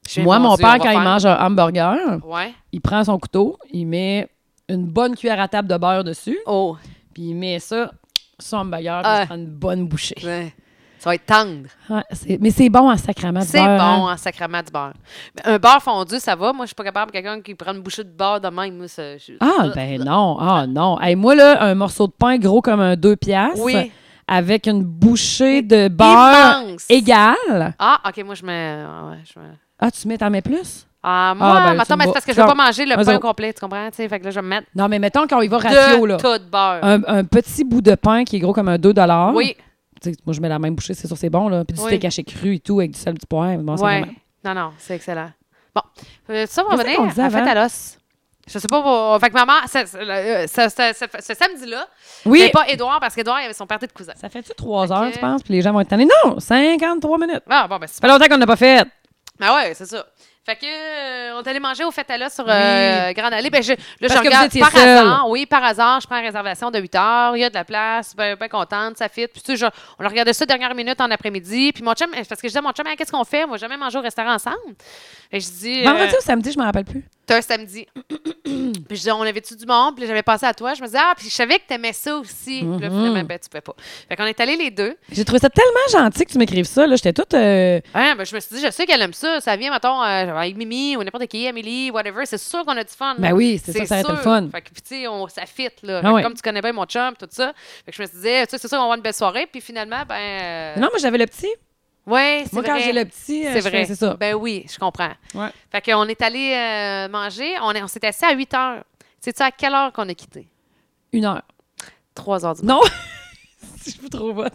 [SPEAKER 2] Je fais,
[SPEAKER 1] Moi, mon,
[SPEAKER 2] Dieu,
[SPEAKER 1] père,
[SPEAKER 2] on va
[SPEAKER 1] quand il
[SPEAKER 2] faire-
[SPEAKER 1] mange un hamburger,
[SPEAKER 2] Ouais.
[SPEAKER 1] il prend son couteau, il met une bonne cuillère à table de beurre dessus,
[SPEAKER 2] Oh.
[SPEAKER 1] puis il met ça sur le hamburger, puis
[SPEAKER 2] Ah.
[SPEAKER 1] il prend une bonne bouchée.
[SPEAKER 2] ouais. Ça va être tendre.
[SPEAKER 1] Ouais, c'est- mais c'est bon en sacrament du
[SPEAKER 2] C'est
[SPEAKER 1] beurre,
[SPEAKER 2] bon,
[SPEAKER 1] hein.
[SPEAKER 2] en sacrement du beurre. Mais un beurre fondu, ça va. Moi, je suis pas capable. Quelqu'un qui prend une bouchée de beurre de même, moi, ça. je-
[SPEAKER 1] Ah, ben non, ah non. Hey, moi, là, un morceau de pain gros comme un 2 piastres,
[SPEAKER 2] Oui.
[SPEAKER 1] avec une bouchée de beurre
[SPEAKER 2] Immense.
[SPEAKER 1] égale.
[SPEAKER 2] Ah, OK, moi, je mets. ah ouais, je mets-
[SPEAKER 1] Ah, tu mets, t'en mets plus?
[SPEAKER 2] Ah, moi,
[SPEAKER 1] Ah, ben,
[SPEAKER 2] mettons,
[SPEAKER 1] tu
[SPEAKER 2] mais
[SPEAKER 1] me
[SPEAKER 2] c'est
[SPEAKER 1] bats.
[SPEAKER 2] parce que je veux
[SPEAKER 1] Genre,
[SPEAKER 2] pas manger le
[SPEAKER 1] eux
[SPEAKER 2] pain
[SPEAKER 1] autres.
[SPEAKER 2] complet, tu comprends? Tu sais, fait que là, je vais me mettre
[SPEAKER 1] Non, mais mettons, quand il va ratio,
[SPEAKER 2] deux
[SPEAKER 1] là, Ah,
[SPEAKER 2] tas de beurre.
[SPEAKER 1] un, un petit bout de pain qui est gros comme un 2
[SPEAKER 2] oui,
[SPEAKER 1] Tu sais, moi, je mets la même bouchée, c'est sûr, c'est bon, là. Puis du
[SPEAKER 2] Oui.
[SPEAKER 1] steak haché cru et tout, avec du sel, du poivre. Bon, c'est
[SPEAKER 2] ouais.
[SPEAKER 1] vraiment-
[SPEAKER 2] Non, non, c'est excellent. Bon, Euh, ça, on va
[SPEAKER 1] Qu'est-ce
[SPEAKER 2] revenir
[SPEAKER 1] qu'on disait
[SPEAKER 2] à la fête
[SPEAKER 1] avant?
[SPEAKER 2] à l'os. Je sais pas, pour- fait que maman, ce, ce- euh, ce- ce- ce- ce samedi-là,
[SPEAKER 1] Oui!
[SPEAKER 2] c'est pas Édouard, parce qu'Édouard, il avait son parti de cousin.
[SPEAKER 1] Ça fait-tu trois
[SPEAKER 2] Ok.
[SPEAKER 1] heures, tu penses? Puis les gens vont être tannés. Non! 53 minutes.
[SPEAKER 2] Ah, bon, ben,
[SPEAKER 1] Ça
[SPEAKER 2] c'est
[SPEAKER 1] fait longtemps qu'on n'a pas fait.
[SPEAKER 2] Ah ouais, c'est ça. Fait que euh, on est allé manger au Fetala sur
[SPEAKER 1] Oui.
[SPEAKER 2] euh, Grande Allée. Ben, je, là, je
[SPEAKER 1] que vous
[SPEAKER 2] regarde
[SPEAKER 1] étiez
[SPEAKER 2] par
[SPEAKER 1] seul.
[SPEAKER 2] hasard. Oui, par hasard, je prends une réservation de 8 heures. Il y a de la place. Ben, ben contente, ça fit. Puis, tu sais, je- on a regardé ça dernière minute en après-midi. Puis, mon chum, parce que je disais à mon chum, Hey, qu'est-ce qu'on fait? On va jamais manger au restaurant ensemble. Et je dis, euh,
[SPEAKER 1] Vendredi ou samedi, je m'en rappelle plus.
[SPEAKER 2] t'as un samedi. puis, je dis, on avait-tu du monde? Puis, là, j'avais passé à toi. Je me disais, ah, puis je savais que t'aimais ça aussi. Puis, là,
[SPEAKER 1] Mhm.
[SPEAKER 2] finalement, ben, tu peux pas. Fait qu'on est allés les deux.
[SPEAKER 1] J'ai trouvé ça tellement gentil que tu m'écrives ça, là. J'étais toute. euh,
[SPEAKER 2] Ouais, ben, je me suis dit, je sais qu'elle aime ça. Ça vient, mettons, euh, avec Mimi ou n'importe qui, Amélie, whatever. C'est sûr qu'on a du fun. là.
[SPEAKER 1] Ben oui, c'est ça, ça aurait été le fun.
[SPEAKER 2] Fait que, puis, tu sais, on- ça fit, là.
[SPEAKER 1] Ah
[SPEAKER 2] Fait que
[SPEAKER 1] ouais.
[SPEAKER 2] Comme tu connais bien mon chum, tout ça. Fait que je me suis dit, tu sais, c'est sûr qu'on va avoir une belle soirée. Puis finalement, ben. euh,
[SPEAKER 1] Non, moi, j'avais le petit.
[SPEAKER 2] Ouais, c'est
[SPEAKER 1] Moi,
[SPEAKER 2] vrai.
[SPEAKER 1] quand j'ai le petit, euh,
[SPEAKER 2] C'est
[SPEAKER 1] je
[SPEAKER 2] vrai.
[SPEAKER 1] fais- C'est ça.
[SPEAKER 2] Ben oui, je comprends.
[SPEAKER 1] Ouais.
[SPEAKER 2] Fait qu'on est allé euh, manger. On, est- on s'est assis à 8 heures. Sais-tu à quelle heure qu'on a quitté?
[SPEAKER 1] Une heure.
[SPEAKER 2] 3 heures du matin.
[SPEAKER 1] Non! si je vous trouve hot.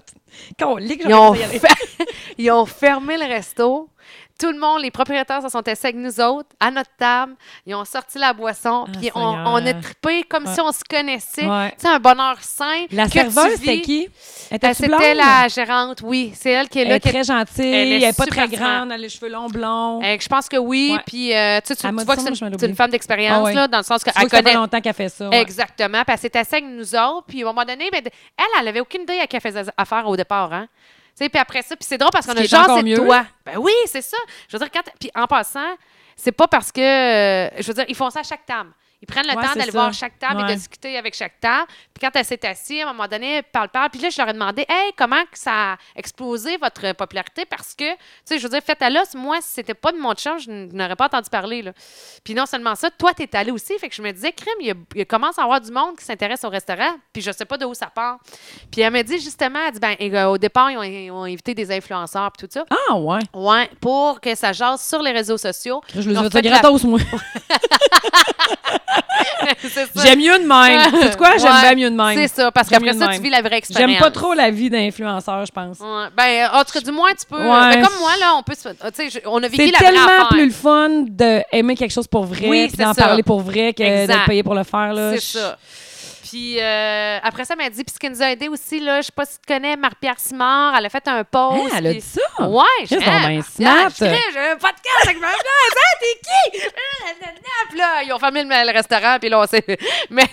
[SPEAKER 1] Quand on lit,
[SPEAKER 2] Ils ont,
[SPEAKER 1] y aller.
[SPEAKER 2] fer- ils ont fermé le resto. Tout le monde, les propriétaires se sont assis avec nous autres, à notre table. Ils ont sorti la boisson.
[SPEAKER 1] Ah,
[SPEAKER 2] puis on,
[SPEAKER 1] Seigneur.
[SPEAKER 2] on a trippé comme
[SPEAKER 1] Ouais.
[SPEAKER 2] si on se connaissait.
[SPEAKER 1] Ouais.
[SPEAKER 2] C'est un bonheur sain.
[SPEAKER 1] La
[SPEAKER 2] que tu
[SPEAKER 1] serveuse,
[SPEAKER 2] vis.
[SPEAKER 1] c'était qui? Elle
[SPEAKER 2] Euh,
[SPEAKER 1] était
[SPEAKER 2] C'était la gérante, oui. C'est elle qui est
[SPEAKER 1] Elle
[SPEAKER 2] là.
[SPEAKER 1] est
[SPEAKER 2] qui est-
[SPEAKER 1] très gentille,
[SPEAKER 2] elle est
[SPEAKER 1] elle est pas très
[SPEAKER 2] super smart.
[SPEAKER 1] grande, elle a les cheveux longs blonds.
[SPEAKER 2] Euh, je pense que oui.
[SPEAKER 1] Ouais.
[SPEAKER 2] Puis euh, tu, sais, tu-
[SPEAKER 1] Elle
[SPEAKER 2] tu
[SPEAKER 1] m'a dit
[SPEAKER 2] vois
[SPEAKER 1] ça,
[SPEAKER 2] que c'est
[SPEAKER 1] moi,
[SPEAKER 2] une,
[SPEAKER 1] je me l'ai
[SPEAKER 2] c'est une
[SPEAKER 1] oublié.
[SPEAKER 2] femme d'expérience,
[SPEAKER 1] Ah ouais.
[SPEAKER 2] là, dans le sens
[SPEAKER 1] Tu vois
[SPEAKER 2] qu'elle
[SPEAKER 1] que ça fait
[SPEAKER 2] connaît.
[SPEAKER 1] longtemps qu'elle fait ça. ouais.
[SPEAKER 2] Exactement. Puis elle s'est assise avec nous autres. Puis à un moment donné, ben, elle, elle avait aucune idée à qui elle faisait affaire au départ. Hein? Tu sais, puis après ça, puis c'est drôle parce
[SPEAKER 1] Ce
[SPEAKER 2] qu'on a
[SPEAKER 1] qui est encore
[SPEAKER 2] genre, c'est
[SPEAKER 1] mieux.
[SPEAKER 2] toi. Ben oui, c'est ça. Je veux dire, quand. Puis en passant, c'est pas parce que. euh, je veux dire, ils font ça à chaque table. Ils prennent le
[SPEAKER 1] Ouais,
[SPEAKER 2] temps
[SPEAKER 1] c'est
[SPEAKER 2] d'aller
[SPEAKER 1] ça.
[SPEAKER 2] voir chaque table et
[SPEAKER 1] Ouais.
[SPEAKER 2] de discuter avec chaque table. Puis quand elle s'est assise, à un moment donné, elle parle, parle. Puis là, je leur ai demandé, hey, comment que ça a explosé votre popularité? Parce que, tu sais, je veux dire, faites à l'os, moi, si c'était pas de mon chum, je n- je n'aurais pas entendu parler. Là. Puis non seulement ça, toi, t'es allé aussi. Fait que je me disais, crime, il, y a- il commence à avoir du monde qui s'intéresse au restaurant. Puis je sais pas d'où ça part. Puis elle m'a dit, justement, elle dit, ben, euh, au départ, ils ont, ils ont invité des influenceurs, puis tout ça.
[SPEAKER 1] Ah ouais.
[SPEAKER 2] Ouais, pour que ça jase sur les réseaux sociaux.
[SPEAKER 1] Je le
[SPEAKER 2] Ils ont
[SPEAKER 1] fais
[SPEAKER 2] fait de la-
[SPEAKER 1] gratos, moi.
[SPEAKER 2] C'est ça.
[SPEAKER 1] J'aime mieux de même. tu sais quoi? J'aime
[SPEAKER 2] Ouais,
[SPEAKER 1] bien mieux de
[SPEAKER 2] C'est
[SPEAKER 1] même.
[SPEAKER 2] ça, parce
[SPEAKER 1] J'aime
[SPEAKER 2] qu'après
[SPEAKER 1] mieux
[SPEAKER 2] ça,
[SPEAKER 1] de
[SPEAKER 2] tu
[SPEAKER 1] même.
[SPEAKER 2] vis la vraie expérience.
[SPEAKER 1] J'aime pas trop la vie d'influenceur, je pense.
[SPEAKER 2] Ouais, Ben, en tout cas, du moins, tu peux.
[SPEAKER 1] Ouais.
[SPEAKER 2] ben, comme moi, là, on peut se. ah, Tu sais, je- on a vécu
[SPEAKER 1] C'est
[SPEAKER 2] la vraie
[SPEAKER 1] tellement
[SPEAKER 2] affaire.
[SPEAKER 1] plus le fun d'aimer quelque chose pour vrai,
[SPEAKER 2] Oui,
[SPEAKER 1] puis
[SPEAKER 2] c'est
[SPEAKER 1] d'en
[SPEAKER 2] ça.
[SPEAKER 1] parler pour vrai, que
[SPEAKER 2] Exact.
[SPEAKER 1] d'être payé pour le faire. là.
[SPEAKER 2] C'est
[SPEAKER 1] Je-
[SPEAKER 2] ça. Puis euh, après ça, elle m'a dit, puis ce qui nous a aidé aussi, là, je sais pas si tu connais Marie-Pierre Simard, elle a fait un
[SPEAKER 1] Hein,
[SPEAKER 2] post.
[SPEAKER 1] elle a
[SPEAKER 2] puis-
[SPEAKER 1] dit ça?
[SPEAKER 2] Ouais, ah,
[SPEAKER 1] Chris,
[SPEAKER 2] j'ai
[SPEAKER 1] donc ben smart.
[SPEAKER 2] J'ai un podcast avec ma blonde. Hein, t'es qui? Ah, nanana. Puis là, ils ont fermé le, le restaurant, puis là, on s'est. Mais,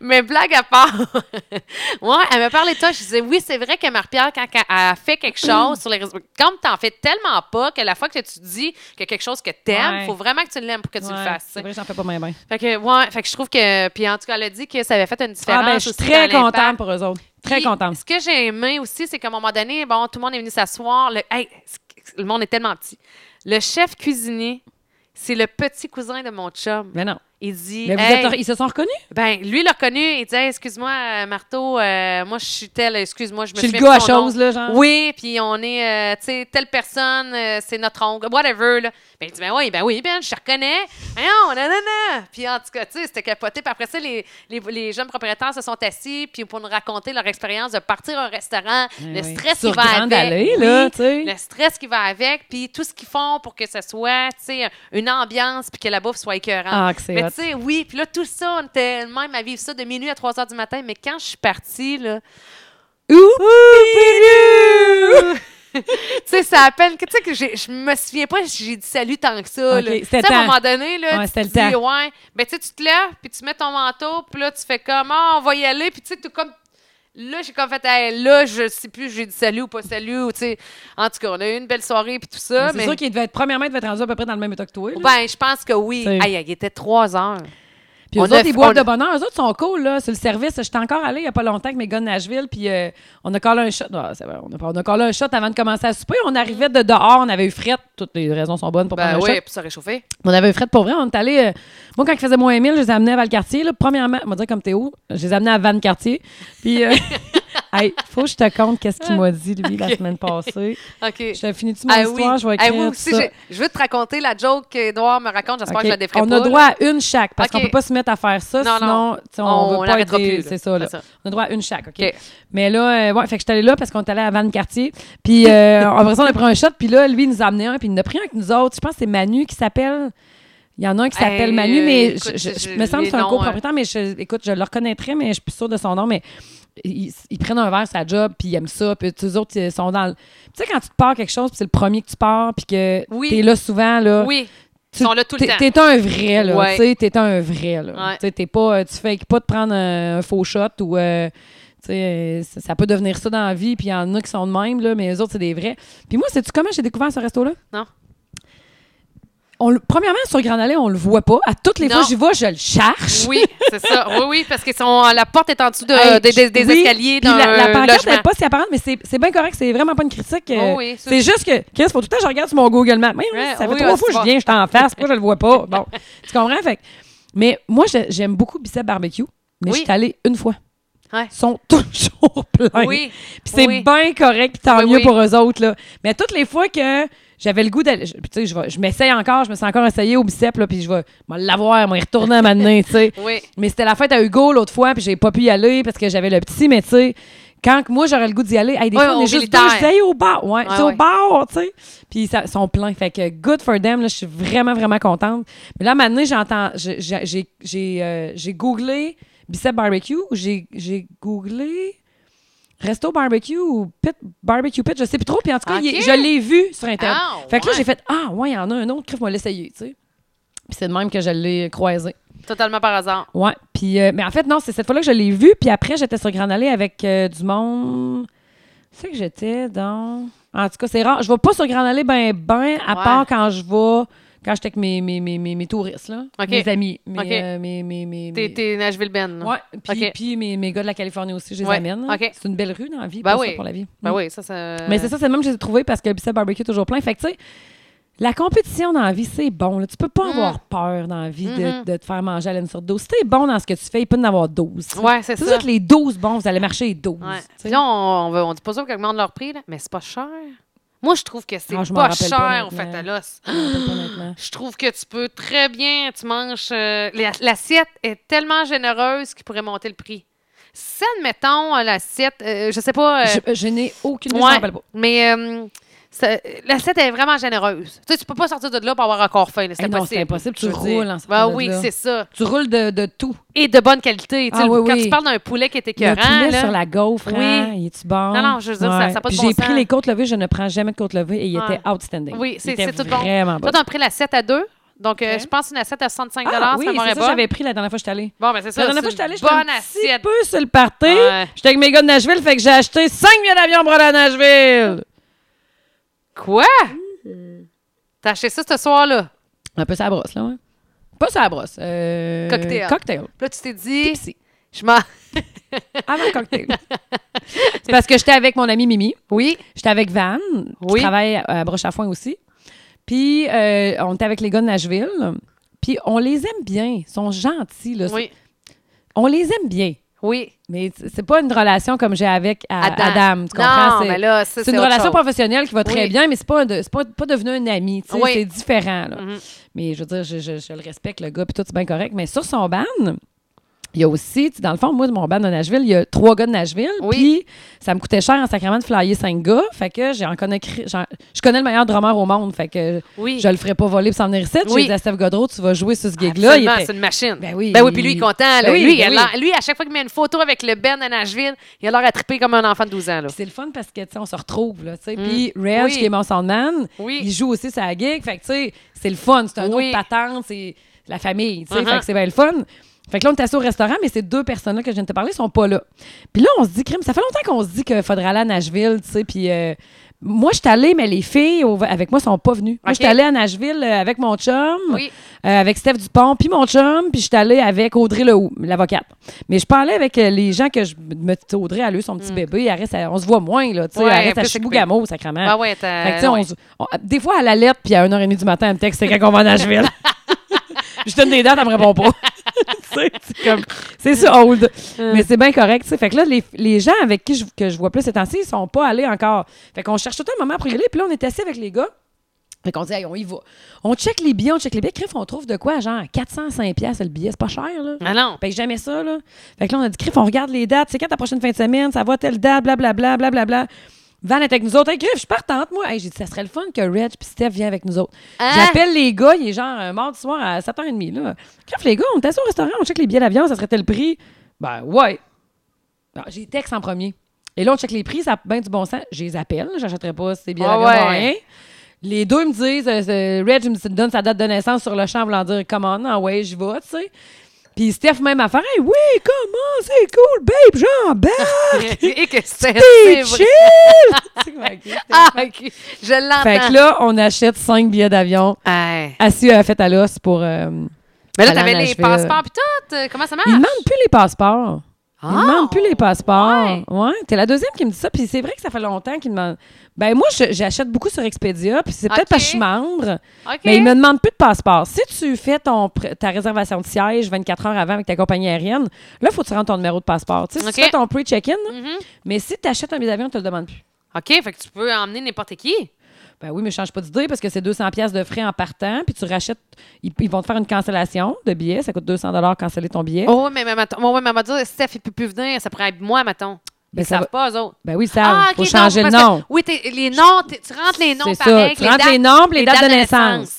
[SPEAKER 2] mais blague à part. ouais, elle me parlait de toi. Je disais, oui, c'est vrai que Marie-Pierre, quand elle a fait quelque chose sur les réseaux. Comme t'en fais tellement pas que la fois que tu dis que quelque chose que t'aimes,
[SPEAKER 1] Ouais.
[SPEAKER 2] faut vraiment que tu l'aimes pour que tu le
[SPEAKER 1] Ouais,
[SPEAKER 2] fasses. tu sais.
[SPEAKER 1] C'est vrai, j'en fais pas bien Ah, bien.
[SPEAKER 2] Fait que, ouais, fait que je trouve que. Puis en tout cas, elle a dit que ça avait fait une différence.
[SPEAKER 1] Ah ben, je suis
[SPEAKER 2] aussi
[SPEAKER 1] très
[SPEAKER 2] dans l'impact.
[SPEAKER 1] contente pour eux autres. Très
[SPEAKER 2] Puis,
[SPEAKER 1] contente.
[SPEAKER 2] Ce que j'ai aimé aussi, c'est qu'à un moment donné, bon, tout le monde est venu s'asseoir. Le, hey, c- le monde est tellement petit. Le chef cuisinier, c'est le petit cousin de mon chum.
[SPEAKER 1] Mais non.
[SPEAKER 2] Il dit.
[SPEAKER 1] Mais vous
[SPEAKER 2] hey,
[SPEAKER 1] êtes- ils se sont reconnus?
[SPEAKER 2] ben, lui, il l'a reconnu. Il dit, Hey, excuse-moi, euh, Marteau, euh, moi, je suis tel, excuse-moi, je me
[SPEAKER 1] Je suis le
[SPEAKER 2] souviens
[SPEAKER 1] gars à
[SPEAKER 2] plus de son
[SPEAKER 1] chose,
[SPEAKER 2] nom.
[SPEAKER 1] là, genre.
[SPEAKER 2] Oui, puis on est, euh, tu sais, telle personne, euh, c'est notre oncle, whatever, là. Ben, il dit, ben oui, ben oui, ben, je te reconnais. Non, non, non, non. Puis en tout cas, tu sais, c'était capoté. Puis après ça, les, les, les jeunes propriétaires se sont assis, puis pour nous raconter leur expérience de partir à un restaurant,
[SPEAKER 1] Ben
[SPEAKER 2] le
[SPEAKER 1] oui.
[SPEAKER 2] stress qui
[SPEAKER 1] Sur
[SPEAKER 2] va
[SPEAKER 1] Grande
[SPEAKER 2] avec.
[SPEAKER 1] Allée, là, tu sais.
[SPEAKER 2] le stress qui va avec, puis tout ce qu'ils font pour que ce soit, tu sais, une ambiance, puis que la bouffe soit écœurante.
[SPEAKER 1] Ah, que c'est
[SPEAKER 2] Mais
[SPEAKER 1] hot.
[SPEAKER 2] tu sais, oui, puis là, tout ça, on était le même à vivre ça de minuit à 3 heures du matin, mais quand je suis partie, là,
[SPEAKER 1] Oupi-dou!
[SPEAKER 2] tu sais, c'est à peine que, tu sais, que j'ai- je me souviens pas si j'ai dit salut tant que ça,
[SPEAKER 1] Ok,
[SPEAKER 2] là. Tu
[SPEAKER 1] c'était
[SPEAKER 2] sais, à
[SPEAKER 1] temps.
[SPEAKER 2] un moment donné, là,
[SPEAKER 1] Ouais,
[SPEAKER 2] tu
[SPEAKER 1] c'était
[SPEAKER 2] te
[SPEAKER 1] le
[SPEAKER 2] dis,
[SPEAKER 1] temps.
[SPEAKER 2] ouais, ben, tu sais, tu te lèves, puis tu mets ton manteau, puis là, tu fais comme, ah, on va y aller, puis tu sais, tout comme, là, j'ai comme fait, Hey, là, je sais plus, j'ai dit salut ou pas salut, ou tu sais, en tout cas, on a eu une belle soirée, puis tout ça,
[SPEAKER 1] C'est
[SPEAKER 2] mais,
[SPEAKER 1] sûr qu'il devait être, premièrement, il devait être rendu à peu près dans le même état que toi. là.
[SPEAKER 2] ben, je pense que oui.
[SPEAKER 1] C'est-
[SPEAKER 2] Aïe, il était 3 heures.
[SPEAKER 1] Puis eux
[SPEAKER 2] On a-
[SPEAKER 1] autres, ils boivent
[SPEAKER 2] on a-
[SPEAKER 1] de bonheur. Eux autres sont cool, là. C'est le service. J'étais encore allée il n'y a pas longtemps avec mes gars de Nashville, puis euh, on a collé un shot. Ah, c'est vrai, on, a, pas- on a collé un shot avant de commencer à souper. On arrivait de dehors, on avait eu frette. Toutes les raisons sont bonnes pour
[SPEAKER 2] Ben
[SPEAKER 1] prendre un
[SPEAKER 2] oui,
[SPEAKER 1] shot.
[SPEAKER 2] puis ça réchauffait.
[SPEAKER 1] On avait eu frette pour vrai. On est allé... euh, moi, quand il faisait moins 1000, je les amenais à Valcartier. Là. Premièrement, on va dire comme Théo, je les amenais à Van Cartier. Puis... euh, Hey, faut que je te compte qu'est-ce
[SPEAKER 2] Ah.
[SPEAKER 1] qu'il m'a dit, lui, la semaine passée.
[SPEAKER 2] OK.
[SPEAKER 1] Je te finis-tu mon
[SPEAKER 2] Ah oui.
[SPEAKER 1] histoire? Je vais
[SPEAKER 2] Ah
[SPEAKER 1] écrire
[SPEAKER 2] oui,
[SPEAKER 1] tout
[SPEAKER 2] aussi,
[SPEAKER 1] ça.
[SPEAKER 2] j'ai- je veux te raconter la joke qu'Edouard me raconte. J'espère
[SPEAKER 1] OK.
[SPEAKER 2] que je la défrais
[SPEAKER 1] On
[SPEAKER 2] pas.
[SPEAKER 1] a
[SPEAKER 2] là.
[SPEAKER 1] droit à une chaque, parce
[SPEAKER 2] OK.
[SPEAKER 1] qu'on peut pas se mettre à faire ça,
[SPEAKER 2] Non,
[SPEAKER 1] sinon,
[SPEAKER 2] non.
[SPEAKER 1] tu sais, on,
[SPEAKER 2] On
[SPEAKER 1] veut pas être
[SPEAKER 2] l'arrêtera
[SPEAKER 1] des-
[SPEAKER 2] plus, là.
[SPEAKER 1] C'est ça, là.
[SPEAKER 2] C'est ça.
[SPEAKER 1] On a droit à une chaque, OK?
[SPEAKER 2] OK.
[SPEAKER 1] Mais là, euh, ouais, fait que j'étais allée là parce qu'on est allé à Vanne-Cartier. Puis, euh, après ça, on a pris un shot, puis là, lui, il nous a amené un, puis il en a pris un avec nous autres. Je pense que c'est Manu qui s'appelle. Il y en a un qui s'appelle
[SPEAKER 2] Hey,
[SPEAKER 1] Manu, mais
[SPEAKER 2] euh, écoute,
[SPEAKER 1] je, je-
[SPEAKER 2] je-
[SPEAKER 1] je- me semble que c'est
[SPEAKER 2] les
[SPEAKER 1] un
[SPEAKER 2] noms, hein.
[SPEAKER 1] copropriétaire, mais je- écoute, je le reconnaîtrais, mais je suis plus sûre de son nom, mais ils, ils prennent un verre sa job, puis ils aiment ça, puis tous les autres, ils sont dans le... Tu sais, quand tu te pars quelque chose, puis c'est le premier que tu pars, puis que
[SPEAKER 2] Oui.
[SPEAKER 1] t'es là souvent, là...
[SPEAKER 2] Oui. Ils
[SPEAKER 1] Tu-
[SPEAKER 2] sont là tout le
[SPEAKER 1] T'es
[SPEAKER 2] temps.
[SPEAKER 1] t'es un vrai, là.
[SPEAKER 2] Ouais.
[SPEAKER 1] Tu sais, t'es un vrai, là.
[SPEAKER 2] Ouais.
[SPEAKER 1] Tu sais, t'es pas... euh, Tu fakes pas de prendre un, un faux shot ou... euh, tu sais, euh, ça, ça peut devenir ça dans la vie, puis il y en a qui sont de même, là, mais les autres, c'est des vrais. Puis moi, sais-tu comment j'ai découvert ce resto-là?
[SPEAKER 2] Non.
[SPEAKER 1] On le- premièrement, sur Grand Allée, on le voit pas. À toutes les
[SPEAKER 2] Non.
[SPEAKER 1] fois que j'y vais, je le cherche.
[SPEAKER 2] Oui, c'est ça. Oui, oui, parce que sont, la porte est en dessous de,
[SPEAKER 1] Hey,
[SPEAKER 2] euh, des, des- des
[SPEAKER 1] oui,
[SPEAKER 2] escaliers
[SPEAKER 1] puis
[SPEAKER 2] d'un
[SPEAKER 1] la, la pancarte
[SPEAKER 2] logement.
[SPEAKER 1] n'est pas si apparente, mais c'est c'est bien correct. C'est vraiment pas une critique. euh,
[SPEAKER 2] Oh oui, ça-
[SPEAKER 1] c'est juste que, Chris, faut tout le temps que je regarde sur mon Google Maps. Mais
[SPEAKER 2] Ouais,
[SPEAKER 1] ça fait
[SPEAKER 2] oui,
[SPEAKER 1] trois
[SPEAKER 2] ouais,
[SPEAKER 1] fois que je
[SPEAKER 2] tu vois.
[SPEAKER 1] viens, je t'en face, pourquoi je le vois pas? Bon, tu comprends? Fait que- mais moi, je- j'aime beaucoup Bicep Barbecue, mais
[SPEAKER 2] Oui.
[SPEAKER 1] je suis allée une fois.
[SPEAKER 2] Ouais.
[SPEAKER 1] Ils sont toujours pleins.
[SPEAKER 2] Oui.
[SPEAKER 1] Puis c'est
[SPEAKER 2] oui.
[SPEAKER 1] bien correct, puis tant
[SPEAKER 2] Oui,
[SPEAKER 1] mieux
[SPEAKER 2] oui.
[SPEAKER 1] pour eux autres. Là. Mais toutes les fois que j'avais le goût d'aller. je- puis Tu sais, je, vais- je m'essaye encore, je me suis encore essayé au bicep, là, puis je vais je vais l'avoir, moi, y retourner à maintenant, tu sais.
[SPEAKER 2] Oui.
[SPEAKER 1] Mais c'était la fête à Hugo l'autre fois, puis j'ai pas pu y aller parce que j'avais le petit, mais tu sais, quand que moi j'aurais le goût d'y aller, hey, des
[SPEAKER 2] Ouais,
[SPEAKER 1] fois on
[SPEAKER 2] au
[SPEAKER 1] est juste deux,
[SPEAKER 2] militaire.
[SPEAKER 1] je dis, Hey, au bar, ouais,
[SPEAKER 2] Ouais,
[SPEAKER 1] c'est au
[SPEAKER 2] ouais.
[SPEAKER 1] bar, tu sais. Puis ça- ils sont pleins, fait que good for them, là, je suis vraiment, vraiment contente. Mais là, maintenant, j'entends, je- j'ai- j'ai j'ai, euh, j'ai googlé Bicep Barbecue, ou j'ai j'ai googlé Resto Barbecue ou Pit Barbecue Pit, je sais plus trop, puis en tout cas,
[SPEAKER 2] Ok.
[SPEAKER 1] il est- je l'ai vu sur Internet.
[SPEAKER 2] Ah,
[SPEAKER 1] fait que là,
[SPEAKER 2] ouais.
[SPEAKER 1] j'ai fait, ah, ouais, il y en a un autre, crève-moi l'essayer, tu sais. Puis c'est de même que je l'ai croisé.
[SPEAKER 2] Totalement par hasard.
[SPEAKER 1] Ouais, puis euh, mais en fait non, c'est cette fois-là que je l'ai vu, puis après j'étais sur Grand Allée avec euh, du monde. C'est que j'étais dans En tout cas, c'est rare, je vais pas sur Grand Allée ben ben à
[SPEAKER 2] Ouais.
[SPEAKER 1] part quand je vais quand j'étais avec mes mes, mes, mes, mes touristes là,
[SPEAKER 2] Ok.
[SPEAKER 1] mes amis, mes
[SPEAKER 2] Ok.
[SPEAKER 1] euh, mes mes mes,
[SPEAKER 2] T'es
[SPEAKER 1] mes-
[SPEAKER 2] t'es Nashville-Ben. là.
[SPEAKER 1] Ouais, puis
[SPEAKER 2] Ok.
[SPEAKER 1] puis mes, mes gars de la Californie aussi, je les
[SPEAKER 2] Ouais,
[SPEAKER 1] amène. là.
[SPEAKER 2] ok.
[SPEAKER 1] C'est une belle rue dans la vie
[SPEAKER 2] Ben
[SPEAKER 1] pour, ça,
[SPEAKER 2] oui.
[SPEAKER 1] pour la vie.
[SPEAKER 2] Ben
[SPEAKER 1] Mm.
[SPEAKER 2] oui, ça, ça.
[SPEAKER 1] Mais c'est ça, c'est le même que j'ai trouvé parce que Bicep Barbecue est toujours plein. Fait que, tu sais, la compétition dans la vie, c'est bon. Là. Tu peux pas
[SPEAKER 2] Mm.
[SPEAKER 1] avoir peur dans la vie de-
[SPEAKER 2] Mhm.
[SPEAKER 1] de, te faire manger à laine sur 12. Si t'es bon dans ce que tu fais, il peut en avoir 12. tu sais.
[SPEAKER 2] Ouais, c'est
[SPEAKER 1] C'est
[SPEAKER 2] ça.
[SPEAKER 1] sûr que les 12 bons, vous allez marcher les 12.
[SPEAKER 2] Ouais.
[SPEAKER 1] tu sais.
[SPEAKER 2] Puis là, on, on, veut- on dit pas ça qu'ils augmentent leur prix, là, mais c'est pas cher. Moi, je trouve que c'est
[SPEAKER 1] Ah, je m'en
[SPEAKER 2] pas
[SPEAKER 1] rappelle
[SPEAKER 2] cher
[SPEAKER 1] pas
[SPEAKER 2] au
[SPEAKER 1] maintenant.
[SPEAKER 2] Fatalos.
[SPEAKER 1] Je me rappelle pas maintenant.
[SPEAKER 2] Je trouve que tu peux très bien, tu manges. euh, la- l'assiette est tellement généreuse qu'il pourrait monter le prix. Si, admettons, euh, l'assiette, euh, je sais pas. euh,
[SPEAKER 1] Je, je n'ai aucune idée, je
[SPEAKER 2] ouais,
[SPEAKER 1] m'en rappelle pas.
[SPEAKER 2] mais euh, ça- l'assiette est vraiment généreuse. Tu sais, tu peux pas sortir de là pour avoir encore faim. là, C'est
[SPEAKER 1] Eh non,
[SPEAKER 2] impossible.
[SPEAKER 1] c'est impossible, tu
[SPEAKER 2] je veux
[SPEAKER 1] roules
[SPEAKER 2] dire.
[SPEAKER 1] en sortant
[SPEAKER 2] Ben
[SPEAKER 1] de
[SPEAKER 2] oui,
[SPEAKER 1] là.
[SPEAKER 2] c'est ça.
[SPEAKER 1] Tu roules de, de tout.
[SPEAKER 2] Et de bonne qualité. Tu sais,
[SPEAKER 1] Ah
[SPEAKER 2] le-
[SPEAKER 1] oui,
[SPEAKER 2] quand
[SPEAKER 1] oui.
[SPEAKER 2] tu parles d'un poulet qui est
[SPEAKER 1] Le
[SPEAKER 2] écœurant,
[SPEAKER 1] poulet
[SPEAKER 2] là,
[SPEAKER 1] sur la gaufre,
[SPEAKER 2] Oui.
[SPEAKER 1] hein, il est-tu bon?
[SPEAKER 2] Non, non, je veux dire, ça- ça a pas de
[SPEAKER 1] Puis
[SPEAKER 2] bon
[SPEAKER 1] J'ai pris
[SPEAKER 2] sens.
[SPEAKER 1] les côtes levées, je ne prends jamais de côtes levées et il
[SPEAKER 2] Ouais.
[SPEAKER 1] était outstanding.
[SPEAKER 2] Oui,
[SPEAKER 1] Il
[SPEAKER 2] c'est-
[SPEAKER 1] était
[SPEAKER 2] c'est tout bon.
[SPEAKER 1] vraiment bon.
[SPEAKER 2] Toi, t'as pris la 7 à 2. Donc, euh,
[SPEAKER 1] Ok.
[SPEAKER 2] je pense une assiette à 65
[SPEAKER 1] Ah, oui,
[SPEAKER 2] ça
[SPEAKER 1] c'est
[SPEAKER 2] m'aurait
[SPEAKER 1] ça,
[SPEAKER 2] pas.
[SPEAKER 1] j'avais pris la dernière fois que je suis allée.
[SPEAKER 2] Bon, ben c'est ça.
[SPEAKER 1] la dernière
[SPEAKER 2] c'est
[SPEAKER 1] fois que j'étais allée,
[SPEAKER 2] une
[SPEAKER 1] j'étais un
[SPEAKER 2] bonne
[SPEAKER 1] petit
[SPEAKER 2] assiette.
[SPEAKER 1] peu sur le party.
[SPEAKER 2] Ouais.
[SPEAKER 1] J'étais avec mes gars de Nashville, fait que j'ai acheté 5 billets d'avion pour aller à Nashville.
[SPEAKER 2] Quoi?
[SPEAKER 1] Mm-hmm.
[SPEAKER 2] T'as acheté ça ce soir-là?
[SPEAKER 1] Un peu sa brosse, là, ouais. Pas sa brosse. euh,
[SPEAKER 2] Cocktail.
[SPEAKER 1] Cocktail.
[SPEAKER 2] Puis Là, tu t'es dit,
[SPEAKER 1] Tipsy.
[SPEAKER 2] je m'en.
[SPEAKER 1] Avant cocktail. C'est parce que j'étais avec mon ami Mimi.
[SPEAKER 2] Oui.
[SPEAKER 1] J'étais avec Van, qui
[SPEAKER 2] Oui.
[SPEAKER 1] travaille à à Broche à Foin aussi. Puis, euh, on était avec les gars de Nashville. Puis, on les aime bien. Ils sont gentils, là.
[SPEAKER 2] Oui.
[SPEAKER 1] On les aime bien.
[SPEAKER 2] Oui.
[SPEAKER 1] Mais c- c'est pas une relation comme j'ai avec à- Adam. Tu comprends?
[SPEAKER 2] Non,
[SPEAKER 1] C'est-
[SPEAKER 2] mais là, ça,
[SPEAKER 1] C'est une
[SPEAKER 2] autre
[SPEAKER 1] relation
[SPEAKER 2] chose.
[SPEAKER 1] professionnelle qui va très
[SPEAKER 2] Oui.
[SPEAKER 1] bien, mais c'est pas, un de- c'est pas, pas devenu un ami. tu sais,
[SPEAKER 2] Oui.
[SPEAKER 1] C'est différent. là.
[SPEAKER 2] Mhm.
[SPEAKER 1] Mais je veux dire, je, je- je le respecte, le gars, puis tout, c'est bien correct. Mais sur son ban, il y a aussi, tu sais, dans le fond, moi, de mon ban de Nashville, il y a trois gars de Nashville.
[SPEAKER 2] Oui.
[SPEAKER 1] Puis ça me coûtait cher en sacrement de flyer cinq gars. Fait que j'en connais, cri- j'en- je connais le meilleur drummer au monde. Fait que
[SPEAKER 2] Oui.
[SPEAKER 1] je le ferais pas voler pour s'en venir ici.
[SPEAKER 2] Oui.
[SPEAKER 1] J'ai dit à Steph Godreau, tu vas jouer sur ce gig-là. Il
[SPEAKER 2] Absolument,
[SPEAKER 1] était-
[SPEAKER 2] c'est une machine.
[SPEAKER 1] Ben oui.
[SPEAKER 2] Ben oui, puis lui, il est content. là.
[SPEAKER 1] Ben oui,
[SPEAKER 2] lui,
[SPEAKER 1] ben
[SPEAKER 2] il a
[SPEAKER 1] oui.
[SPEAKER 2] l'air- lui, à chaque fois qu'il met une photo avec le Ben à Nashville, il a l'air à triper comme un enfant de 12 ans. Là.
[SPEAKER 1] Puis c'est le fun parce que, tu sais, on se retrouve, là, tu sais. Puis Reg,
[SPEAKER 2] Mm. Oui.
[SPEAKER 1] qui est mon soundman,
[SPEAKER 2] Oui.
[SPEAKER 1] il joue aussi sa gig. Fait que, tu sais, c'est le fun. C'est un
[SPEAKER 2] Oui.
[SPEAKER 1] autre patente, c'est la famille, tu sais.
[SPEAKER 2] Uh-huh.
[SPEAKER 1] Fait que c'est bien le fun. Fait que là, on est assis au restaurant, mais ces deux personnes-là que je viens de te parler sont pas là. Puis là, on se dit, crime, ça fait longtemps qu'on se dit qu'il faudrait aller à Nashville, tu sais, puis... euh, moi, je suis allée, mais les filles au- avec moi sont pas venues. Moi, je suis
[SPEAKER 2] Ok.
[SPEAKER 1] allée à Nashville euh, avec mon chum,
[SPEAKER 2] Oui.
[SPEAKER 1] euh, avec Steph Dupont, puis mon chum, puis je suis allée avec Audrey Lehoux, l'avocate. Mais je parlais avec euh, les gens que je me tu sais, Audrey elle a eu son petit bébé, elle reste à- on se voit moins là, tu sais,
[SPEAKER 2] Mm. Ouais,
[SPEAKER 1] elle reste à
[SPEAKER 2] plus occupée.
[SPEAKER 1] Chibougamau, sacrément.
[SPEAKER 2] Ah ouais,
[SPEAKER 1] Fait que, tu sais,
[SPEAKER 2] t'as.
[SPEAKER 1] on
[SPEAKER 2] ouais.
[SPEAKER 1] se- on- des fois, à la lettre, puis à 1h30 du matin, elle me texte, c'est quand on va à Nashville. je donne des dates, elle me répond pas. Tu sais, c'est comme, c'est ça, old. Mais c'est bien correct, tu sais. Fait que là, les, les gens avec qui je, que je vois plus ces temps-ci, ils sont pas allés encore. Fait qu'on cherche tout le temps un moment privilégié, puis là, on est assis avec les gars. Fait qu'on dit, hey, on y va. On check les billets, on check les billets. Criff, on trouve de quoi, genre 405$ piastres, le billet, c'est pas cher, là.
[SPEAKER 2] Ah non.
[SPEAKER 1] Fait que jamais ça, là. Fait que là, on a dit, Criff, on regarde les dates. C'est quand ta prochaine fin de semaine? Ça va telle date, blablabla, blablabla. Van est avec nous autres. Hey, Criff, je suis partante, moi. Hey, j'ai dit, ça serait le fun que Reg puis Steph viennent avec nous autres.
[SPEAKER 2] Ah!
[SPEAKER 1] J'appelle les gars, il est genre euh, mardi soir à 7h30, là. Criff, les gars, on est assis au restaurant, on check les billets d'avion, ça serait tel prix? Ben, ouais. Ah, j'ai texte en premier. Et là, on check les prix, ça a bien du bon sens. Je les appelle, j'achèterai pas ces billets
[SPEAKER 2] Ah
[SPEAKER 1] d'avion pour
[SPEAKER 2] ouais.
[SPEAKER 1] rien. Les deux me disent, euh, c'est- Reg me donne sa date de naissance sur le champ, voulant dire, come on, ah ouais, j'y vais, tu sais. Puis Steph même a fait, hey, oui, comment, c'est cool, babe, j'en bats,
[SPEAKER 2] Et que c'est
[SPEAKER 1] t'es
[SPEAKER 2] c'est
[SPEAKER 1] chill!
[SPEAKER 2] vrai.
[SPEAKER 1] C'est comme, OK, c'était-
[SPEAKER 2] Ah, ok. Je l'entends.
[SPEAKER 1] fait que là, on achète cinq billets d'avion
[SPEAKER 2] Hey.
[SPEAKER 1] assis à la fête à l'os pour. euh,
[SPEAKER 2] Mais là,
[SPEAKER 1] aller
[SPEAKER 2] t'avais
[SPEAKER 1] à
[SPEAKER 2] les
[SPEAKER 1] Nashville.
[SPEAKER 2] passeports pis tout. euh, Comment ça marche?
[SPEAKER 1] Ils demandent plus les passeports. Ils
[SPEAKER 2] Ah!
[SPEAKER 1] demandent plus les passeports.
[SPEAKER 2] Ouais.
[SPEAKER 1] Ouais. T'es la deuxième qui me dit ça. Puis c'est vrai que ça fait longtemps qu'ils demandent. Ben, moi, je- j'achète beaucoup sur Expedia. Puis c'est peut-être
[SPEAKER 2] OK.
[SPEAKER 1] parce que je suis membre.
[SPEAKER 2] OK.
[SPEAKER 1] Mais ils me demandent plus de passeport. Si tu fais ton, pr- ta réservation de siège 24 heures avant avec ta compagnie aérienne, là, il faut que tu rentres ton numéro de passeport. Tu sais, si tu
[SPEAKER 2] OK.
[SPEAKER 1] fais ton pre-check-in, là,
[SPEAKER 2] Mhm.
[SPEAKER 1] mais si tu achètes un billet d'avion, on te le demande plus.
[SPEAKER 2] OK, fait que tu peux emmener n'importe qui.
[SPEAKER 1] Ben oui, mais change pas d'idée parce que c'est 200 pièces de frais en partant, puis tu rachètes, ils, ils vont te faire une cancellation de billet, ça coûte 200 dollars canceller ton billet.
[SPEAKER 2] Oh, ouais, mais maman, oh, ouais, mais maman dit, Steph, il peut plus venir, ça pourrait être moi, mettons.
[SPEAKER 1] Ben,
[SPEAKER 2] Ils
[SPEAKER 1] ça
[SPEAKER 2] savent
[SPEAKER 1] va-
[SPEAKER 2] pas, eux autres.
[SPEAKER 1] Ben oui, ça,
[SPEAKER 2] Ah,
[SPEAKER 1] faut changer de
[SPEAKER 2] le
[SPEAKER 1] nom.
[SPEAKER 2] Oui, t'es- les noms, t'es- tu rentres les noms
[SPEAKER 1] C'est ça,
[SPEAKER 2] pareil.
[SPEAKER 1] tu rentres les noms puis les dates de naissance.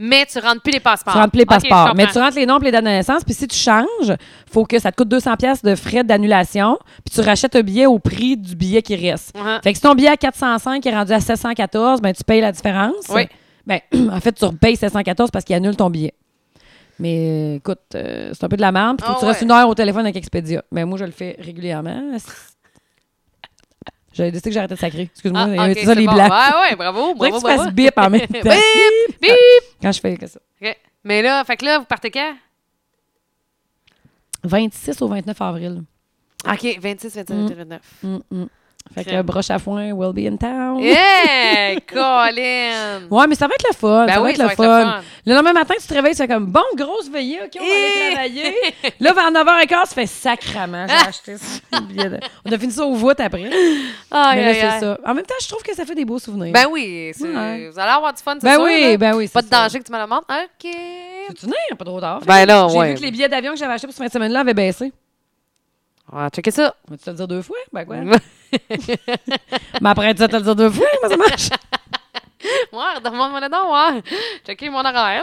[SPEAKER 2] Mais tu rentres plus les passeports.
[SPEAKER 1] Tu rentres plus les
[SPEAKER 2] Ok, je
[SPEAKER 1] passeports, mais tu
[SPEAKER 2] comprends.
[SPEAKER 1] rentres les noms, puis les dates de naissance, puis si tu changes, faut que ça te coûte 200 pièces de frais d'annulation, puis tu rachètes un billet au prix du billet qui reste.
[SPEAKER 2] Uh-huh.
[SPEAKER 1] Fait que si ton billet à 405 est rendu à 714, ben tu payes la différence.
[SPEAKER 2] Oui.
[SPEAKER 1] Ben, en fait, tu repayes 714 parce qu'il annule ton billet. Mais euh, écoute, euh, c'est un peu de la merde. Puis faut que
[SPEAKER 2] Ah
[SPEAKER 1] tu restes
[SPEAKER 2] ouais.
[SPEAKER 1] une heure au téléphone avec Expedia. Mais moi, je le fais régulièrement. J'avais décidé que j'arrêtais de sacrer. Excuse-moi,
[SPEAKER 2] Ah,
[SPEAKER 1] il y avait
[SPEAKER 2] ok,
[SPEAKER 1] tout ça
[SPEAKER 2] c'est
[SPEAKER 1] euh, les
[SPEAKER 2] bon.
[SPEAKER 1] blagues.
[SPEAKER 2] Ouais, ouais, Ben, bravo,
[SPEAKER 1] Faudrait que
[SPEAKER 2] bravo,
[SPEAKER 1] tu fasses
[SPEAKER 2] bravo.
[SPEAKER 1] bip hein. en même temps.
[SPEAKER 2] Bip, bip.
[SPEAKER 1] Quand je fais que ça.
[SPEAKER 2] Ok. Mais là, fait que là, vous partez quand?
[SPEAKER 1] 26 au 29 avril.
[SPEAKER 2] OK, 26, 27, 29.
[SPEAKER 1] Hum, hum. Fait que
[SPEAKER 2] Crème.
[SPEAKER 1] broche à foin will be in town.
[SPEAKER 2] Yeah! Colin!
[SPEAKER 1] Ouais, mais ça va être le fun.
[SPEAKER 2] Ben
[SPEAKER 1] ça va
[SPEAKER 2] oui,
[SPEAKER 1] être
[SPEAKER 2] ça
[SPEAKER 1] le
[SPEAKER 2] va être
[SPEAKER 1] fun.
[SPEAKER 2] le fun.
[SPEAKER 1] Le lendemain matin, tu te réveilles, tu fais comme bon, grosse veillée, OK, on va
[SPEAKER 2] Eh!
[SPEAKER 1] aller travailler. Là, vers 9h15, tu fais sacrament. J'ai acheté ce billet de- On a fini ça au voûte après.
[SPEAKER 2] Ah. Aïe,
[SPEAKER 1] mais là,
[SPEAKER 2] aïe,
[SPEAKER 1] c'est
[SPEAKER 2] aïe.
[SPEAKER 1] ça. En même temps, je trouve que ça fait des beaux souvenirs.
[SPEAKER 2] Ben oui, c'est-
[SPEAKER 1] Ouais.
[SPEAKER 2] vous allez avoir du fun, c'est
[SPEAKER 1] Ben
[SPEAKER 2] sûr,
[SPEAKER 1] oui,
[SPEAKER 2] là.
[SPEAKER 1] ben oui,
[SPEAKER 2] Pas
[SPEAKER 1] c'est
[SPEAKER 2] de
[SPEAKER 1] ça. Ben
[SPEAKER 2] danger que tu me le montres. OK.
[SPEAKER 1] tu n'es pas trop tard.
[SPEAKER 2] Ben là,
[SPEAKER 1] J'ai
[SPEAKER 2] ouais.
[SPEAKER 1] vu que les billets d'avion que j'avais achetés pour cette fin de semaine-là avaient baissé.
[SPEAKER 2] On va checker ça.
[SPEAKER 1] Vas-tu te le dire deux fois? Ben quoi? Mais après, tu vas te le dire deux fois, moi, ça marche.
[SPEAKER 2] Ouais, demande-moi le don, ouais. Checker mon horaire, là.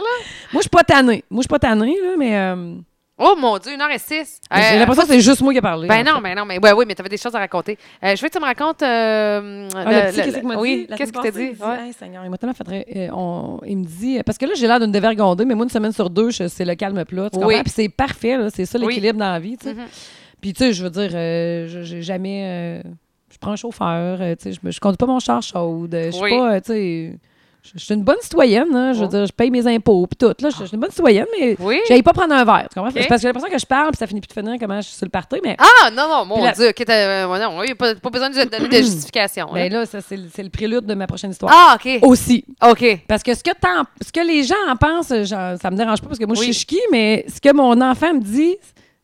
[SPEAKER 1] moi, je suis pas tannée. Moi, je suis pas tannée, là, mais. euh,
[SPEAKER 2] Oh mon Dieu, 1h06.
[SPEAKER 1] J'ai l'impression que c'est juste moi qui ai parlé.
[SPEAKER 2] Euh,
[SPEAKER 1] hein.
[SPEAKER 2] Ben
[SPEAKER 1] en
[SPEAKER 2] non, ben non, mais ouais, oui, mais t'avais des choses à raconter. Euh, je veux que tu me racontes. euh,
[SPEAKER 1] Ah, le
[SPEAKER 2] le-
[SPEAKER 1] petit,
[SPEAKER 2] le-
[SPEAKER 1] qu'est-ce qu'il m'a dit?
[SPEAKER 2] Oui,
[SPEAKER 1] La
[SPEAKER 2] qu'est-ce qu'il
[SPEAKER 1] semaine
[SPEAKER 2] t'a
[SPEAKER 1] passée, il
[SPEAKER 2] dit?
[SPEAKER 1] me
[SPEAKER 2] Ouais.
[SPEAKER 1] Hey, Seigneur, il m'a tellement fait rire. Euh, on- Il me dit... Parce que là, j'ai l'air d'une dévergondée, mais moi, une semaine sur deux, je- c'est le calme plat. Tu
[SPEAKER 2] Oui.
[SPEAKER 1] comprends? Puis c'est parfait, là. C'est ça
[SPEAKER 2] Oui.
[SPEAKER 1] l'équilibre dans la vie, tu sais. Puis tu sais, je veux dire, euh, je- j'ai jamais... euh, je prends un chauffeur, euh, tu sais, je, me- je conduis pas mon char chaude. euh, Je suis
[SPEAKER 2] Oui.
[SPEAKER 1] pas, euh, tu sais... Je je suis une bonne citoyenne, hein, je veux
[SPEAKER 2] Oh.
[SPEAKER 1] dire, je paye mes impôts, puis tout. Là, je, je suis une bonne citoyenne, mais
[SPEAKER 2] Oui.
[SPEAKER 1] j'aille pas prendre un verre. Tu comprends?
[SPEAKER 2] Ok.
[SPEAKER 1] Parce que j'ai l'impression que je parle, puis ça finit plus de finir comment je suis sur le party, mais
[SPEAKER 2] Ah, non, non, mon
[SPEAKER 1] Puis la-
[SPEAKER 2] Dieu, ok, t'as- euh, non, oui, pas, pas besoin de donner de justification.
[SPEAKER 1] ben
[SPEAKER 2] là.
[SPEAKER 1] là, Oh. ça, c'est le c'est le prélude de ma prochaine histoire.
[SPEAKER 2] Ah, ok.
[SPEAKER 1] Aussi,
[SPEAKER 2] Ok.
[SPEAKER 1] Parce que ce que, t'en- ce que les gens en pensent, genre, ça me dérange pas parce que moi,
[SPEAKER 2] Oui.
[SPEAKER 1] je suis chiqui, mais ce que mon enfant me dit,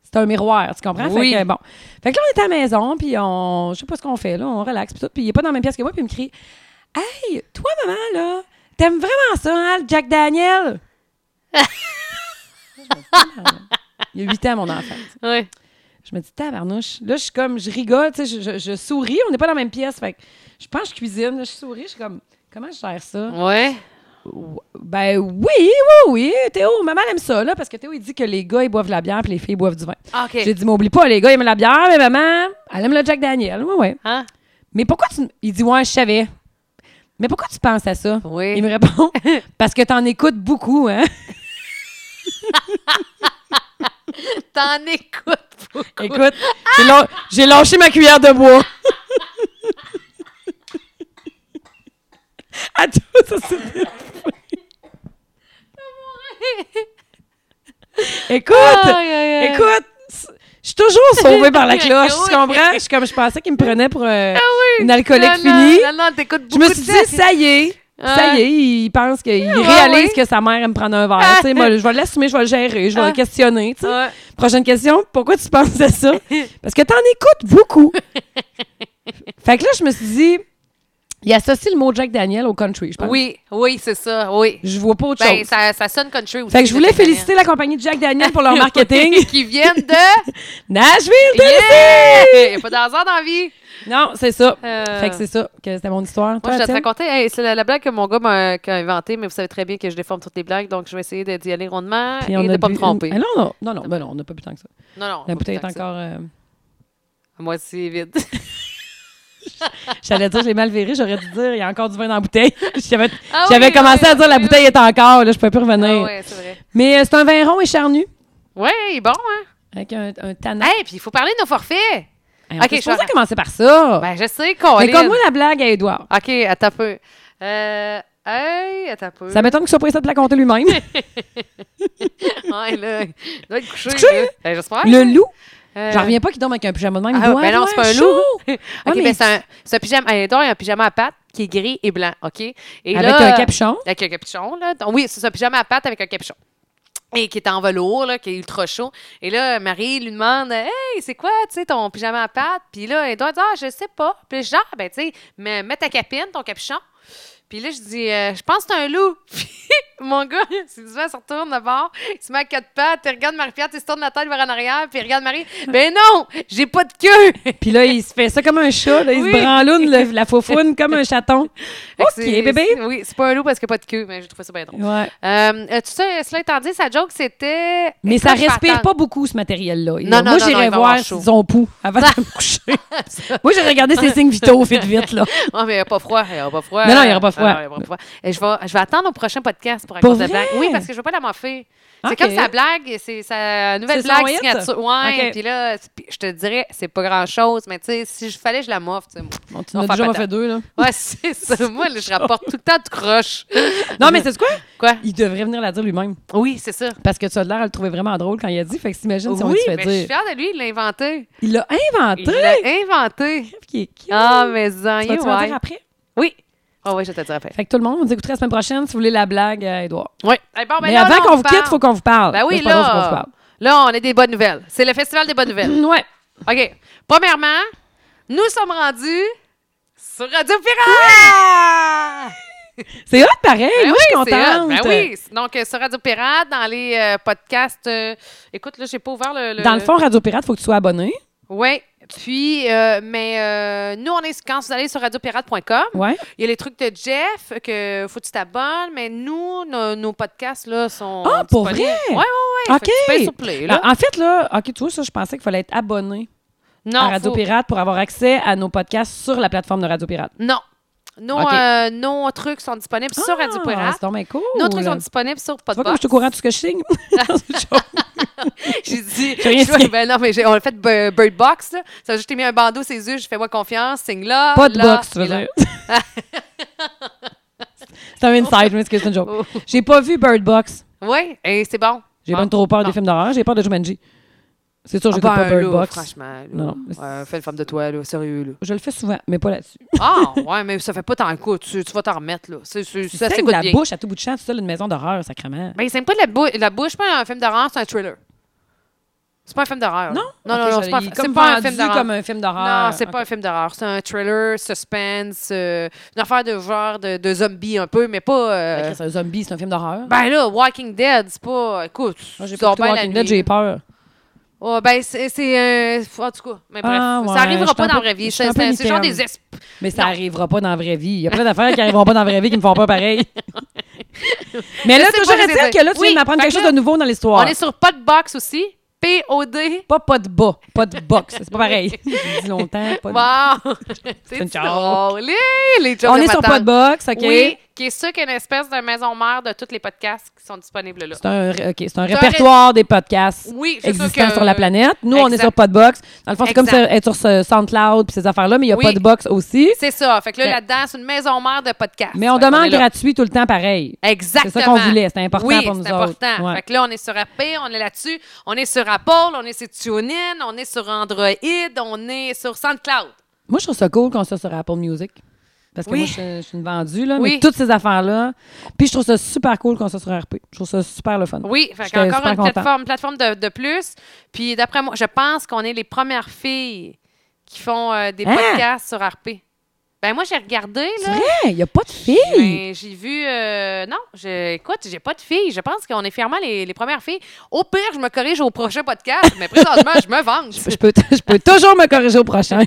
[SPEAKER 1] c'est un miroir, tu comprends?
[SPEAKER 2] Oui.
[SPEAKER 1] Fait que, bon. Fait que là, on est à la maison, puis on... Je sais pas ce qu'on fait, là. On relaxe, puis tout. Puis il est pas dans la même pièce que moi, puis il me crie « Hey, toi, maman, là, t'aimes vraiment ça, hein, le Jack Daniel? » Je me dis, Tabarnak. Il y a huit ans, mon enfant.
[SPEAKER 2] Ouais.
[SPEAKER 1] Je me dis, tabarnouche. Là, je suis comme, je rigole, tu sais, je, je- je souris. On n'est pas dans la même pièce. Fait que je pense que je cuisine, là, je souris. Je suis comme, comment je gère ça?
[SPEAKER 2] Ouais.
[SPEAKER 1] Ben oui, oui, oui. Théo, maman elle aime ça, là, parce que Théo, il dit que les gars, ils boivent de la bière puis les filles, ils boivent du vin.
[SPEAKER 2] Ah, OK.
[SPEAKER 1] J'ai dit, m'oublie pas, les gars, ils aiment la bière, mais maman, elle aime le Jack Daniel. Oui, oui.
[SPEAKER 2] Hein?
[SPEAKER 1] Mais pourquoi tu. Il dit, ouais, je savais. Mais pourquoi tu penses à ça?
[SPEAKER 2] Oui.
[SPEAKER 1] Il me répond, parce que t'en écoutes beaucoup, hein.
[SPEAKER 2] T'en écoutes beaucoup.
[SPEAKER 1] Écoute, j'ai lâ- j'ai lâché ma cuillère de bois. à tout, ça c'est. Écoute!
[SPEAKER 2] Aïe, aïe, aïe.
[SPEAKER 1] Écoute, c- je suis toujours sauvée par la cloche,
[SPEAKER 2] Oui.
[SPEAKER 1] tu comprends? Je suis comme, je pensais qu'il me prenait pour euh,
[SPEAKER 2] Ah oui.
[SPEAKER 1] une alcoolique
[SPEAKER 2] Non, non,
[SPEAKER 1] finie.
[SPEAKER 2] Non, non, t'écoutes
[SPEAKER 1] Je
[SPEAKER 2] beaucoup hein?
[SPEAKER 1] me suis dit, ça y est, Ça y est, il pense qu'il
[SPEAKER 2] ouais,
[SPEAKER 1] réalise
[SPEAKER 2] ouais.
[SPEAKER 1] que sa mère aime prendre un verre. Tu sais, moi, je vais l'assumer, je vais le gérer, je vais
[SPEAKER 2] Ah.
[SPEAKER 1] le questionner. tu sais.
[SPEAKER 2] Ouais.
[SPEAKER 1] Prochaine question, pourquoi tu penses à ça? Parce que t'en écoutes beaucoup. fait que là, je me suis dit, il associe le mot Jack Daniel au country, je pense.
[SPEAKER 2] Oui, oui, c'est ça, oui.
[SPEAKER 1] Je vois pas autre
[SPEAKER 2] Ben,
[SPEAKER 1] chose.
[SPEAKER 2] ça, ça sonne country aussi.
[SPEAKER 1] Fait que je voulais
[SPEAKER 2] Jack Daniel.
[SPEAKER 1] féliciter la compagnie de Jack Daniel pour leur marketing.
[SPEAKER 2] qui viennent de.
[SPEAKER 1] Nashville,
[SPEAKER 2] Yeah!
[SPEAKER 1] Tennessee!
[SPEAKER 2] Il n'y a pas d'hasard dans la vie.
[SPEAKER 1] Non, c'est ça.
[SPEAKER 2] Euh,
[SPEAKER 1] Fait que c'est ça, que c'était mon histoire. Toi,
[SPEAKER 2] Moi, je vais te
[SPEAKER 1] Étienne?
[SPEAKER 2] raconter. Hey, c'est la, la blague que mon gars m'a qu'a inventée, mais vous savez très bien que je déforme toutes les blagues, donc je vais essayer de- d'y aller rondement
[SPEAKER 1] Puis
[SPEAKER 2] et
[SPEAKER 1] on
[SPEAKER 2] de
[SPEAKER 1] a
[SPEAKER 2] ne pas me
[SPEAKER 1] bu
[SPEAKER 2] tromper.
[SPEAKER 1] une- Ah non, non, non, non, ben non, on n'a pas bu tant que ça.
[SPEAKER 2] Non, non.
[SPEAKER 1] La
[SPEAKER 2] pas
[SPEAKER 1] bouteille est
[SPEAKER 2] tant que ça.
[SPEAKER 1] encore. euh,
[SPEAKER 2] À moitié vide.
[SPEAKER 1] J'allais dire, j'ai mal viré, j'aurais dû dire, il y a encore du vin dans la bouteille. J'avais
[SPEAKER 2] Ah
[SPEAKER 1] j'avais
[SPEAKER 2] oui,
[SPEAKER 1] commencé
[SPEAKER 2] oui,
[SPEAKER 1] à dire, la
[SPEAKER 2] oui,
[SPEAKER 1] bouteille est encore, là, je peux plus revenir.
[SPEAKER 2] Ah ouais, c'est vrai.
[SPEAKER 1] Mais euh, c'est un vin rond et charnu,
[SPEAKER 2] Ouais, il est bon, hein?
[SPEAKER 1] avec un, un
[SPEAKER 2] Eh,
[SPEAKER 1] tannin.
[SPEAKER 2] hey, puis il faut parler de nos forfaits.
[SPEAKER 1] Hey,
[SPEAKER 2] ok,
[SPEAKER 1] on je
[SPEAKER 2] je
[SPEAKER 1] pensais
[SPEAKER 2] vais-
[SPEAKER 1] commencer par ça.
[SPEAKER 2] Ben, je sais, qu'on
[SPEAKER 1] Ah. Mais comme moi la blague à Édouard.
[SPEAKER 2] OK, attends un peu. Euh, hey, attends un peu.
[SPEAKER 1] Ça m'étonne qu'il soit pressé de la compter lui-même.
[SPEAKER 2] Ouais, là, il doit être couché.
[SPEAKER 1] couché,
[SPEAKER 2] là. Ben, j'espère.
[SPEAKER 1] le loup,
[SPEAKER 2] Euh,
[SPEAKER 1] j'en reviens pas qu'il dorme avec un pyjama de même.
[SPEAKER 2] Ah,
[SPEAKER 1] Il doit
[SPEAKER 2] ben non,
[SPEAKER 1] avoir
[SPEAKER 2] c'est pas un
[SPEAKER 1] chaud.
[SPEAKER 2] loup.
[SPEAKER 1] Ouais,
[SPEAKER 2] OK,
[SPEAKER 1] mais
[SPEAKER 2] ben c'est un, c'est un pyjama. À l'intérieur, il y a un pyjama à pattes qui est gris et blanc, OK? Et
[SPEAKER 1] Avec
[SPEAKER 2] là,
[SPEAKER 1] un capuchon.
[SPEAKER 2] Avec un capuchon, là. Donc, oui, c'est ça, un pyjama à pattes avec un capuchon. Et qui est en velours, là, qui est ultra chaud. Et là, Marie lui demande Hey, c'est quoi, tu sais, ton pyjama à pattes? Puis là, elle doit dire Ah, je sais pas. Puis genre, ben, tu sais, mais mets ta capine, ton capuchon. Puis là, je dis Euh, Je pense que c'est un loup. Puis mon gars, souvent, il se retourne d'abord, il se met à quatre pattes, il regarde Marie-Pierre, il se tourne la tête vers en arrière, puis il regarde Marie Ben non, j'ai pas de queue.
[SPEAKER 1] Puis là, il se fait ça comme un chat, là, il
[SPEAKER 2] Oui.
[SPEAKER 1] se branloune le- la faufoune comme un chaton. OK,
[SPEAKER 2] C'est-
[SPEAKER 1] bébé.
[SPEAKER 2] c'est- Oui, c'est pas un loup parce qu'il n'y a pas de queue, mais je trouvé ça bien drôle.
[SPEAKER 1] Ouais.
[SPEAKER 2] Euh, euh, tout ça, cela étant dit, sa joke, c'était.
[SPEAKER 1] Mais ça
[SPEAKER 2] Écoute, je
[SPEAKER 1] respire
[SPEAKER 2] m'attends.
[SPEAKER 1] pas beaucoup, ce matériel-là.
[SPEAKER 2] Non, non,
[SPEAKER 1] Moi,
[SPEAKER 2] non, non,
[SPEAKER 1] j'irais
[SPEAKER 2] il va
[SPEAKER 1] voir
[SPEAKER 2] avoir chaud.
[SPEAKER 1] s'ils ont pouls avant de me coucher. Moi, j'ai regardé ses signes vitaux, vite, vite, là.
[SPEAKER 2] Ah, mais il n'y a pas froid. Il n'y aura pas froid.
[SPEAKER 1] Non, non, il y aura pas froid.
[SPEAKER 2] Ah, non, il y aura pas froid. Et je, vais, je vais attendre au prochain podcast pour
[SPEAKER 1] Pour
[SPEAKER 2] raconter la
[SPEAKER 1] vrai?
[SPEAKER 2] blague. Oui, parce que je ne veux pas la moffer. C'est
[SPEAKER 1] Ok.
[SPEAKER 2] comme sa blague, c'est sa nouvelle
[SPEAKER 1] C'est son
[SPEAKER 2] blague
[SPEAKER 1] hit?
[SPEAKER 2] signature. Ouais,
[SPEAKER 1] Ok.
[SPEAKER 2] puis là, c'est- puis je te dirais, c'est pas grand-chose, mais tu sais, si je fallait, je la moffe, tu sais. moi.
[SPEAKER 1] Bon, tu
[SPEAKER 2] On
[SPEAKER 1] en as
[SPEAKER 2] fait
[SPEAKER 1] déjà
[SPEAKER 2] pas
[SPEAKER 1] fait deux, là.
[SPEAKER 2] Ouais, c'est ça. Moi, là, je rapporte tout le temps de croche.
[SPEAKER 1] Non, mais c'est quoi?
[SPEAKER 2] Quoi?
[SPEAKER 1] Il devrait venir la dire lui-même.
[SPEAKER 2] Oui, c'est ça.
[SPEAKER 1] Parce que tu as l'air à le trouver vraiment drôle quand il a dit. Fait que t'imagines si on
[SPEAKER 2] oui,
[SPEAKER 1] lui fait
[SPEAKER 2] mais je suis
[SPEAKER 1] dire.
[SPEAKER 2] fière de lui, il l'a inventé.
[SPEAKER 1] Il l'a
[SPEAKER 2] Il
[SPEAKER 1] inventé.
[SPEAKER 2] l'a inventé.
[SPEAKER 1] Qui est cute.
[SPEAKER 2] Ah, mais en
[SPEAKER 1] tu vas tu vas dire après?
[SPEAKER 2] Oui. Ah oui, je te le dirai après.
[SPEAKER 1] Fait que tout le monde, on vous écoutera la semaine prochaine si vous voulez la blague à Edouard.
[SPEAKER 2] Oui. Eh, bon, ben
[SPEAKER 1] mais
[SPEAKER 2] là,
[SPEAKER 1] avant
[SPEAKER 2] là, on
[SPEAKER 1] qu'on vous
[SPEAKER 2] parle.
[SPEAKER 1] quitte, il faut qu'on vous parle.
[SPEAKER 2] Ben oui,
[SPEAKER 1] C'est pas drôle, faut qu'on vous
[SPEAKER 2] là.
[SPEAKER 1] parle.
[SPEAKER 2] Là, on a des bonnes nouvelles. C'est le Festival des bonnes nouvelles.
[SPEAKER 1] Mm, Ouais.
[SPEAKER 2] OK. Premièrement, nous sommes rendus sur Radio Pirate!
[SPEAKER 1] C'est hot, pareil.
[SPEAKER 2] Ben
[SPEAKER 1] Moi,
[SPEAKER 2] oui,
[SPEAKER 1] je suis
[SPEAKER 2] c'est hot.
[SPEAKER 1] contente.
[SPEAKER 2] Ben oui. Donc, euh, sur Radio Pirate, dans les euh, podcasts. euh, écoute, là, j'ai pas ouvert le.
[SPEAKER 1] Dans le fond, Radio Pirate, faut que tu sois abonné.
[SPEAKER 2] Oui. Puis, euh, mais euh, nous, on est. Quand vous allez sur radiopirate.com,
[SPEAKER 1] Ouais.
[SPEAKER 2] Il y a les trucs de Jeff que faut que tu t'abonnes, mais nous, nos, nos podcasts là sont.
[SPEAKER 1] Ah, pour
[SPEAKER 2] disponibles.
[SPEAKER 1] vrai?
[SPEAKER 2] Ouais, ouais, ouais.
[SPEAKER 1] OK.
[SPEAKER 2] Fait que tu payes sur Play, là.
[SPEAKER 1] Ah, En fait, là, OK, tu vois, ça, je pensais qu'il fallait être abonné
[SPEAKER 2] non,
[SPEAKER 1] à Radio
[SPEAKER 2] faut-
[SPEAKER 1] Pirate pour avoir accès à nos podcasts sur la plateforme de Radio Pirate.
[SPEAKER 2] Non. Nos,
[SPEAKER 1] OK.
[SPEAKER 2] euh, nos trucs sont disponibles sur Radio
[SPEAKER 1] Ah,
[SPEAKER 2] Pirate.
[SPEAKER 1] C'est donc bien cool.
[SPEAKER 2] Nos trucs sont disponibles sur
[SPEAKER 1] Tu vois comme je
[SPEAKER 2] Podbox.
[SPEAKER 1] suis au courant de tout ce que je signe?
[SPEAKER 2] J'ai dit,
[SPEAKER 1] J'ai rien
[SPEAKER 2] je vois-
[SPEAKER 1] signé.
[SPEAKER 2] ben non, mais j'ai- on a fait bu- Bird Box. Là. Ça, je t'ai mis un bandeau ses yeux, je fais moi confiance, signe là.
[SPEAKER 1] Pas de
[SPEAKER 2] là,
[SPEAKER 1] box, tu veux
[SPEAKER 2] et là.
[SPEAKER 1] dire. c'est un inside, je m'excuse, c'est une joke.
[SPEAKER 2] Oh.
[SPEAKER 1] J'ai pas vu Bird Box.
[SPEAKER 2] Oui, et c'est bon.
[SPEAKER 1] J'ai
[SPEAKER 2] Bon.
[SPEAKER 1] pas trop peur
[SPEAKER 2] Non.
[SPEAKER 1] des films d'horreur. J'ai peur de Jumanji. C'est sûr,
[SPEAKER 2] Ah,
[SPEAKER 1] j'écoute
[SPEAKER 2] ben,
[SPEAKER 1] pas Bird
[SPEAKER 2] là,
[SPEAKER 1] Box.
[SPEAKER 2] Franchement, là.
[SPEAKER 1] Non, non.
[SPEAKER 2] Ouais, fais le femme de toi, là, sérieux. Là.
[SPEAKER 1] Je le fais souvent, mais pas là-dessus.
[SPEAKER 2] Ah, ouais, mais ça fait pas tant coup. Tu, tu vas t'en remettre, là. C'est, c'est-
[SPEAKER 1] Tu
[SPEAKER 2] ça
[SPEAKER 1] saignes
[SPEAKER 2] s'écoute
[SPEAKER 1] de la
[SPEAKER 2] bien.
[SPEAKER 1] bouche à tout bout de champ, tout seul, une maison d'horreur, sacrément.
[SPEAKER 2] Ben, il saigne pas de la, bou- la bouche. C'est pas un film d'horreur, c'est un thriller. C'est pas un film d'horreur. là.
[SPEAKER 1] Non?
[SPEAKER 2] Non, non,
[SPEAKER 1] Ok,
[SPEAKER 2] non,
[SPEAKER 1] je-
[SPEAKER 2] c'est pas,
[SPEAKER 1] il est
[SPEAKER 2] c'est
[SPEAKER 1] comme
[SPEAKER 2] pas un
[SPEAKER 1] vendu
[SPEAKER 2] film d'horreur.
[SPEAKER 1] comme un film d'horreur.
[SPEAKER 2] Non, c'est pas un film d'horreur. C'est un thriller, suspense, euh, une affaire de genre de, de zombie un peu, mais pas. euh,
[SPEAKER 1] C'est un zombie, c'est un film d'horreur.
[SPEAKER 2] ben là, Walking Dead, c'est pas. Écoute,
[SPEAKER 1] Moi, j'ai
[SPEAKER 2] tu
[SPEAKER 1] pas
[SPEAKER 2] dors
[SPEAKER 1] écouté
[SPEAKER 2] bien la
[SPEAKER 1] Walking Dead,
[SPEAKER 2] nuit.
[SPEAKER 1] j'ai peur.
[SPEAKER 2] Oh, ben, c'est. c'est, euh, En tout cas, mais bref,
[SPEAKER 1] Ah, ouais,
[SPEAKER 2] ça arrivera
[SPEAKER 1] j'étais
[SPEAKER 2] pas
[SPEAKER 1] un
[SPEAKER 2] dans la
[SPEAKER 1] peu-
[SPEAKER 2] vraie vie.
[SPEAKER 1] j'étais
[SPEAKER 2] C'est
[SPEAKER 1] un peu
[SPEAKER 2] c'est- c'est genre
[SPEAKER 1] mi-terme.
[SPEAKER 2] des esprits.
[SPEAKER 1] Mais ça arrivera pas dans la vraie vie. Il y a plein d'affaires qui arriveront pas dans la vraie vie qui me font pas pareil. Mais là,
[SPEAKER 2] Je sais
[SPEAKER 1] toujours
[SPEAKER 2] pas,
[SPEAKER 1] est-il
[SPEAKER 2] c'est-
[SPEAKER 1] que là, tu
[SPEAKER 2] Oui,
[SPEAKER 1] viens de m'apprendre
[SPEAKER 2] fait
[SPEAKER 1] quelque
[SPEAKER 2] que
[SPEAKER 1] chose
[SPEAKER 2] là,
[SPEAKER 1] de nouveau dans
[SPEAKER 2] On
[SPEAKER 1] l'histoire.
[SPEAKER 2] est sur Podbox aussi. P-O-D.
[SPEAKER 1] Pas pas de bas, pas de box. C'est pas pareil. J'ai dit longtemps. Pas de...
[SPEAKER 2] Wow!
[SPEAKER 1] C'est une
[SPEAKER 2] C'est
[SPEAKER 1] joke.
[SPEAKER 2] drôle! Hey, Les jokes
[SPEAKER 1] On
[SPEAKER 2] de
[SPEAKER 1] est sur
[SPEAKER 2] patente.
[SPEAKER 1] pas de box, OK?
[SPEAKER 2] Oui, qui est sûr qu'il y a une espèce de maison mère de tous les podcasts qui sont disponibles là.
[SPEAKER 1] C'est un, ok, c'est un répertoire des podcasts
[SPEAKER 2] Oui, c'est sûr
[SPEAKER 1] existants
[SPEAKER 2] que-
[SPEAKER 1] sur la planète. Nous, on est
[SPEAKER 2] Exact.
[SPEAKER 1] sur Podbox. Dans le fond, c'est comme
[SPEAKER 2] Exact.
[SPEAKER 1] sur- être sur ce SoundCloud puis ces affaires-là, mais il y a
[SPEAKER 2] Oui.
[SPEAKER 1] pas de box aussi.
[SPEAKER 2] C'est ça. Fait que là,
[SPEAKER 1] Ouais.
[SPEAKER 2] là-dedans, c'est une maison mère de podcasts.
[SPEAKER 1] Mais on
[SPEAKER 2] Fait qu'on
[SPEAKER 1] demande
[SPEAKER 2] est là.
[SPEAKER 1] gratuit tout le temps pareil.
[SPEAKER 2] Exactement.
[SPEAKER 1] C'est ça qu'on voulait, c'est important
[SPEAKER 2] Oui,
[SPEAKER 1] pour nous
[SPEAKER 2] c'est
[SPEAKER 1] autres.
[SPEAKER 2] important.
[SPEAKER 1] Ouais.
[SPEAKER 2] Fait que là, on est sur AP, on est là-dessus. On est sur Apple, on est sur TuneIn, on est sur Android, on est sur SoundCloud.
[SPEAKER 1] Moi, je trouve ça cool qu'on soit sur Apple Music. Parce que
[SPEAKER 2] Oui.
[SPEAKER 1] moi, je, suis- je suis une vendue, là.
[SPEAKER 2] Oui.
[SPEAKER 1] Mais toutes ces affaires-là. Puis je trouve ça super cool qu'on soit sur RP. Je trouve ça super le fun.
[SPEAKER 2] Oui, fait
[SPEAKER 1] J'étais
[SPEAKER 2] encore
[SPEAKER 1] super
[SPEAKER 2] une
[SPEAKER 1] contente.
[SPEAKER 2] plateforme, plateforme de, de plus. Puis d'après moi, je pense qu'on est les premières filles qui font euh, des
[SPEAKER 1] Hein?
[SPEAKER 2] podcasts sur RP. Ben moi, j'ai regardé,
[SPEAKER 1] C'est
[SPEAKER 2] là.
[SPEAKER 1] vrai, il n'y a pas de filles.
[SPEAKER 2] Ben, j'ai vu. euh, non, je, écoute, j'ai pas de filles. Je pense qu'on est fièrement les, les premières filles. Au pire, je me corrige au prochain podcast, mais présentement, je me venge.
[SPEAKER 1] Je peux, je peux toujours me corriger au prochain.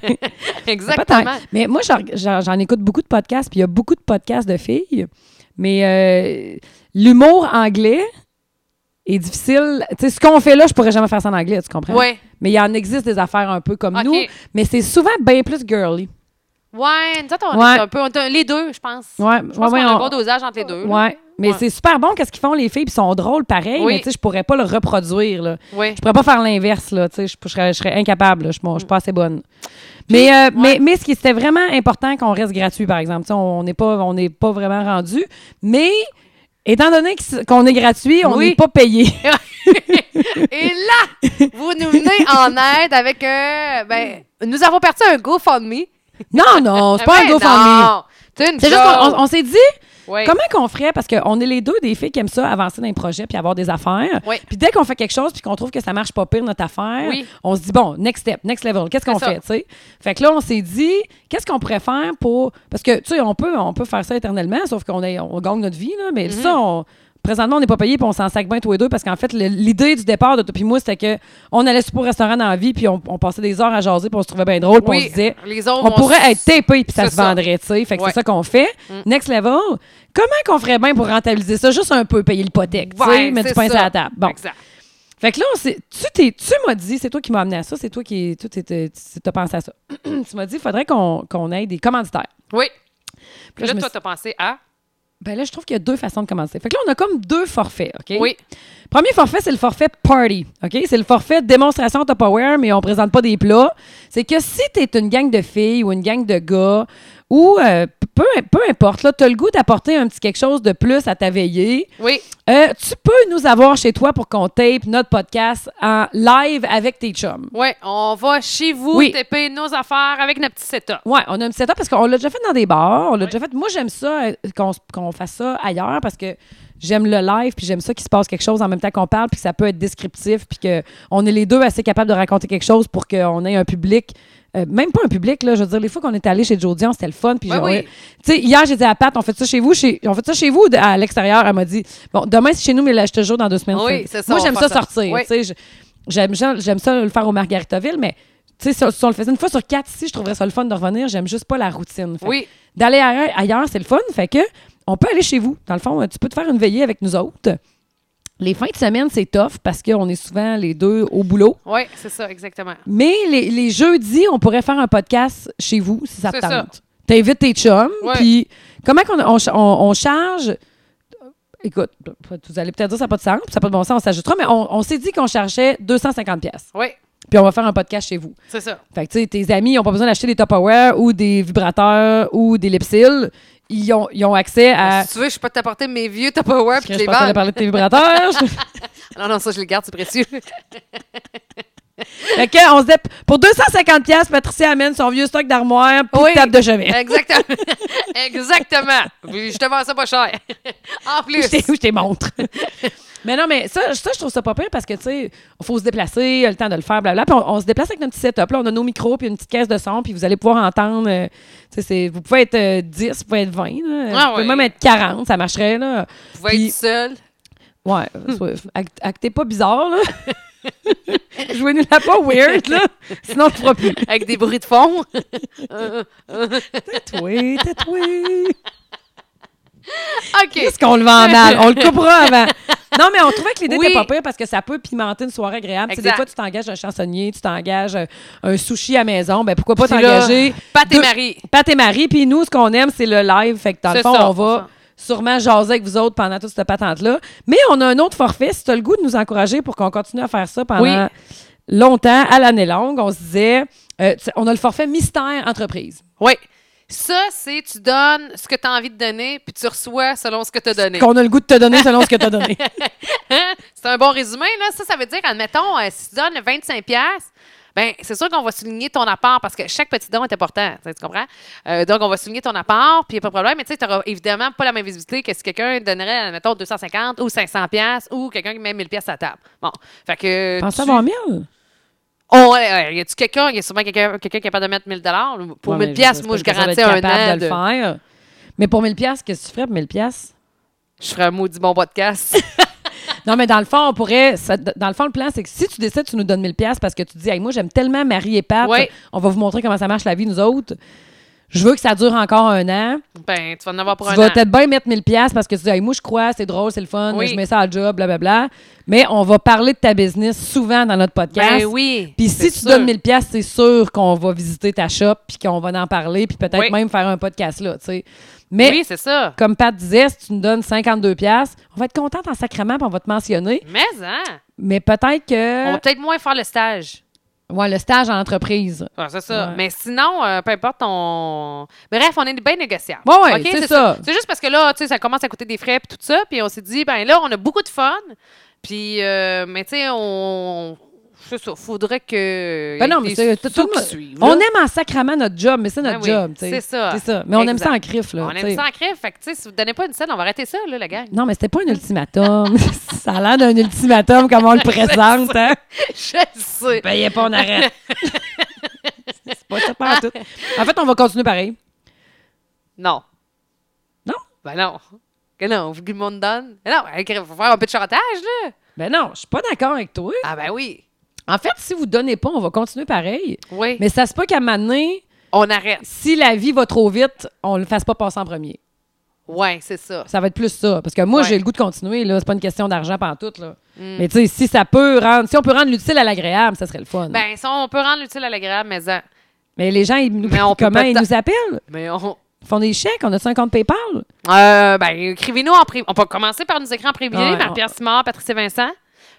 [SPEAKER 2] Exactement.
[SPEAKER 1] Ben, Peut-être. Mais moi, j'en- j'en j'en écoute beaucoup de podcasts, puis il y a beaucoup de podcasts de filles. Mais euh, l'humour anglais est difficile. Tu sais, ce qu'on fait là, je pourrais jamais faire ça en anglais, tu comprends?
[SPEAKER 2] Ouais.
[SPEAKER 1] Mais il en existe des affaires un peu comme
[SPEAKER 2] Ok.
[SPEAKER 1] nous, mais c'est souvent bien plus girly.
[SPEAKER 2] Ouais, nous autres, on
[SPEAKER 1] Ouais.
[SPEAKER 2] est un peu. on est un- les deux, je pense.
[SPEAKER 1] Ouais,
[SPEAKER 2] Je pense
[SPEAKER 1] ouais,
[SPEAKER 2] qu'on a un
[SPEAKER 1] on-
[SPEAKER 2] bon dosage entre les deux. là.
[SPEAKER 1] ouais. Mais
[SPEAKER 2] Ouais.
[SPEAKER 1] c'est super bon qu'est-ce qu'ils font les filles, puis ils sont drôles pareil,
[SPEAKER 2] Oui.
[SPEAKER 1] mais tu sais, je pourrais pas le reproduire là.
[SPEAKER 2] Oui.
[SPEAKER 1] Je pourrais pas faire l'inverse, là. Tu sais, je, je serais, je serais incapable. là. Je, suis- je suis pas assez bonne. Mais, euh, mais, mais ce qui était vraiment important qu'on reste gratuit, par exemple. Tu sais, on on n'est pas, on n'est pas vraiment rendu. Mais étant donné que c- qu'on est gratuit, on
[SPEAKER 2] Oui.
[SPEAKER 1] n'est pas payé.
[SPEAKER 2] Et là, vous nous venez en aide avec. euh, ben, nous avons parti un GoFundMe.
[SPEAKER 1] non, non, c'est pas un
[SPEAKER 2] Ben
[SPEAKER 1] GoFundMe.
[SPEAKER 2] non, C'est une
[SPEAKER 1] C'est juste qu'on on- on s'est dit,
[SPEAKER 2] Oui.
[SPEAKER 1] Comment qu'on ferait? Parce qu'on est les deux des filles qui aiment ça, avancer dans les projets puis avoir des affaires.
[SPEAKER 2] Oui.
[SPEAKER 1] Puis dès qu'on fait quelque chose puis qu'on trouve que ça marche pas pire, notre affaire,
[SPEAKER 2] Oui.
[SPEAKER 1] on se dit, bon, next step, next level, qu'est-ce qu'on
[SPEAKER 2] C'est ça.
[SPEAKER 1] fait? tu sais? Fait que là, on s'est dit, qu'est-ce qu'on pourrait faire pour. Parce que, tu sais, on peut, on peut faire ça éternellement, sauf qu'on est- on gagne notre vie, là,
[SPEAKER 2] Mm-hmm.
[SPEAKER 1] mais ça, on. Présentement, on n'est pas payé, puis on s'en sac bien tous les deux, parce qu'en fait, le- l'idée du départ de toi puis moi, c'était que on allait super au restaurant dans la vie, puis on, on passait des heures à jaser, puis on se trouvait bien drôle, puis on
[SPEAKER 2] Oui,
[SPEAKER 1] se disait,
[SPEAKER 2] les autres
[SPEAKER 1] on
[SPEAKER 2] vont
[SPEAKER 1] pourrait
[SPEAKER 2] s-
[SPEAKER 1] être tapé puis ça
[SPEAKER 2] Oh, C'est
[SPEAKER 1] se
[SPEAKER 2] ça.
[SPEAKER 1] vendrait, tu sais. Fait que
[SPEAKER 2] Ouais. Mm.
[SPEAKER 1] c'est ça qu'on fait. Next level. Comment qu'on ferait bien pour rentabiliser ça? Juste un peu, payer l'hypothèque, tu sais,
[SPEAKER 2] Ouais,
[SPEAKER 1] mettre
[SPEAKER 2] c'est
[SPEAKER 1] du pain
[SPEAKER 2] ça.
[SPEAKER 1] sur la table. Bon.
[SPEAKER 2] Exact.
[SPEAKER 1] Fait que là, on s'est- tu, t'es- tu m'as dit, c'est toi qui m'as amené à ça, c'est toi qui tu t'es- t'es- tu t'as pensé à ça. tu m'as dit, il faudrait qu'on qu'on ait des commanditaires.
[SPEAKER 2] Oui.
[SPEAKER 1] Puis
[SPEAKER 2] Là,
[SPEAKER 1] je me
[SPEAKER 2] toi,
[SPEAKER 1] suis-
[SPEAKER 2] t'as pensé à.
[SPEAKER 1] ben là, je trouve qu'il y a deux façons de commencer. Fait que là, on a comme deux forfaits, OK?
[SPEAKER 2] Oui.
[SPEAKER 1] Premier forfait, c'est le forfait party, OK? C'est le forfait démonstration Tupperware, mais on présente pas des plats. C'est que si tu es une gang de filles ou une gang de gars, ou euh, peu, peu importe, là, t'as le goût d'apporter un petit quelque chose de plus à ta veillée,
[SPEAKER 2] Oui.
[SPEAKER 1] euh, tu peux nous avoir chez toi pour qu'on tape notre podcast en live avec tes chums.
[SPEAKER 2] Oui. On va chez vous
[SPEAKER 1] Oui.
[SPEAKER 2] taper nos affaires avec notre petit setup.
[SPEAKER 1] Ouais, on a un petit setup parce qu'on l'a déjà fait dans des bars. On l'a déjà fait. Moi, j'aime ça euh, qu'on s- qu'on fasse ça ailleurs parce que j'aime le live puis j'aime ça qu'il se passe quelque chose en même temps qu'on parle puis que ça peut être descriptif puis que on est les deux assez capables de raconter quelque chose pour qu'on ait un public. euh, même pas un public, là. Je veux dire, les fois qu'on est allé chez Jodian, c'était le fun. Puis
[SPEAKER 2] Ben
[SPEAKER 1] genre,
[SPEAKER 2] oui.
[SPEAKER 1] euh, Tu sais, hier, j'ai dit à Pat, on fait ça chez vous, chez, on fait ça chez vous ou de- à l'extérieur. Elle m'a dit, bon, demain, c'est chez nous, mais là, je te jure, dans deux semaines.
[SPEAKER 2] Oui, c'est ça,
[SPEAKER 1] Moi,
[SPEAKER 2] on
[SPEAKER 1] j'aime
[SPEAKER 2] va
[SPEAKER 1] ça
[SPEAKER 2] faire ça.
[SPEAKER 1] sortir.
[SPEAKER 2] Oui.
[SPEAKER 1] tu sais, je- J'aime j'aime- j'aime ça le faire au Margaritaville, mais tu sais, si on- si on le faisait une fois sur quatre ici, je trouverais ça le fun de revenir. J'aime juste pas la routine. Fait que
[SPEAKER 2] Oui.
[SPEAKER 1] D'aller ailleurs, ailleurs, c'est le fun. Fait que on peut aller chez vous. Dans le fond, euh, tu peux te faire une veillée avec nous autres. Les fins de semaine, c'est tough parce qu'on est souvent les deux au boulot.
[SPEAKER 2] Oui, c'est ça, exactement.
[SPEAKER 1] Mais les, les jeudis, on pourrait faire un podcast chez vous si ça te
[SPEAKER 2] C'est ça.
[SPEAKER 1] tente. T'invites tes chums.
[SPEAKER 2] Ouais.
[SPEAKER 1] Puis comment qu'on on, ch- on- on charge. Écoute, vous allez peut-être dire ça n'a pas de sens, puis ça n'a pas de bon sens, on s'ajustera, mais on, on s'est dit qu'on cherchait 250$. piastres.
[SPEAKER 2] Oui.
[SPEAKER 1] Puis on va faire un podcast chez vous.
[SPEAKER 2] C'est ça.
[SPEAKER 1] Fait que, tu sais, tes amis, ils n'ont pas besoin d'acheter des Tupperware ou des vibrateurs ou des lipsils. Ils ont, ils ont accès à.
[SPEAKER 2] Si tu veux, je peux t'apporter mes vieux Tupperware puis
[SPEAKER 1] Euh. Je
[SPEAKER 2] te les
[SPEAKER 1] pensais qu'on allait
[SPEAKER 2] vendre.
[SPEAKER 1] parler de tes vibrateurs. Je-
[SPEAKER 2] Non, non, ça, je les garde, c'est précieux.
[SPEAKER 1] fait que, on se dit, pour 250$, Patricia amène son vieux stock d'armoire puis
[SPEAKER 2] Oui.
[SPEAKER 1] une table de chevet.
[SPEAKER 2] Exactement. Exactement. Puis je te vends ça pas cher. En
[SPEAKER 1] Ou
[SPEAKER 2] plus.
[SPEAKER 1] je t'ai- ou je t'ai montre. mais non, mais ça, ça, je trouve ça pas pire parce que, tu sais, il faut se déplacer, il y a le temps de le faire, blablabla. Puis on, on se déplace avec notre petit setup. Là, on a nos micros, puis une petite caisse de son, puis vous allez pouvoir entendre. euh, tu sais, c'est- vous pouvez être euh, 10, vous pouvez être 20, là.
[SPEAKER 2] Ah
[SPEAKER 1] vous pouvez
[SPEAKER 2] oui.
[SPEAKER 1] même être 40, ça marcherait, là.
[SPEAKER 2] Vous pouvez
[SPEAKER 1] Puis-
[SPEAKER 2] être seul.
[SPEAKER 1] Ouais,
[SPEAKER 2] Hmm.
[SPEAKER 1] sois- act- actez pas bizarre, là. Jouez-nous la pas weird, là. Sinon, tu feras plus.
[SPEAKER 2] Avec des bruits de fond.
[SPEAKER 1] Tatoué, tatoué.
[SPEAKER 2] OK.
[SPEAKER 1] Qu'est-ce qu'on le vend mal? On le coupera avant. Non, mais on trouvait que l'idée
[SPEAKER 2] Oui.
[SPEAKER 1] n'était pas pire parce que ça peut pimenter une soirée agréable. Tu sais,
[SPEAKER 2] Exact.
[SPEAKER 1] des fois, tu t'engages un chansonnier, tu t'engages euh, un sushi à maison. Ben, pourquoi pas
[SPEAKER 2] Puis là,
[SPEAKER 1] t'engager
[SPEAKER 2] Pat et
[SPEAKER 1] deux-
[SPEAKER 2] Marie.
[SPEAKER 1] Pat et Marie. Puis nous, ce qu'on aime, c'est le live. Fait que dans le
[SPEAKER 2] C'est
[SPEAKER 1] fond,
[SPEAKER 2] ça,
[SPEAKER 1] on va sûrement jaser avec vous autres pendant toute cette patente-là. Mais on a un autre forfait. Si tu as le goût de nous encourager pour qu'on continue à faire ça pendant
[SPEAKER 2] Oui.
[SPEAKER 1] longtemps, à l'année longue, on se disait, euh, tu- on a le forfait mystère entreprise.
[SPEAKER 2] Oui. Ça, c'est tu donnes ce que tu as envie de donner, puis tu reçois selon ce que tu as donné.
[SPEAKER 1] Qu'on a le goût de te donner selon ce que tu as donné.
[SPEAKER 2] Hein? C'est un bon résumé, là. Ça, ça veut dire, admettons, euh, si tu donnes le 25$, ben c'est sûr qu'on va souligner ton apport parce que chaque petit don est important. Tu sais, tu comprends? Euh, donc, on va souligner ton apport, puis il n'y a pas de problème. Mais tu sais, tu n'auras évidemment pas la même visibilité que si quelqu'un donnerait, mettons, 250 ou 500 pièces ou quelqu'un qui met 1000 pièces à la table. Bon. Fait que.
[SPEAKER 1] Pense
[SPEAKER 2] tu-
[SPEAKER 1] avoir mille.
[SPEAKER 2] Oh, ouais, ouais, y a-tu quelqu'un, y a sûrement quelqu'un quelqu'un qui est capable de mettre 1000 dollars pour
[SPEAKER 1] Ouais,
[SPEAKER 2] 1000
[SPEAKER 1] mais
[SPEAKER 2] pièces,
[SPEAKER 1] sais
[SPEAKER 2] moi
[SPEAKER 1] pas
[SPEAKER 2] je
[SPEAKER 1] si personne va être
[SPEAKER 2] garantis un
[SPEAKER 1] capable
[SPEAKER 2] an
[SPEAKER 1] de le
[SPEAKER 2] de-
[SPEAKER 1] faire. Mais pour 1000 pièces, qu'est-ce que tu ferais pour 1000 pièces
[SPEAKER 2] je ferais un maudit bon podcast.
[SPEAKER 1] Non, mais dans le fond, on pourrait. ça- dans le fond, le plan, c'est que si tu décides, tu nous donnes 1000 pièces parce que tu dis, hey, moi, j'aime tellement Marie et Pat,
[SPEAKER 2] Ouais.
[SPEAKER 1] on va vous montrer comment ça marche la vie, nous autres. Je veux que ça dure encore un an.
[SPEAKER 2] ben, tu vas en avoir pour
[SPEAKER 1] tu
[SPEAKER 2] un
[SPEAKER 1] vas
[SPEAKER 2] an.
[SPEAKER 1] peut-être bien mettre 1000 pièces parce que tu dis, hey, moi, je crois, c'est drôle, c'est le fun,
[SPEAKER 2] Oui.
[SPEAKER 1] je mets ça à job, blablabla. Mais on va parler de ta business souvent dans notre podcast.
[SPEAKER 2] Ben oui.
[SPEAKER 1] Puis si
[SPEAKER 2] c'est
[SPEAKER 1] tu
[SPEAKER 2] sûr.
[SPEAKER 1] donnes 1000 pièces, c'est sûr qu'on va visiter ta shop puis qu'on va en parler puis peut-être
[SPEAKER 2] Oui.
[SPEAKER 1] même faire un podcast là, tu sais. Mais
[SPEAKER 2] Oui, c'est ça.
[SPEAKER 1] comme Pat disait, si tu nous donnes 52 pièces, on va être contente en sacrement puis on va te mentionner,
[SPEAKER 2] Mais, hein,
[SPEAKER 1] mais peut-être
[SPEAKER 2] on va
[SPEAKER 1] que
[SPEAKER 2] peut-être moins faire le stage.
[SPEAKER 1] ouais, le stage en entreprise.
[SPEAKER 2] Ouais, c'est ça.
[SPEAKER 1] Ouais.
[SPEAKER 2] Mais sinon, euh, peu importe, on. Bref, on est bien négociable.
[SPEAKER 1] Ouais, ouais,
[SPEAKER 2] OK,
[SPEAKER 1] c'est ça.
[SPEAKER 2] C'est juste parce que là, tu sais, ça commence à coûter des frais puis tout ça. Puis on s'est dit, ben là, on a beaucoup de fun. Puis, euh, mais tu sais, on. C'est ça. Faudrait que.
[SPEAKER 1] Ben non,
[SPEAKER 2] y
[SPEAKER 1] mais
[SPEAKER 2] ait
[SPEAKER 1] c'est
[SPEAKER 2] des
[SPEAKER 1] tout,
[SPEAKER 2] sous
[SPEAKER 1] tout le
[SPEAKER 2] qui
[SPEAKER 1] monde-
[SPEAKER 2] suivent, là.
[SPEAKER 1] on aime en sacrament notre job, mais c'est notre
[SPEAKER 2] Ben oui,
[SPEAKER 1] job, tu sais.
[SPEAKER 2] c'est ça.
[SPEAKER 1] C'est ça, mais on aime
[SPEAKER 2] Exact.
[SPEAKER 1] ça en crif là,
[SPEAKER 2] on
[SPEAKER 1] tu sais.
[SPEAKER 2] aime ça en crève. Fait que, tu sais, si vous donnez pas une scène, on va arrêter ça, là, la gang.
[SPEAKER 1] Non, mais c'était pas un ultimatum. ça a l'air d'un ultimatum comme on le présente, hein.
[SPEAKER 2] Je le sais.
[SPEAKER 1] Payez pas, on arrête. c'est pas ça pas tout. En fait, on va continuer pareil.
[SPEAKER 2] Non.
[SPEAKER 1] Non?
[SPEAKER 2] Ben non. Que non, vous que le monde donne. Ben non, il faut faire un peu de chantage, là.
[SPEAKER 1] Ben non, je suis pas d'accord avec toi.
[SPEAKER 2] Ah ben oui.
[SPEAKER 1] En fait, si vous donnez pas, on va continuer pareil.
[SPEAKER 2] Oui.
[SPEAKER 1] Mais ça se peut qu'à un moment donné,
[SPEAKER 2] On arrête.
[SPEAKER 1] si la vie va trop vite, on le fasse pas passer en premier.
[SPEAKER 2] Ouais, c'est ça.
[SPEAKER 1] Ça va être plus ça. Parce que moi,
[SPEAKER 2] Ouais. Mm.
[SPEAKER 1] j'ai le goût de continuer. Là. C'est pas une question d'argent pantoute. Là. Mais tu sais, si ça peut rendre. Si on peut rendre l'utile à l'agréable, ça serait le fun.
[SPEAKER 2] Ben, ça, on peut rendre l'utile à l'agréable, mais, en-
[SPEAKER 1] mais les gens, ils nous,
[SPEAKER 2] Mais on peut
[SPEAKER 1] comment
[SPEAKER 2] pas
[SPEAKER 1] ils
[SPEAKER 2] ta-
[SPEAKER 1] nous appellent?
[SPEAKER 2] mais on.
[SPEAKER 1] Ils font des chèques, on a 50 PayPal.
[SPEAKER 2] Euh, ben, écrivez-nous en privé. On peut commencer par nous écrire en privé,
[SPEAKER 1] Ouais,
[SPEAKER 2] par
[SPEAKER 1] on-
[SPEAKER 2] Pierre Simard, Patricia Vincent.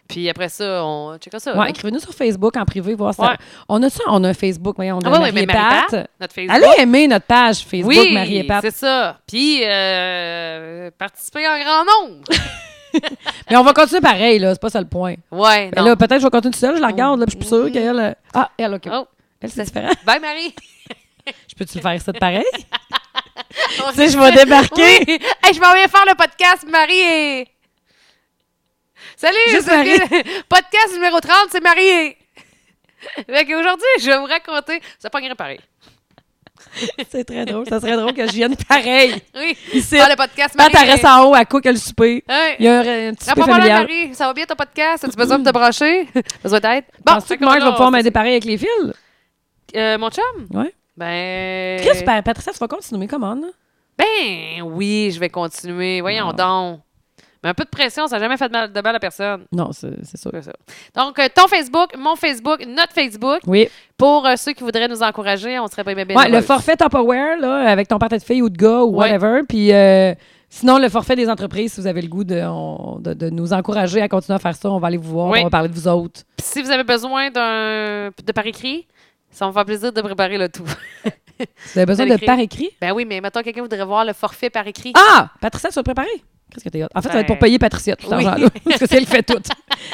[SPEAKER 2] Puis après ça, on checkera ça. hein?
[SPEAKER 1] Ouais,
[SPEAKER 2] là.
[SPEAKER 1] écrivez-nous sur Facebook en privé, voir ça.
[SPEAKER 2] Ouais.
[SPEAKER 1] On a ça, on a un Facebook, mais on a
[SPEAKER 2] Ah ouais, ouais,
[SPEAKER 1] Marie
[SPEAKER 2] mais
[SPEAKER 1] et
[SPEAKER 2] Marie-Pat,
[SPEAKER 1] Pat.
[SPEAKER 2] notre Facebook.
[SPEAKER 1] Allez aimer notre page Facebook
[SPEAKER 2] oui,
[SPEAKER 1] Marie et Pat.
[SPEAKER 2] c'est ça. Puis, euh, participez en grand nombre.
[SPEAKER 1] Mais on va continuer pareil, là. C'est pas ça le point.
[SPEAKER 2] Ouais,
[SPEAKER 1] Mais
[SPEAKER 2] non. Mm-hmm.
[SPEAKER 1] là, peut-être je vais continuer toute seule, je la regarde, là, puis je suis sûre qu'elle. euh, Ah, elle, OK.
[SPEAKER 2] Oh,
[SPEAKER 1] Elle, c'est différent.
[SPEAKER 2] bye, Marie.
[SPEAKER 1] Je peux-tu le faire ça de pareil? tu sais, je vais débarquer.
[SPEAKER 2] Oui. Hey, je m'en vais faire le podcast Marie et. Salut!
[SPEAKER 1] Juste
[SPEAKER 2] c'est
[SPEAKER 1] Marie.
[SPEAKER 2] le Podcast numéro 30, c'est Marie et. Fait qu'aujourd'hui, je vais vous raconter. Ça pas pareil.
[SPEAKER 1] C'est très drôle. Ça serait drôle que je vienne pareil.
[SPEAKER 2] Oui.
[SPEAKER 1] Ici.
[SPEAKER 2] Faire le podcast
[SPEAKER 1] Pat,
[SPEAKER 2] Marie.
[SPEAKER 1] elle reste en haut, à cook, elle souper.
[SPEAKER 2] Ouais.
[SPEAKER 1] Il y a un, un petit souper
[SPEAKER 2] Rapport par là,
[SPEAKER 1] familial.
[SPEAKER 2] Marie. Ça va bien ton podcast? As-tu besoin de te brancher? besoin d'aide?
[SPEAKER 1] Penses-tu
[SPEAKER 2] fait
[SPEAKER 1] que Marc
[SPEAKER 2] là,
[SPEAKER 1] va pouvoir
[SPEAKER 2] c'est-
[SPEAKER 1] m'aider pareil avec les fils?
[SPEAKER 2] Euh, mon chum?
[SPEAKER 1] Ouais.
[SPEAKER 2] Ben.
[SPEAKER 1] Chris, pa- Patricia, tu vas continuer comment? là?
[SPEAKER 2] Ben oui, je vais continuer.
[SPEAKER 1] Non.
[SPEAKER 2] Voyons donc. Mais un peu de pression, ça n'a jamais fait de mal, de mal à personne.
[SPEAKER 1] Non, c'est c'est sûr.
[SPEAKER 2] C'est ça. Donc, euh, ton Facebook, mon Facebook, notre Facebook.
[SPEAKER 1] Oui.
[SPEAKER 2] Pour euh, ceux qui voudraient nous encourager, on serait bien, bien, bien
[SPEAKER 1] Ouais, le
[SPEAKER 2] heureux.
[SPEAKER 1] forfait Tupperware, là, avec ton partenaire de fille ou de gars ou
[SPEAKER 2] Ouais.
[SPEAKER 1] whatever. Puis euh, sinon, le forfait des entreprises, si vous avez le goût de, on- de, de nous encourager à continuer à faire ça, on va aller vous voir,
[SPEAKER 2] Oui.
[SPEAKER 1] on va parler de vous autres.
[SPEAKER 2] Puis Si vous avez besoin d'un de par écrit, ça me fait plaisir de préparer le tout.
[SPEAKER 1] Si vous avez besoin
[SPEAKER 2] Vous
[SPEAKER 1] de
[SPEAKER 2] allez
[SPEAKER 1] par écrit?
[SPEAKER 2] ben oui, mais mettons quelqu'un voudrait voir le forfait par écrit.
[SPEAKER 1] Ah! Patricia, tu vas le préparer? Qu'est-ce que t'es hot? En fait, ça va être pour
[SPEAKER 2] Ben,
[SPEAKER 1] payer Patricia tout cet
[SPEAKER 2] oui.
[SPEAKER 1] argent-là. Parce que c'est elle qui fait tout.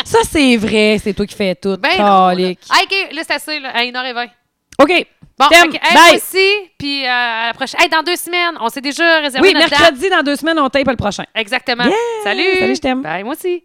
[SPEAKER 1] Ça, c'est vrai, c'est toi qui fais tout.
[SPEAKER 2] ben non. là.
[SPEAKER 1] Calique.
[SPEAKER 2] Ah, OK, là, c'est assez, là, à 1h20.
[SPEAKER 1] OK.
[SPEAKER 2] Bon,
[SPEAKER 1] T'aimes.
[SPEAKER 2] fait que, hey,
[SPEAKER 1] Bye.
[SPEAKER 2] voici, puis euh, à la prochaine. Hey, dans deux semaines, on s'est déjà réservé
[SPEAKER 1] Oui,
[SPEAKER 2] notre date.
[SPEAKER 1] mercredi, dans deux semaines, on tape le prochain.
[SPEAKER 2] Exactement.
[SPEAKER 1] Yeah!
[SPEAKER 2] Salut!
[SPEAKER 1] Salut, je t'aime.
[SPEAKER 2] Bye, moi aussi.